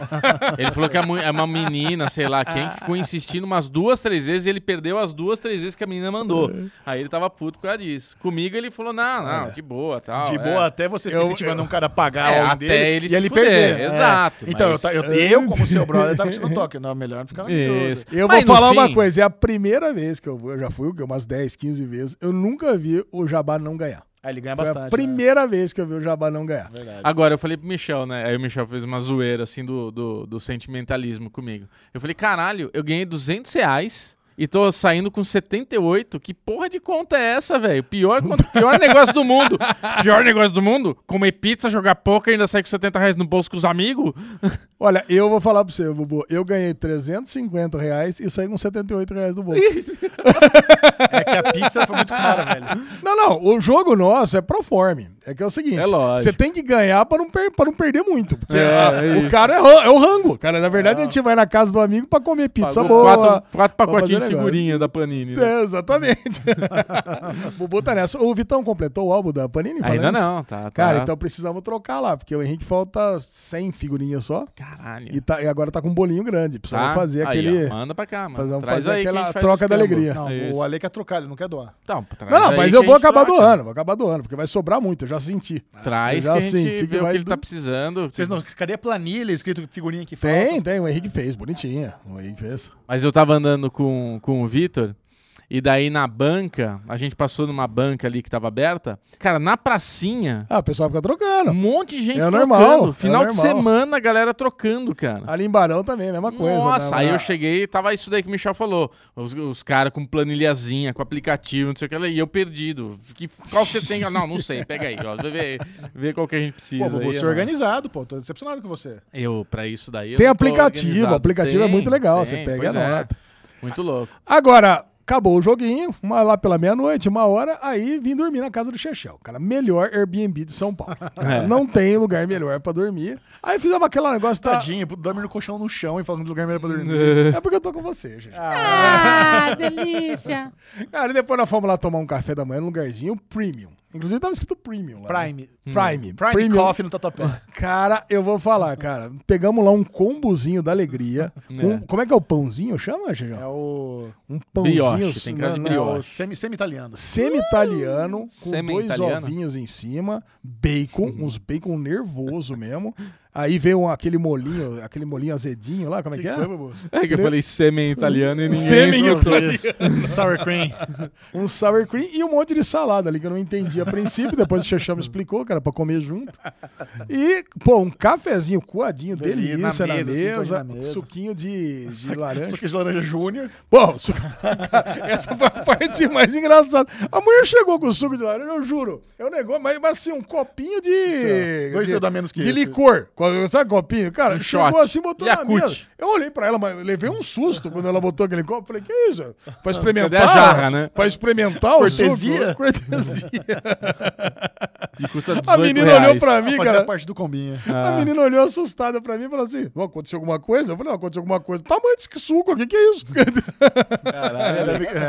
Speaker 4: Ele falou que é mu- é uma menina, sei lá quem, que ficou insistindo umas duas, três vezes e ele perdeu as duas, três vezes que a menina mandou. Aí ele tava puto por causa disso. Comigo ele falou: não, não, de boa tal.
Speaker 1: De
Speaker 4: é.
Speaker 1: boa até você ficar
Speaker 3: Eu-
Speaker 1: incentivando um cara a pagar
Speaker 4: É,
Speaker 1: a all-in
Speaker 4: até
Speaker 1: dele
Speaker 4: ele
Speaker 1: e
Speaker 4: se
Speaker 1: ele
Speaker 4: fuder,
Speaker 1: perder. É.
Speaker 4: exato,
Speaker 1: Então,
Speaker 4: mas-
Speaker 1: eu, ta- eu, eu, como seu brother, tava te no toque. Não, é melhor não ficar na miúda.
Speaker 4: Isso.
Speaker 3: Eu
Speaker 4: Mas,
Speaker 3: vou
Speaker 4: no
Speaker 3: falar uma
Speaker 4: fim,
Speaker 3: coisa, é a primeira vez que eu vou, eu já fui o quê? umas 10, 15 vezes, eu nunca vi o Jabá não ganhar.
Speaker 1: Aí ele ganha
Speaker 3: Foi
Speaker 1: bastante.
Speaker 3: a
Speaker 1: né?
Speaker 3: primeira vez que eu vi o Jabá não ganhar.
Speaker 4: É.
Speaker 1: Verdade.
Speaker 4: Agora eu falei pro Michel, né? Aí o Michel fez uma zoeira assim do, do, do sentimentalismo comigo. Eu falei: caralho, eu ganhei 200 reais. E tô saindo com 78. Que porra de conta é essa, velho? Pior, conta-
Speaker 3: <laughs>
Speaker 4: pior negócio do mundo. Pior negócio do mundo? Comer pizza, jogar poker e ainda sair com 70 reais no bolso com os <laughs> É amigos?
Speaker 3: Olha, eu vou falar pra você, Bubu, eu ganhei 350 reais e saí com 78 reais do bolso.
Speaker 1: É que a pizza foi muito cara, velho.
Speaker 3: Não, não, o jogo nosso é proforme. É que é o seguinte,
Speaker 4: É lógico.
Speaker 3: você tem que ganhar pra não, per- pra não perder muito. Porque
Speaker 4: É,
Speaker 3: a-
Speaker 4: é
Speaker 3: o
Speaker 4: isso. É.
Speaker 3: cara é, ran- é o rango. Cara, na verdade a gente vai na casa do amigo pra comer pizza
Speaker 4: Pagou
Speaker 3: boa.
Speaker 4: Quatro, quatro
Speaker 3: pra
Speaker 4: pacotinhos de
Speaker 3: fazer
Speaker 4: figurinha da Panini. né?
Speaker 3: É, exatamente. <laughs> Bubu tá nessa. O Vitão completou o álbum da Panini?
Speaker 4: Ainda
Speaker 3: falando isso?
Speaker 4: não, tá. tá.
Speaker 3: Cara, então precisamos trocar lá, porque o Henrique falta 100 figurinhas só.
Speaker 4: Caralho.
Speaker 3: E, tá- e agora tá com um bolinho grande.
Speaker 4: Tá?
Speaker 3: Precisamos fazer
Speaker 4: Aí,
Speaker 3: aquele.
Speaker 4: ó, manda pra cá, mano.
Speaker 3: fazer- um,
Speaker 4: Traz
Speaker 3: fazer
Speaker 4: aí que a
Speaker 3: aquela
Speaker 4: gente faz
Speaker 3: troca da
Speaker 4: escambo.
Speaker 3: alegria.
Speaker 1: Não,
Speaker 4: Isso.
Speaker 1: o Ale quer trocar, ele não quer doar.
Speaker 4: Então, traz
Speaker 3: não, não,
Speaker 4: aí
Speaker 3: mas
Speaker 4: que
Speaker 3: eu
Speaker 4: a
Speaker 3: vou
Speaker 4: gente
Speaker 3: acabar
Speaker 4: troca.
Speaker 3: doando, vou acabar doando, porque vai sobrar muito, eu já senti.
Speaker 4: Traz que
Speaker 3: Eu já
Speaker 4: a gente
Speaker 3: senti assim, que
Speaker 4: vê o
Speaker 3: vai
Speaker 4: que ele
Speaker 3: do-
Speaker 4: tá precisando.
Speaker 1: Vocês não, cadê a planilha escrito figurinha que falta?
Speaker 3: Tem, tem, o Henrique fez, bonitinha. O Henrique fez.
Speaker 4: Mas eu tava andando com, com o Vitor, e daí na banca, a gente passou numa banca ali que tava aberta. Cara, na pracinha,
Speaker 3: Ah, o pessoal fica trocando.
Speaker 4: um monte de gente
Speaker 3: É
Speaker 4: trocando.
Speaker 3: normal, é
Speaker 4: Final de
Speaker 3: normal.
Speaker 4: semana, a galera trocando, cara.
Speaker 3: Ali em Barão também, mesma coisa.
Speaker 4: Nossa,
Speaker 3: né?
Speaker 4: aí
Speaker 3: Ah,
Speaker 4: eu cheguei e tava isso daí que o Michel falou. Os, os caras com planilhazinha, com aplicativo, não sei o que, e eu perdido. Que, qual que você tem? Eu, Não, não sei, pega aí, ó, vê, vê qual que a gente precisa.
Speaker 1: Pô, Bubu,
Speaker 4: aí, né?
Speaker 1: você é
Speaker 4: ó.
Speaker 1: organizado, pô. Tô decepcionado com você.
Speaker 4: Eu, pra isso daí. eu
Speaker 3: Tem
Speaker 4: não tô
Speaker 3: aplicativo,
Speaker 4: organizado.
Speaker 3: aplicativo é muito legal, você pega e
Speaker 4: pois é.
Speaker 3: anota.
Speaker 4: Muito louco.
Speaker 3: Agora, acabou o joguinho, uma, lá pela meia-noite, uma hora, aí vim dormir na casa do Chechel. Cara, melhor Airbnb de São Paulo. Cara,
Speaker 4: <laughs> É.
Speaker 3: Não tem lugar melhor pra dormir. Aí fizemos aquele negócio da...
Speaker 1: Tadinho, dorme no colchão no chão e falando de lugar melhor pra
Speaker 4: <laughs>
Speaker 1: dormir.
Speaker 3: É porque eu tô com você, gente.
Speaker 2: Ah, delícia.
Speaker 3: Cara, e depois nós fomos lá tomar um café da manhã num lugarzinho premium. Inclusive tava escrito premium lá. né?
Speaker 1: Prime. Prime
Speaker 3: Prime. Premium.
Speaker 1: Coffee no Tatuapé.
Speaker 3: Cara, eu vou falar, cara. Pegamos lá um combozinho da alegria. com-
Speaker 4: É.
Speaker 3: como é que é o pãozinho? Chama,
Speaker 1: É
Speaker 3: Xijão?
Speaker 1: o.
Speaker 3: Um pãozinho
Speaker 4: Brioche,
Speaker 3: assim,
Speaker 4: tem cara de
Speaker 3: não,
Speaker 1: É
Speaker 3: não,
Speaker 1: o
Speaker 4: brioche.
Speaker 1: semi- semi-italiano.
Speaker 3: semi-italiano, com dois
Speaker 4: Semi-italiano?
Speaker 3: ovinhos em cima, bacon, uns bacon nervoso mesmo. Aí veio um- aquele molinho, aquele molinho azedinho lá, como é que, é?
Speaker 1: foi, Bubu?
Speaker 4: <laughs> É que eu falei sêmen italiano e ninguém
Speaker 3: Sêmen
Speaker 4: soltou. <laughs>
Speaker 1: Sour cream.
Speaker 3: Um sour cream e um monte de salada ali que eu não entendi a princípio, depois o Xexão me explicou, cara, pra comer junto. E, pô, um cafezinho coadinho,
Speaker 1: Delícia, na
Speaker 3: delícia na
Speaker 1: mesa,
Speaker 3: mesa,
Speaker 1: assim, coadinho na mesa.
Speaker 3: suquinho de, de laranja.
Speaker 1: Suco de laranja júnior.
Speaker 3: Bom, su- <laughs> essa foi a parte mais engraçada. A mulher chegou com o suco de laranja, eu juro. É um negócio, mas, mas assim, um copinho de.
Speaker 1: Dois
Speaker 3: de-
Speaker 1: dedos a menos que
Speaker 3: De
Speaker 1: esse.
Speaker 3: licor. Com- Sabe copinho? Cara,
Speaker 4: Um
Speaker 3: chegou
Speaker 4: shot.
Speaker 3: assim, botou
Speaker 4: Yakult.
Speaker 3: na mesa. Eu olhei pra ela, mas eu levei um susto quando ela botou aquele copo. Falei, que é isso? Pra experimentar.
Speaker 4: Cadê a jarra, né?
Speaker 3: Pra experimentar o
Speaker 1: Cortesia?
Speaker 3: suco. <laughs> Cortesia.
Speaker 4: E custa 18
Speaker 3: A menina
Speaker 4: reais.
Speaker 3: olhou pra
Speaker 1: Pra
Speaker 3: mim,
Speaker 1: fazer a
Speaker 3: cara.
Speaker 1: parte do combinha.
Speaker 3: A menina olhou assustada pra mim e falou assim: "Não, aconteceu alguma coisa? Eu falei, não, aconteceu alguma coisa. Tamanho desse que suco, o que, que é isso? <laughs>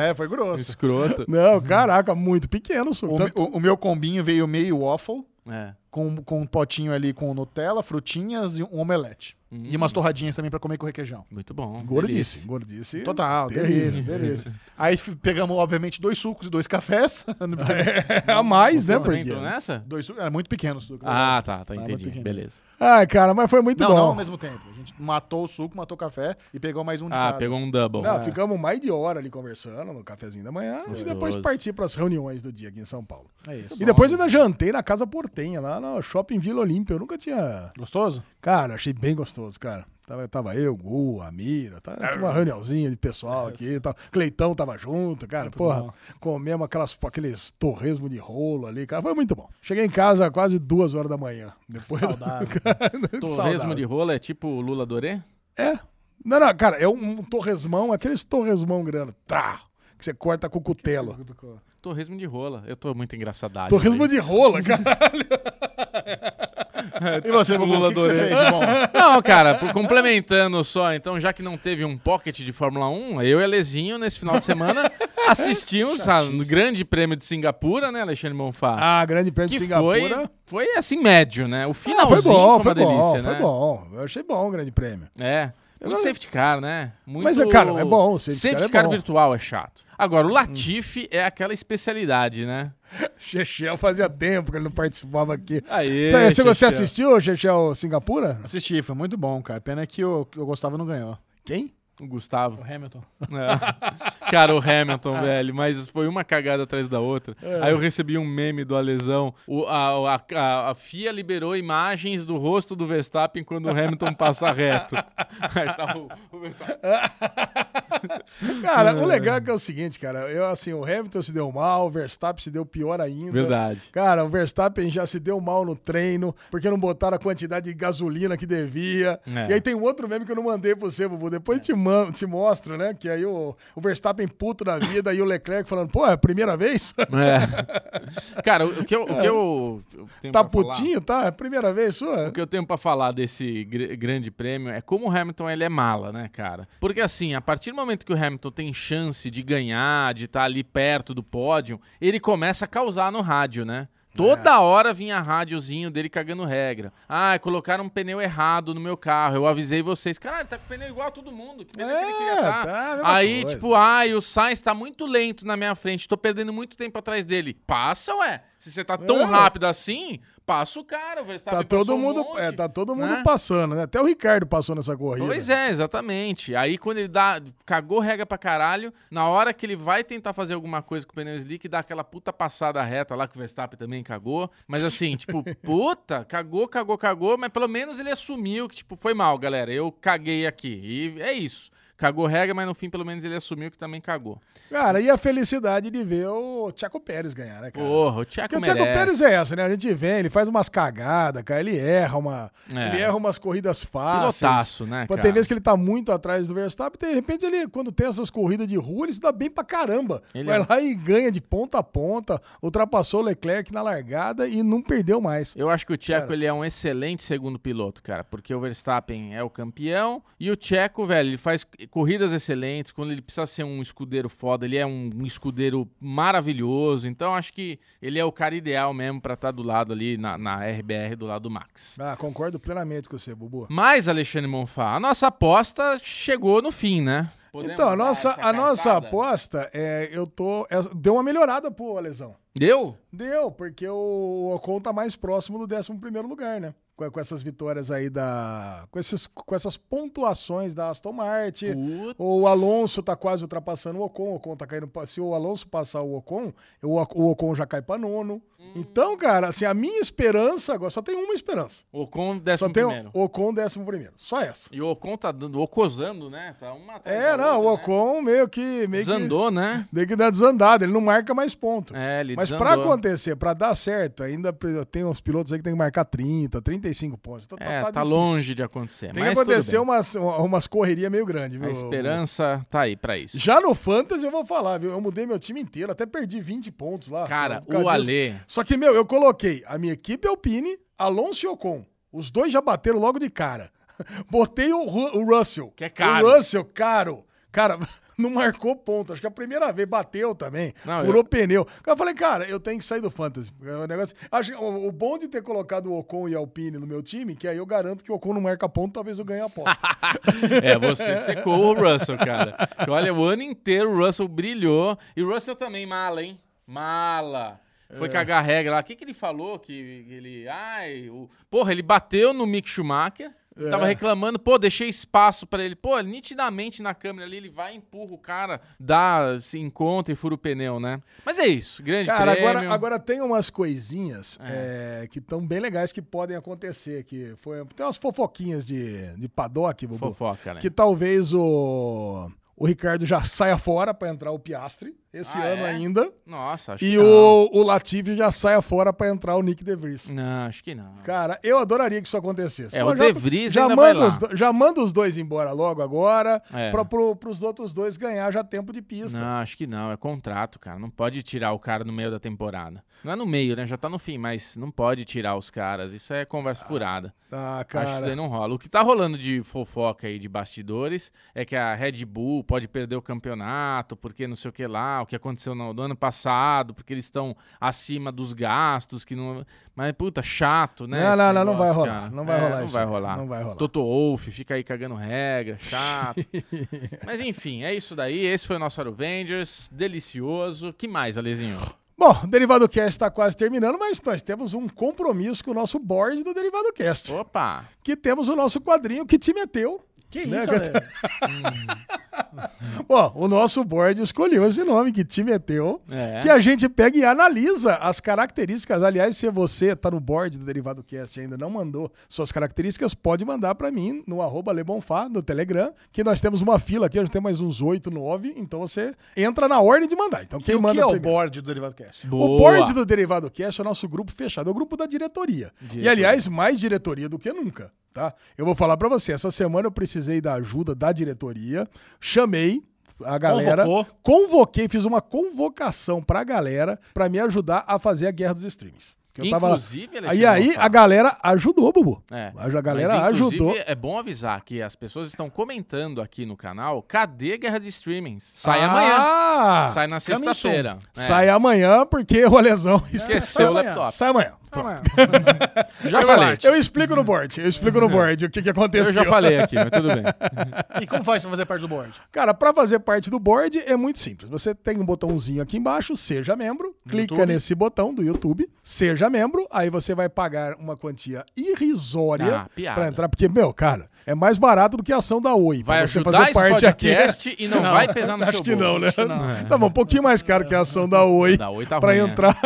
Speaker 1: É, foi grosso.
Speaker 4: Escroto.
Speaker 3: não, caraca, muito pequeno o suco.
Speaker 1: O,
Speaker 3: Tanto-
Speaker 1: o- o meu combinho veio meio waffle,
Speaker 4: É.
Speaker 1: com, com um potinho ali com Nutella, frutinhas e um omelete. E umas torradinhas também pra comer com requeijão.
Speaker 4: Muito bom.
Speaker 3: Gordice, gordice.
Speaker 1: Total, delícia, delícia. Aí f- pegamos, obviamente, dois sucos e dois cafés. <laughs>
Speaker 3: É <laughs> a mais, né,
Speaker 4: Você também entrou
Speaker 3: porque...
Speaker 4: nessa?
Speaker 1: dois sucos, era muito pequeno o suco.
Speaker 4: Ah, tá, tá,
Speaker 1: muito
Speaker 4: entendi.
Speaker 1: pequeno.
Speaker 4: Beleza.
Speaker 3: Ah, cara, mas foi muito
Speaker 1: não,
Speaker 3: bom.
Speaker 1: não ao mesmo tempo. A gente matou o suco, matou o café e pegou mais um de
Speaker 4: Ah,
Speaker 1: cada.
Speaker 4: pegou um double.
Speaker 3: Não, ficamos mais de hora ali conversando no cafezinho da manhã e depois
Speaker 4: Gostoso.
Speaker 3: parti para as reuniões do dia aqui em São Paulo.
Speaker 1: É isso.
Speaker 3: E depois ainda jantei na Casa Portenha, lá no Shopping Vila Olímpia. Eu nunca tinha.
Speaker 1: Gostoso?
Speaker 3: Cara, achei bem gostoso, cara. Tava, tava eu, Gu, a Mira, tá, tinha uma reuniãozinha de pessoal aqui e tal. Cleitão tava junto, cara. porra, comemos aquelas, aqueles torresmo de rolo ali, cara. Foi muito bom. Cheguei em casa quase duas horas da manhã. Depois. <laughs>
Speaker 1: Saudável.
Speaker 4: Torresmo
Speaker 3: Saudável.
Speaker 4: de rolo é tipo Lula Doré?
Speaker 3: É. Não, não, cara, é um, um torresmão, aqueles torresmão grana. Tá. Que você corta com o cutelo.
Speaker 4: Torresmo de rola. Eu tô muito engraçadado.
Speaker 3: Torresmo de rola, cara.
Speaker 1: E você, Bubu, o que, que você
Speaker 4: Adorei.
Speaker 1: fez de <laughs> bom?
Speaker 4: Não, cara, por- complementando só, então, já que não teve um pocket de Fórmula 1, eu e Alezinho, nesse final de
Speaker 3: <laughs>
Speaker 4: semana, assistimos ao Grande Prêmio de Singapura, né, Alexandre Bonfá?
Speaker 3: <laughs> Ah, grande prêmio de
Speaker 4: que
Speaker 3: Singapura.
Speaker 4: foi, foi assim, médio, né? O
Speaker 3: Ah,
Speaker 4: finalzinho foi,
Speaker 3: foi
Speaker 4: uma delícia,
Speaker 3: bom,
Speaker 4: né?
Speaker 3: foi bom. Eu achei bom o grande prêmio.
Speaker 4: É. Muito
Speaker 3: não-
Speaker 4: safety car, né? Muito...
Speaker 3: Mas é, cara, é bom, o safety
Speaker 4: safety
Speaker 3: car é bom. Hum.
Speaker 4: virtual é chato. Agora, o Latifi é aquela especialidade, né?
Speaker 3: Chechel fazia tempo que ele não participava aqui.
Speaker 4: Aê,
Speaker 3: Você- você, você
Speaker 4: Chechel.
Speaker 3: assistiu, Chechel Singapura?
Speaker 1: Assisti, foi muito bom, cara. Pena que o que eu gostava não ganhou.
Speaker 3: Quem?
Speaker 4: O Gustavo.
Speaker 1: Hamilton.
Speaker 4: É. Cara, o Hamilton, velho, mas foi uma cagada atrás da outra. Aí eu recebi um meme do Alesão. O- a, a- a- a FIA liberou imagens do rosto do Verstappen quando o Hamilton passa reto. <laughs> Aí tá o, o Verstappen.
Speaker 3: Cara,
Speaker 4: Hum.
Speaker 3: o legal é que é o seguinte, cara. Eu, assim, o Hamilton se deu mal, o Verstappen se deu pior ainda.
Speaker 4: Verdade.
Speaker 3: Cara, o Verstappen já se deu mal no treino, porque não botaram a quantidade de gasolina que devia.
Speaker 4: É.
Speaker 3: E aí tem um outro meme que eu não mandei pra você, Bubu. Depois te, man- te mostro, né? Que aí o, o Verstappen puto da vida e o Leclerc falando, pô, é a primeira vez?
Speaker 4: É. Cara, o, o que eu. O que eu, eu tenho
Speaker 3: <laughs> tá
Speaker 4: pra falar-
Speaker 3: putinho, tá? É a primeira vez sua?
Speaker 4: O que eu tenho pra falar desse gr- grande prêmio é como o Hamilton ele é mala, né, cara? Porque assim, a partir do momento que o Hamilton tem chance de ganhar, de estar ali perto do pódio, ele começa a causar no rádio, né? Toda
Speaker 3: É.
Speaker 4: hora vinha rádiozinho dele cagando regra. Ah, colocaram um pneu errado no meu carro. Eu avisei vocês. Caralho, tá com pneu igual a todo mundo. Que pneu que ele queria
Speaker 3: É,
Speaker 4: tá?
Speaker 3: tá, a mesma
Speaker 4: Aí,
Speaker 3: coisa.
Speaker 4: tipo, Tipo, ai, o Sainz tá muito lento na minha frente, tô perdendo muito tempo atrás dele. Passa, ué. Se você tá tão
Speaker 3: É.
Speaker 4: rápido assim, passa o cara, o Verstappen
Speaker 3: Tá todo,
Speaker 4: passou um
Speaker 3: mundo,
Speaker 4: monte,
Speaker 3: é, tá todo mundo
Speaker 4: né?
Speaker 3: passando, né? Até o Ricardo passou nessa corrida.
Speaker 4: Pois é, exatamente. Aí quando ele dá, cagou regra pra caralho, na hora que ele vai tentar fazer alguma coisa com o pneu slick, dá aquela puta passada reta lá que o Verstappen também cagou. Mas assim,
Speaker 3: <laughs>
Speaker 4: tipo, puta, cagou, cagou, cagou, mas pelo menos ele assumiu que, tipo, foi mal, galera. Eu caguei aqui. E é isso. Cagou regra, mas no fim, pelo menos ele assumiu que também cagou.
Speaker 3: Cara, e a felicidade de ver o Tchaco Pérez ganhar, né, cara?
Speaker 4: Porra, o Thiago
Speaker 3: Porque o Thiago
Speaker 4: merece.
Speaker 3: Pérez é essa, né? A gente vê, ele faz umas cagadas, cara. Ele erra, uma,
Speaker 4: É.
Speaker 3: ele erra umas corridas fáceis.
Speaker 4: Pilotaço, né,
Speaker 3: Pô,
Speaker 4: cara?
Speaker 3: Tem vezes que ele tá muito atrás do Verstappen, de repente ele, quando tem essas corridas de rua, ele se dá bem pra caramba.
Speaker 4: Ele
Speaker 3: Vai
Speaker 4: é-
Speaker 3: lá e ganha de ponta a ponta, ultrapassou o Leclerc na largada e não perdeu mais.
Speaker 4: Eu acho que o Tcheco
Speaker 3: Cara.
Speaker 4: ele é um excelente segundo piloto, cara, porque o Verstappen é o campeão e o Tcheco, velho, ele faz corridas excelentes. Quando ele precisa ser um escudeiro foda, ele é um, um escudeiro maravilhoso. Então acho que ele é o cara ideal mesmo pra estar do lado ali na, na RBR do lado do Max.
Speaker 3: Ah, concordo plenamente com você, Bubu.
Speaker 4: Mas Alexandre Monfá, a nossa aposta chegou no fim, né? Podemos
Speaker 3: então, a
Speaker 4: dar
Speaker 3: nossa,
Speaker 4: essa
Speaker 3: a nossa
Speaker 4: cartada?
Speaker 3: aposta é, eu tô, é, deu uma melhorada pro lesão.
Speaker 4: deu.
Speaker 3: Deu, porque o Ocon tá mais próximo do 11 lugar, né? Com, com essas vitórias aí da. Com, esses, com essas pontuações da Aston Martin.
Speaker 4: Putz.
Speaker 3: O Alonso tá quase ultrapassando o Ocon. O Ocon tá caindo. pra- Se o Alonso passar o Ocon, o, Oc- o Ocon já cai pra nono. Então, cara, assim, a minha esperança agora. Só tem uma esperança.
Speaker 4: Ocon
Speaker 3: Só
Speaker 4: décimo
Speaker 3: tem
Speaker 4: primeiro.
Speaker 3: o Ocon 11. Só essa.
Speaker 4: E o Ocon tá dando, ocosando, né? Tá uma atrás
Speaker 3: É,
Speaker 4: da
Speaker 3: não, o
Speaker 4: outra, né?
Speaker 3: Ocon meio que. Meio que...
Speaker 4: Desandou, né?
Speaker 3: Meio que dá desandado, ele não marca mais ponto.
Speaker 4: É, ele
Speaker 3: Mas pra
Speaker 4: desandou.
Speaker 3: acontecer, pra dar certo, ainda pre- tem uns pilotos aí que tem que marcar 30, 30 45 pontos. Tá, tá-
Speaker 4: É,
Speaker 3: tá
Speaker 4: tá,
Speaker 3: difícil.
Speaker 4: longe de acontecer.
Speaker 3: Tem que
Speaker 4: mas tudo
Speaker 3: acontecer
Speaker 4: bem.
Speaker 3: umas, umas correrias meio grande, viu?
Speaker 4: A esperança tá aí pra isso.
Speaker 3: Já no Fantasy eu vou falar, viu? Eu mudei meu time inteiro, até perdi 20 pontos lá.
Speaker 4: Cara,
Speaker 3: por causa
Speaker 4: o
Speaker 3: disso.
Speaker 4: Alê-
Speaker 3: Só que, meu, eu coloquei a minha equipe Alpine, Alonso e Ocon. Os dois já bateram logo de cara. <laughs> Botei o, Ru- o Russell.
Speaker 4: Que é caro.
Speaker 3: O Russell, caro. Cara, <laughs> não marcou ponto. Acho que é a primeira vez bateu também.
Speaker 4: Não,
Speaker 3: furou
Speaker 4: eu-
Speaker 3: pneu. Eu falei, cara, eu tenho que sair do Fantasy. O, negócio... Acho que o, o bom de ter colocado o Ocon e a Alpine no meu time, que aí eu garanto que o Ocon não marca ponto, talvez eu ganhe a aposta.
Speaker 4: É, você secou o Russell, cara.
Speaker 3: <laughs>
Speaker 4: Porque, Olha, o ano inteiro o Russell brilhou. E o Russell também mala, hein? Mala.
Speaker 3: É.
Speaker 4: Foi cagar a regra lá. O que, que ele falou? Que ele. Ai, o... Porra, ele bateu no Mick Schumacher.
Speaker 3: É.
Speaker 4: Tava reclamando, pô, deixei espaço pra ele. Pô, nitidamente na câmera ali, ele vai e empurra o cara, dá, se encontra e fura o pneu, né? Mas é isso, grande
Speaker 3: Cara,
Speaker 4: prêmio. É.
Speaker 3: agora, agora tem umas coisinhas eh, que estão bem legais que podem acontecer. Que foi, tem umas fofoquinhas de, de paddock, Bubu.
Speaker 4: Fofoca, né?
Speaker 3: Que talvez o, o Ricardo já saia fora para entrar o Piastre esse
Speaker 4: Ah,
Speaker 3: ano
Speaker 4: é?
Speaker 3: ainda.
Speaker 4: Nossa, acho
Speaker 3: E
Speaker 4: que não.
Speaker 3: o, o Latifi já saia fora para entrar o Nick De Vries.
Speaker 4: Não, acho que não.
Speaker 3: Cara, eu adoraria que isso acontecesse.
Speaker 4: Hum. É,
Speaker 3: Mas
Speaker 4: o
Speaker 3: já-
Speaker 4: De Vries
Speaker 3: já
Speaker 4: ainda
Speaker 3: manda,
Speaker 4: vai
Speaker 3: os
Speaker 4: lá.
Speaker 3: do- já manda os dois embora logo agora,
Speaker 4: É.
Speaker 3: para os outros dois ganhar já tempo de pista.
Speaker 4: Não, acho que não. É contrato, cara. Não pode tirar o cara no meio da temporada. Não é no meio, né? Já tá no fim, mas não pode tirar os caras. Isso é conversa furada.
Speaker 3: Ah,
Speaker 4: Acho que isso
Speaker 3: cara.
Speaker 4: aí não rola. O que tá rolando de fofoca aí de bastidores é que a Red Bull pode perder o campeonato, porque não sei o que lá, o que aconteceu no, no ano passado, porque eles estão acima dos gastos, que não. Mas, puta, chato, né?
Speaker 3: Não,
Speaker 4: esse
Speaker 3: não, não, não vai
Speaker 4: negócio,
Speaker 3: rolar,
Speaker 4: cara.
Speaker 3: não vai
Speaker 4: É,
Speaker 3: rolar
Speaker 4: Não
Speaker 3: isso
Speaker 4: vai
Speaker 3: aí,
Speaker 4: rolar.
Speaker 3: não vai rolar.
Speaker 4: Toto Wolff fica aí cagando regra,
Speaker 3: <laughs>
Speaker 4: chato. Mas enfim, é isso daí. Esse foi o nosso Avengers. Delicioso. que mais, Alezinho?
Speaker 3: Bom, o Derivado Cast está quase terminando, mas nós temos um compromisso com o nosso board do Derivado Cast,
Speaker 4: Opa!
Speaker 3: que temos o nosso quadrinho que te meteu.
Speaker 1: Que
Speaker 3: Né,
Speaker 1: isso,
Speaker 3: Beto?
Speaker 1: né? <laughs>
Speaker 3: Ó, o nosso board escolheu esse nome que te meteu,
Speaker 4: É.
Speaker 3: que a gente pega e analisa as características. Aliás, se você está no board do Derivado Cast e ainda não mandou suas características, pode mandar para mim no arroba Lebonfá, no Telegram, que nós temos uma fila aqui, a gente tem mais uns oito, nove, então você entra na ordem de mandar. Então quem
Speaker 1: E o
Speaker 3: manda
Speaker 1: que é o
Speaker 3: primeiro?
Speaker 1: board do Derivado Cash?
Speaker 4: Boa.
Speaker 3: O board do Derivado Cast é o nosso grupo fechado, é o grupo da diretoria. E
Speaker 4: Diretoria.
Speaker 3: aliás, mais diretoria do que nunca, tá? Eu vou falar pra você, essa semana eu precisei da ajuda da diretoria, chamei a galera,
Speaker 1: Convocou.
Speaker 3: convoquei, fiz uma convocação pra galera pra me ajudar a fazer a guerra dos streams. Eu tava lá.
Speaker 4: Inclusive,
Speaker 3: E
Speaker 4: Alexandre
Speaker 3: aí a
Speaker 4: Bonfá.
Speaker 3: galera ajudou, Bubu.
Speaker 4: É.
Speaker 3: A galera
Speaker 4: Mas, inclusive,
Speaker 3: ajudou.
Speaker 4: É bom avisar que as pessoas estão comentando aqui no canal. Cadê Guerra de Streamings? Sai amanhã.
Speaker 3: Ah, sai,
Speaker 4: Sai na sexta-feira. É.
Speaker 3: amanhã porque o Lesão
Speaker 4: Esqueceu o
Speaker 1: amanhã.
Speaker 4: laptop.
Speaker 3: <laughs> Sai amanhã. Pronto.
Speaker 4: Já
Speaker 3: eu,
Speaker 4: falei.
Speaker 3: eu explico no board, eu explico no board o que, que aconteceu.
Speaker 4: Eu já falei aqui, mas tudo
Speaker 3: <laughs>
Speaker 4: bem.
Speaker 1: é. E como faz pra fazer parte do board?
Speaker 3: Cara, pra fazer parte do board é muito simples. Você tem um botãozinho aqui embaixo, seja membro, clica
Speaker 1: YouTube.
Speaker 3: nesse botão do YouTube, seja membro, aí você vai pagar uma quantia irrisória
Speaker 4: Ah, piada.
Speaker 3: pra entrar, porque meu, cara, é mais barato do que a ação da Oi. pra
Speaker 4: Vai
Speaker 3: você
Speaker 4: ajudar esse podcast e não, vai pesar no
Speaker 3: <laughs> Acho
Speaker 4: seu
Speaker 3: que
Speaker 4: bolso.
Speaker 3: não, né?
Speaker 4: não, é.
Speaker 3: Tá bom, um pouquinho mais caro que a ação da Oi.
Speaker 4: Da Oi tá
Speaker 3: pra
Speaker 4: ruim, né?
Speaker 3: entrar,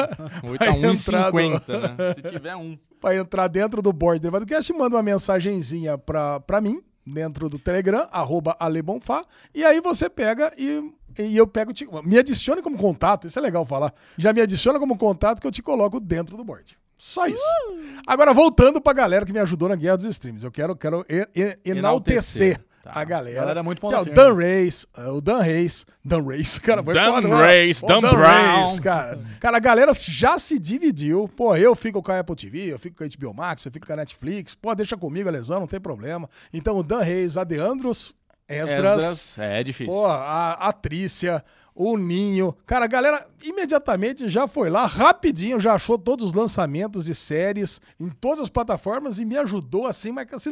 Speaker 4: Oito
Speaker 3: vai
Speaker 4: a
Speaker 3: entrar no-
Speaker 4: 1,50,
Speaker 3: <laughs>
Speaker 4: né? Se tiver um.
Speaker 3: Pra entrar dentro do board do Derivado Cast, manda uma mensagenzinha pra, pra mim, dentro do Telegram, arroba Alebonfá, e aí você pega e, e eu pego, te- me adicione como contato, isso é legal falar, já me adiciona como contato que eu te coloco dentro do board. Só isso.
Speaker 4: Uh!
Speaker 3: Agora, voltando pra galera que me ajudou na Guerra dos Streams, eu quero, quero e- e- enaltecer
Speaker 4: Enaltecer. Tá.
Speaker 3: a galera.
Speaker 1: Galera muito
Speaker 3: que
Speaker 1: ponta
Speaker 3: é o
Speaker 1: firme.
Speaker 3: Dan Reis, é o Dan Reis, Dan Reis, cara, foi
Speaker 4: Dan
Speaker 3: foda, né?
Speaker 4: Reis,
Speaker 3: Ô,
Speaker 4: Dan Brown.
Speaker 3: Reis, cara. Cara, a galera já se dividiu. Pô, eu fico com a Apple TV, eu fico com a HBO Max, eu fico com a Netflix. Pô, deixa comigo, a lesão, não tem problema. Então, o Dan Reis, a Deandros Esdras,
Speaker 4: Esdras, É, é difícil.
Speaker 3: pô, a a Trícia, o Ninho. Cara, a galera imediatamente já foi lá, rapidinho, já achou todos os lançamentos de séries em todas as plataformas e me ajudou assim, mas assim,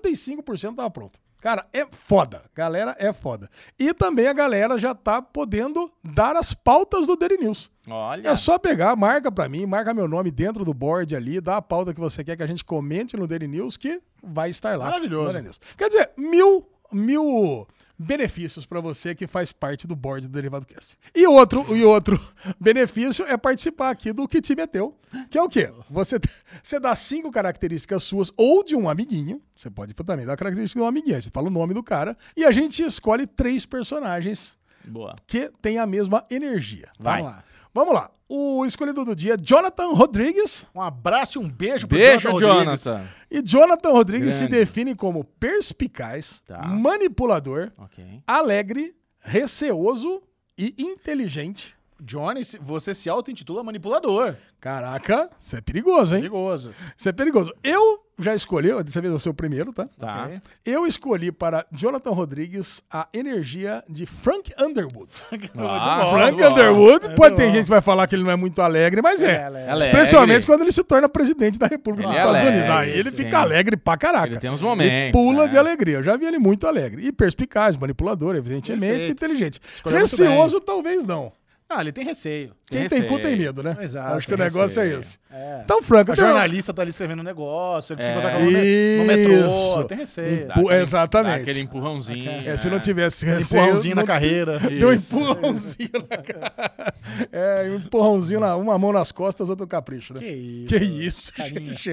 Speaker 3: 95% tava pronto. Cara, é foda. Galera, é foda. E também a galera já tá podendo dar as pautas do Daily News.
Speaker 4: Olha.
Speaker 3: É só pegar, marca pra mim, marca meu nome dentro do board ali, dá a pauta que você quer que a gente comente no Daily News, que vai estar lá.
Speaker 1: Maravilhoso.
Speaker 3: No Daily News. Quer dizer, mil, mil benefícios pra você que faz parte do board do Derivado Cast. E outro, e outro <laughs> benefício é participar aqui do que te meteu, que é o quê? Você, você dá cinco características suas ou de um amiguinho, você pode também dar característica de um amiguinho, aí você fala o nome do cara, e a gente escolhe três personagens
Speaker 4: Boa.
Speaker 3: que têm a mesma energia. tá?
Speaker 4: Vai.
Speaker 1: Vamos lá.
Speaker 3: Vamos lá. O escolhido do dia, é Jonathan Rodrigues.
Speaker 1: Um abraço e um beijo pro
Speaker 4: Beijo,
Speaker 1: Rodrigues.
Speaker 4: Jonathan.
Speaker 3: E Jonathan Rodrigues se
Speaker 4: Grande.
Speaker 3: define como perspicaz,
Speaker 4: Tá.
Speaker 3: manipulador,
Speaker 4: Ok.
Speaker 3: alegre, receoso e inteligente.
Speaker 1: Johnny, se- você se auto-intitula manipulador.
Speaker 3: Caraca, isso é perigoso, hein?
Speaker 1: Perigoso.
Speaker 4: Ah.
Speaker 3: Isso é perigoso. Eu já escolhi, dessa vez eu sou o primeiro, tá?
Speaker 4: Tá.
Speaker 1: Ok.
Speaker 3: Eu escolhi para Jonathan Rodrigues a energia de Frank Underwood.
Speaker 4: Ah,
Speaker 3: Frank
Speaker 4: boa.
Speaker 3: Underwood, pode ter
Speaker 1: bom.
Speaker 3: gente que vai falar que ele não é muito alegre, mas é.
Speaker 1: Ela é-
Speaker 4: Ela é
Speaker 3: Especialmente
Speaker 4: alegre.
Speaker 3: quando ele se torna presidente da República
Speaker 4: Ele
Speaker 3: dos
Speaker 4: é
Speaker 3: Estados Unidos.
Speaker 4: alegre,
Speaker 3: Aí ele
Speaker 4: sim.
Speaker 3: fica alegre pra caraca.
Speaker 4: Ele tem uns momentos,
Speaker 3: Ele pula
Speaker 4: né?
Speaker 3: de alegria. Eu já vi ele muito alegre. E perspicaz, manipulador, evidentemente,
Speaker 4: Perfeito.
Speaker 3: inteligente.
Speaker 1: Escolheu muito
Speaker 3: Receoso, talvez não.
Speaker 1: Ah, ele tem receio.
Speaker 3: Quem
Speaker 4: Tem
Speaker 3: tem cu tem
Speaker 4: receio.
Speaker 3: medo, né?
Speaker 1: Exato,
Speaker 3: Acho que o
Speaker 4: tem
Speaker 3: negócio
Speaker 4: receio.
Speaker 3: é esse.
Speaker 1: É.
Speaker 3: Então, Frank,
Speaker 1: A
Speaker 3: eu tenho-
Speaker 1: jornalista tá ali escrevendo um negócio, ele se
Speaker 4: É.
Speaker 1: encontra com ela no me- no metrô,
Speaker 3: Isso.
Speaker 1: tem receio.
Speaker 4: Dá
Speaker 3: Pu-
Speaker 4: aquele-
Speaker 3: exatamente.
Speaker 4: dá aquele empurrãozinho.
Speaker 3: É, se não
Speaker 4: né?
Speaker 3: tivesse receio...
Speaker 1: Empurrãozinho na
Speaker 3: não-
Speaker 1: carreira.
Speaker 3: Deu um
Speaker 4: Isso.
Speaker 3: empurrãozinho na cara. É, um empurrãozinho, na, uma mão nas costas, outra no capricho, né?
Speaker 1: Que isso.
Speaker 3: Que isso,
Speaker 1: Carinha.
Speaker 3: gente.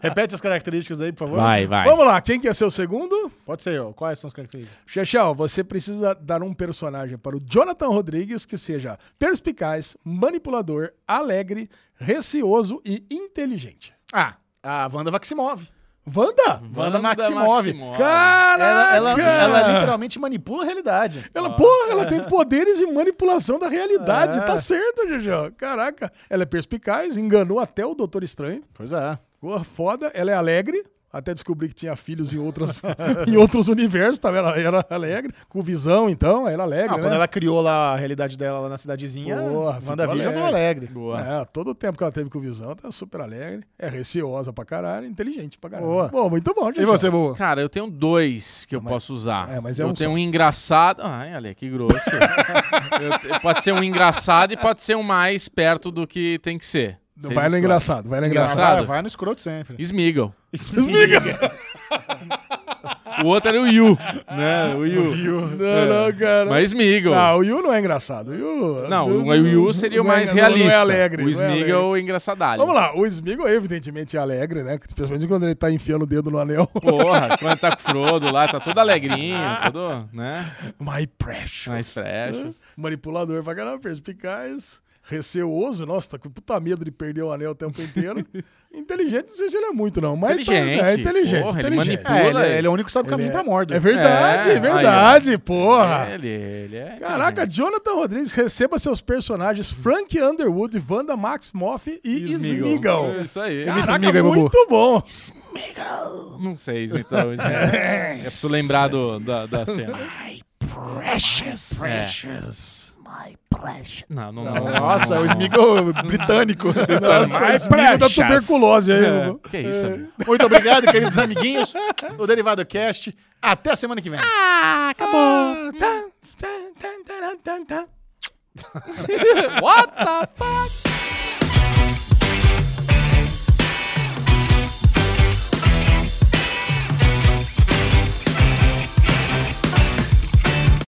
Speaker 1: Repete as características aí, por favor.
Speaker 4: Vai, vai.
Speaker 3: Vamos lá, quem quer ser o segundo?
Speaker 1: Pode ser, ó. Quais são as características?
Speaker 3: Xexel, você precisa dar um personagem para o Jonathan Rodrigues que seja perspicaz, manipulador, alegre, receoso e inteligente.
Speaker 1: Ah, a Wanda Vaximov.
Speaker 3: Wanda!
Speaker 1: Wanda Maximov.
Speaker 3: Caraca!
Speaker 1: Ela, ela, ela é
Speaker 3: ela,
Speaker 1: literalmente manipula a realidade.
Speaker 3: porra, ela tem poderes de manipulação da realidade.
Speaker 1: É.
Speaker 3: Tá certo, Xexel. Caraca, ela é perspicaz, enganou até o Doutor Estranho.
Speaker 1: Pois é.
Speaker 3: Porra, foda, ela é alegre. Até descobri que tinha filhos em, outras, em outros <laughs> universos, tá? ela era alegre, com visão, então, ela
Speaker 1: Ah,
Speaker 3: é alegre,
Speaker 1: quando
Speaker 3: né?
Speaker 1: ela criou lá a realidade dela lá na cidadezinha,
Speaker 3: Porra, ficou
Speaker 1: WandaVision tava alegre.
Speaker 4: Boa.
Speaker 3: É, todo o tempo que ela teve com visão, tá super alegre, é receosa pra caralho, inteligente pra caralho.
Speaker 1: Boa.
Speaker 3: Bom, muito bom, gente.
Speaker 1: E você, boa?
Speaker 4: Cara, eu tenho dois que eu
Speaker 3: mas-
Speaker 4: posso usar.
Speaker 3: é, mas é
Speaker 4: eu
Speaker 3: um
Speaker 4: tenho
Speaker 3: só.
Speaker 4: um engraçado. Ai, olha que
Speaker 3: <laughs>
Speaker 4: grosso. Eu te- pode ser um engraçado e pode ser um mais perto do que tem que ser. Vocês
Speaker 3: Vai no
Speaker 4: escolhem.
Speaker 3: engraçado, vai no
Speaker 1: Ah,
Speaker 3: engraçado.
Speaker 4: Engraçado.
Speaker 1: Vai, vai no escroto sempre.
Speaker 4: Smiggle.
Speaker 1: Esmiga!
Speaker 4: O outro era o Yu, né? O Yu. É.
Speaker 3: Não, não, cara.
Speaker 4: Mas Smiggle.
Speaker 3: Ah, o Yu não é engraçado. O Yu,
Speaker 4: Não,
Speaker 3: do-
Speaker 4: o Yu seria o
Speaker 3: não é-
Speaker 4: mais
Speaker 3: não-
Speaker 4: realista.
Speaker 3: Não é alegre.
Speaker 4: o
Speaker 3: não é alegre.
Speaker 4: Smiggle é o engraçadalho.
Speaker 3: Vamos lá, o Smiggle é evidentemente alegre, né? Principalmente quando ele tá enfiando o dedo no anel.
Speaker 4: Porra, quando tá com o Frodo lá, tá todo alegrinho, todo, né?
Speaker 3: My precious. É.
Speaker 4: Mais fresh.
Speaker 3: Manipulador pra caramba, perspicaz, receoso, nossa, tá com puta medo de perder o anel o tempo
Speaker 4: <laughs>
Speaker 3: inteiro. inteligente, não sei se ele é muito, não, mas tá-
Speaker 4: Inteligente,
Speaker 3: é inteligente.
Speaker 4: porra, ele
Speaker 3: inteligente.
Speaker 4: manipula.
Speaker 1: É, ele, ele é o único que sabe o
Speaker 3: Ele
Speaker 1: caminho
Speaker 3: é-
Speaker 1: pra Mordor.
Speaker 3: É
Speaker 4: É,
Speaker 3: verdade, é,
Speaker 4: aí, ó.
Speaker 3: verdade, porra.
Speaker 4: Ele, ele é.
Speaker 3: Caraca, Jonathan Rodrigues receba seus personagens Frank Underwood, Wanda Maximoff e
Speaker 4: Smiggle.
Speaker 3: Smiggle.
Speaker 4: É Isso aí. Ah,
Speaker 3: Caraca,
Speaker 1: Smiggle aí, Bubu.
Speaker 3: muito bom.
Speaker 4: Não sei,
Speaker 3: <laughs>
Speaker 4: então. É preciso lembrar do, da, da cena.
Speaker 1: Precious.
Speaker 4: É.
Speaker 1: Precious.
Speaker 4: Não, não, não.
Speaker 1: Nossa,
Speaker 4: não,
Speaker 1: o
Speaker 4: não.
Speaker 1: Smiggle britânico.
Speaker 3: Nossa, Smiggle da tuberculose aí.
Speaker 4: É.
Speaker 3: Bubu.
Speaker 4: Que isso, amigo?
Speaker 1: Muito obrigado, queridos amiguinhos. O Derivado Cast. Até a semana que vem.
Speaker 2: Ah, acabou.
Speaker 4: É.
Speaker 3: Tan, tan, tan, taran, tan, tan.
Speaker 4: What the fuck?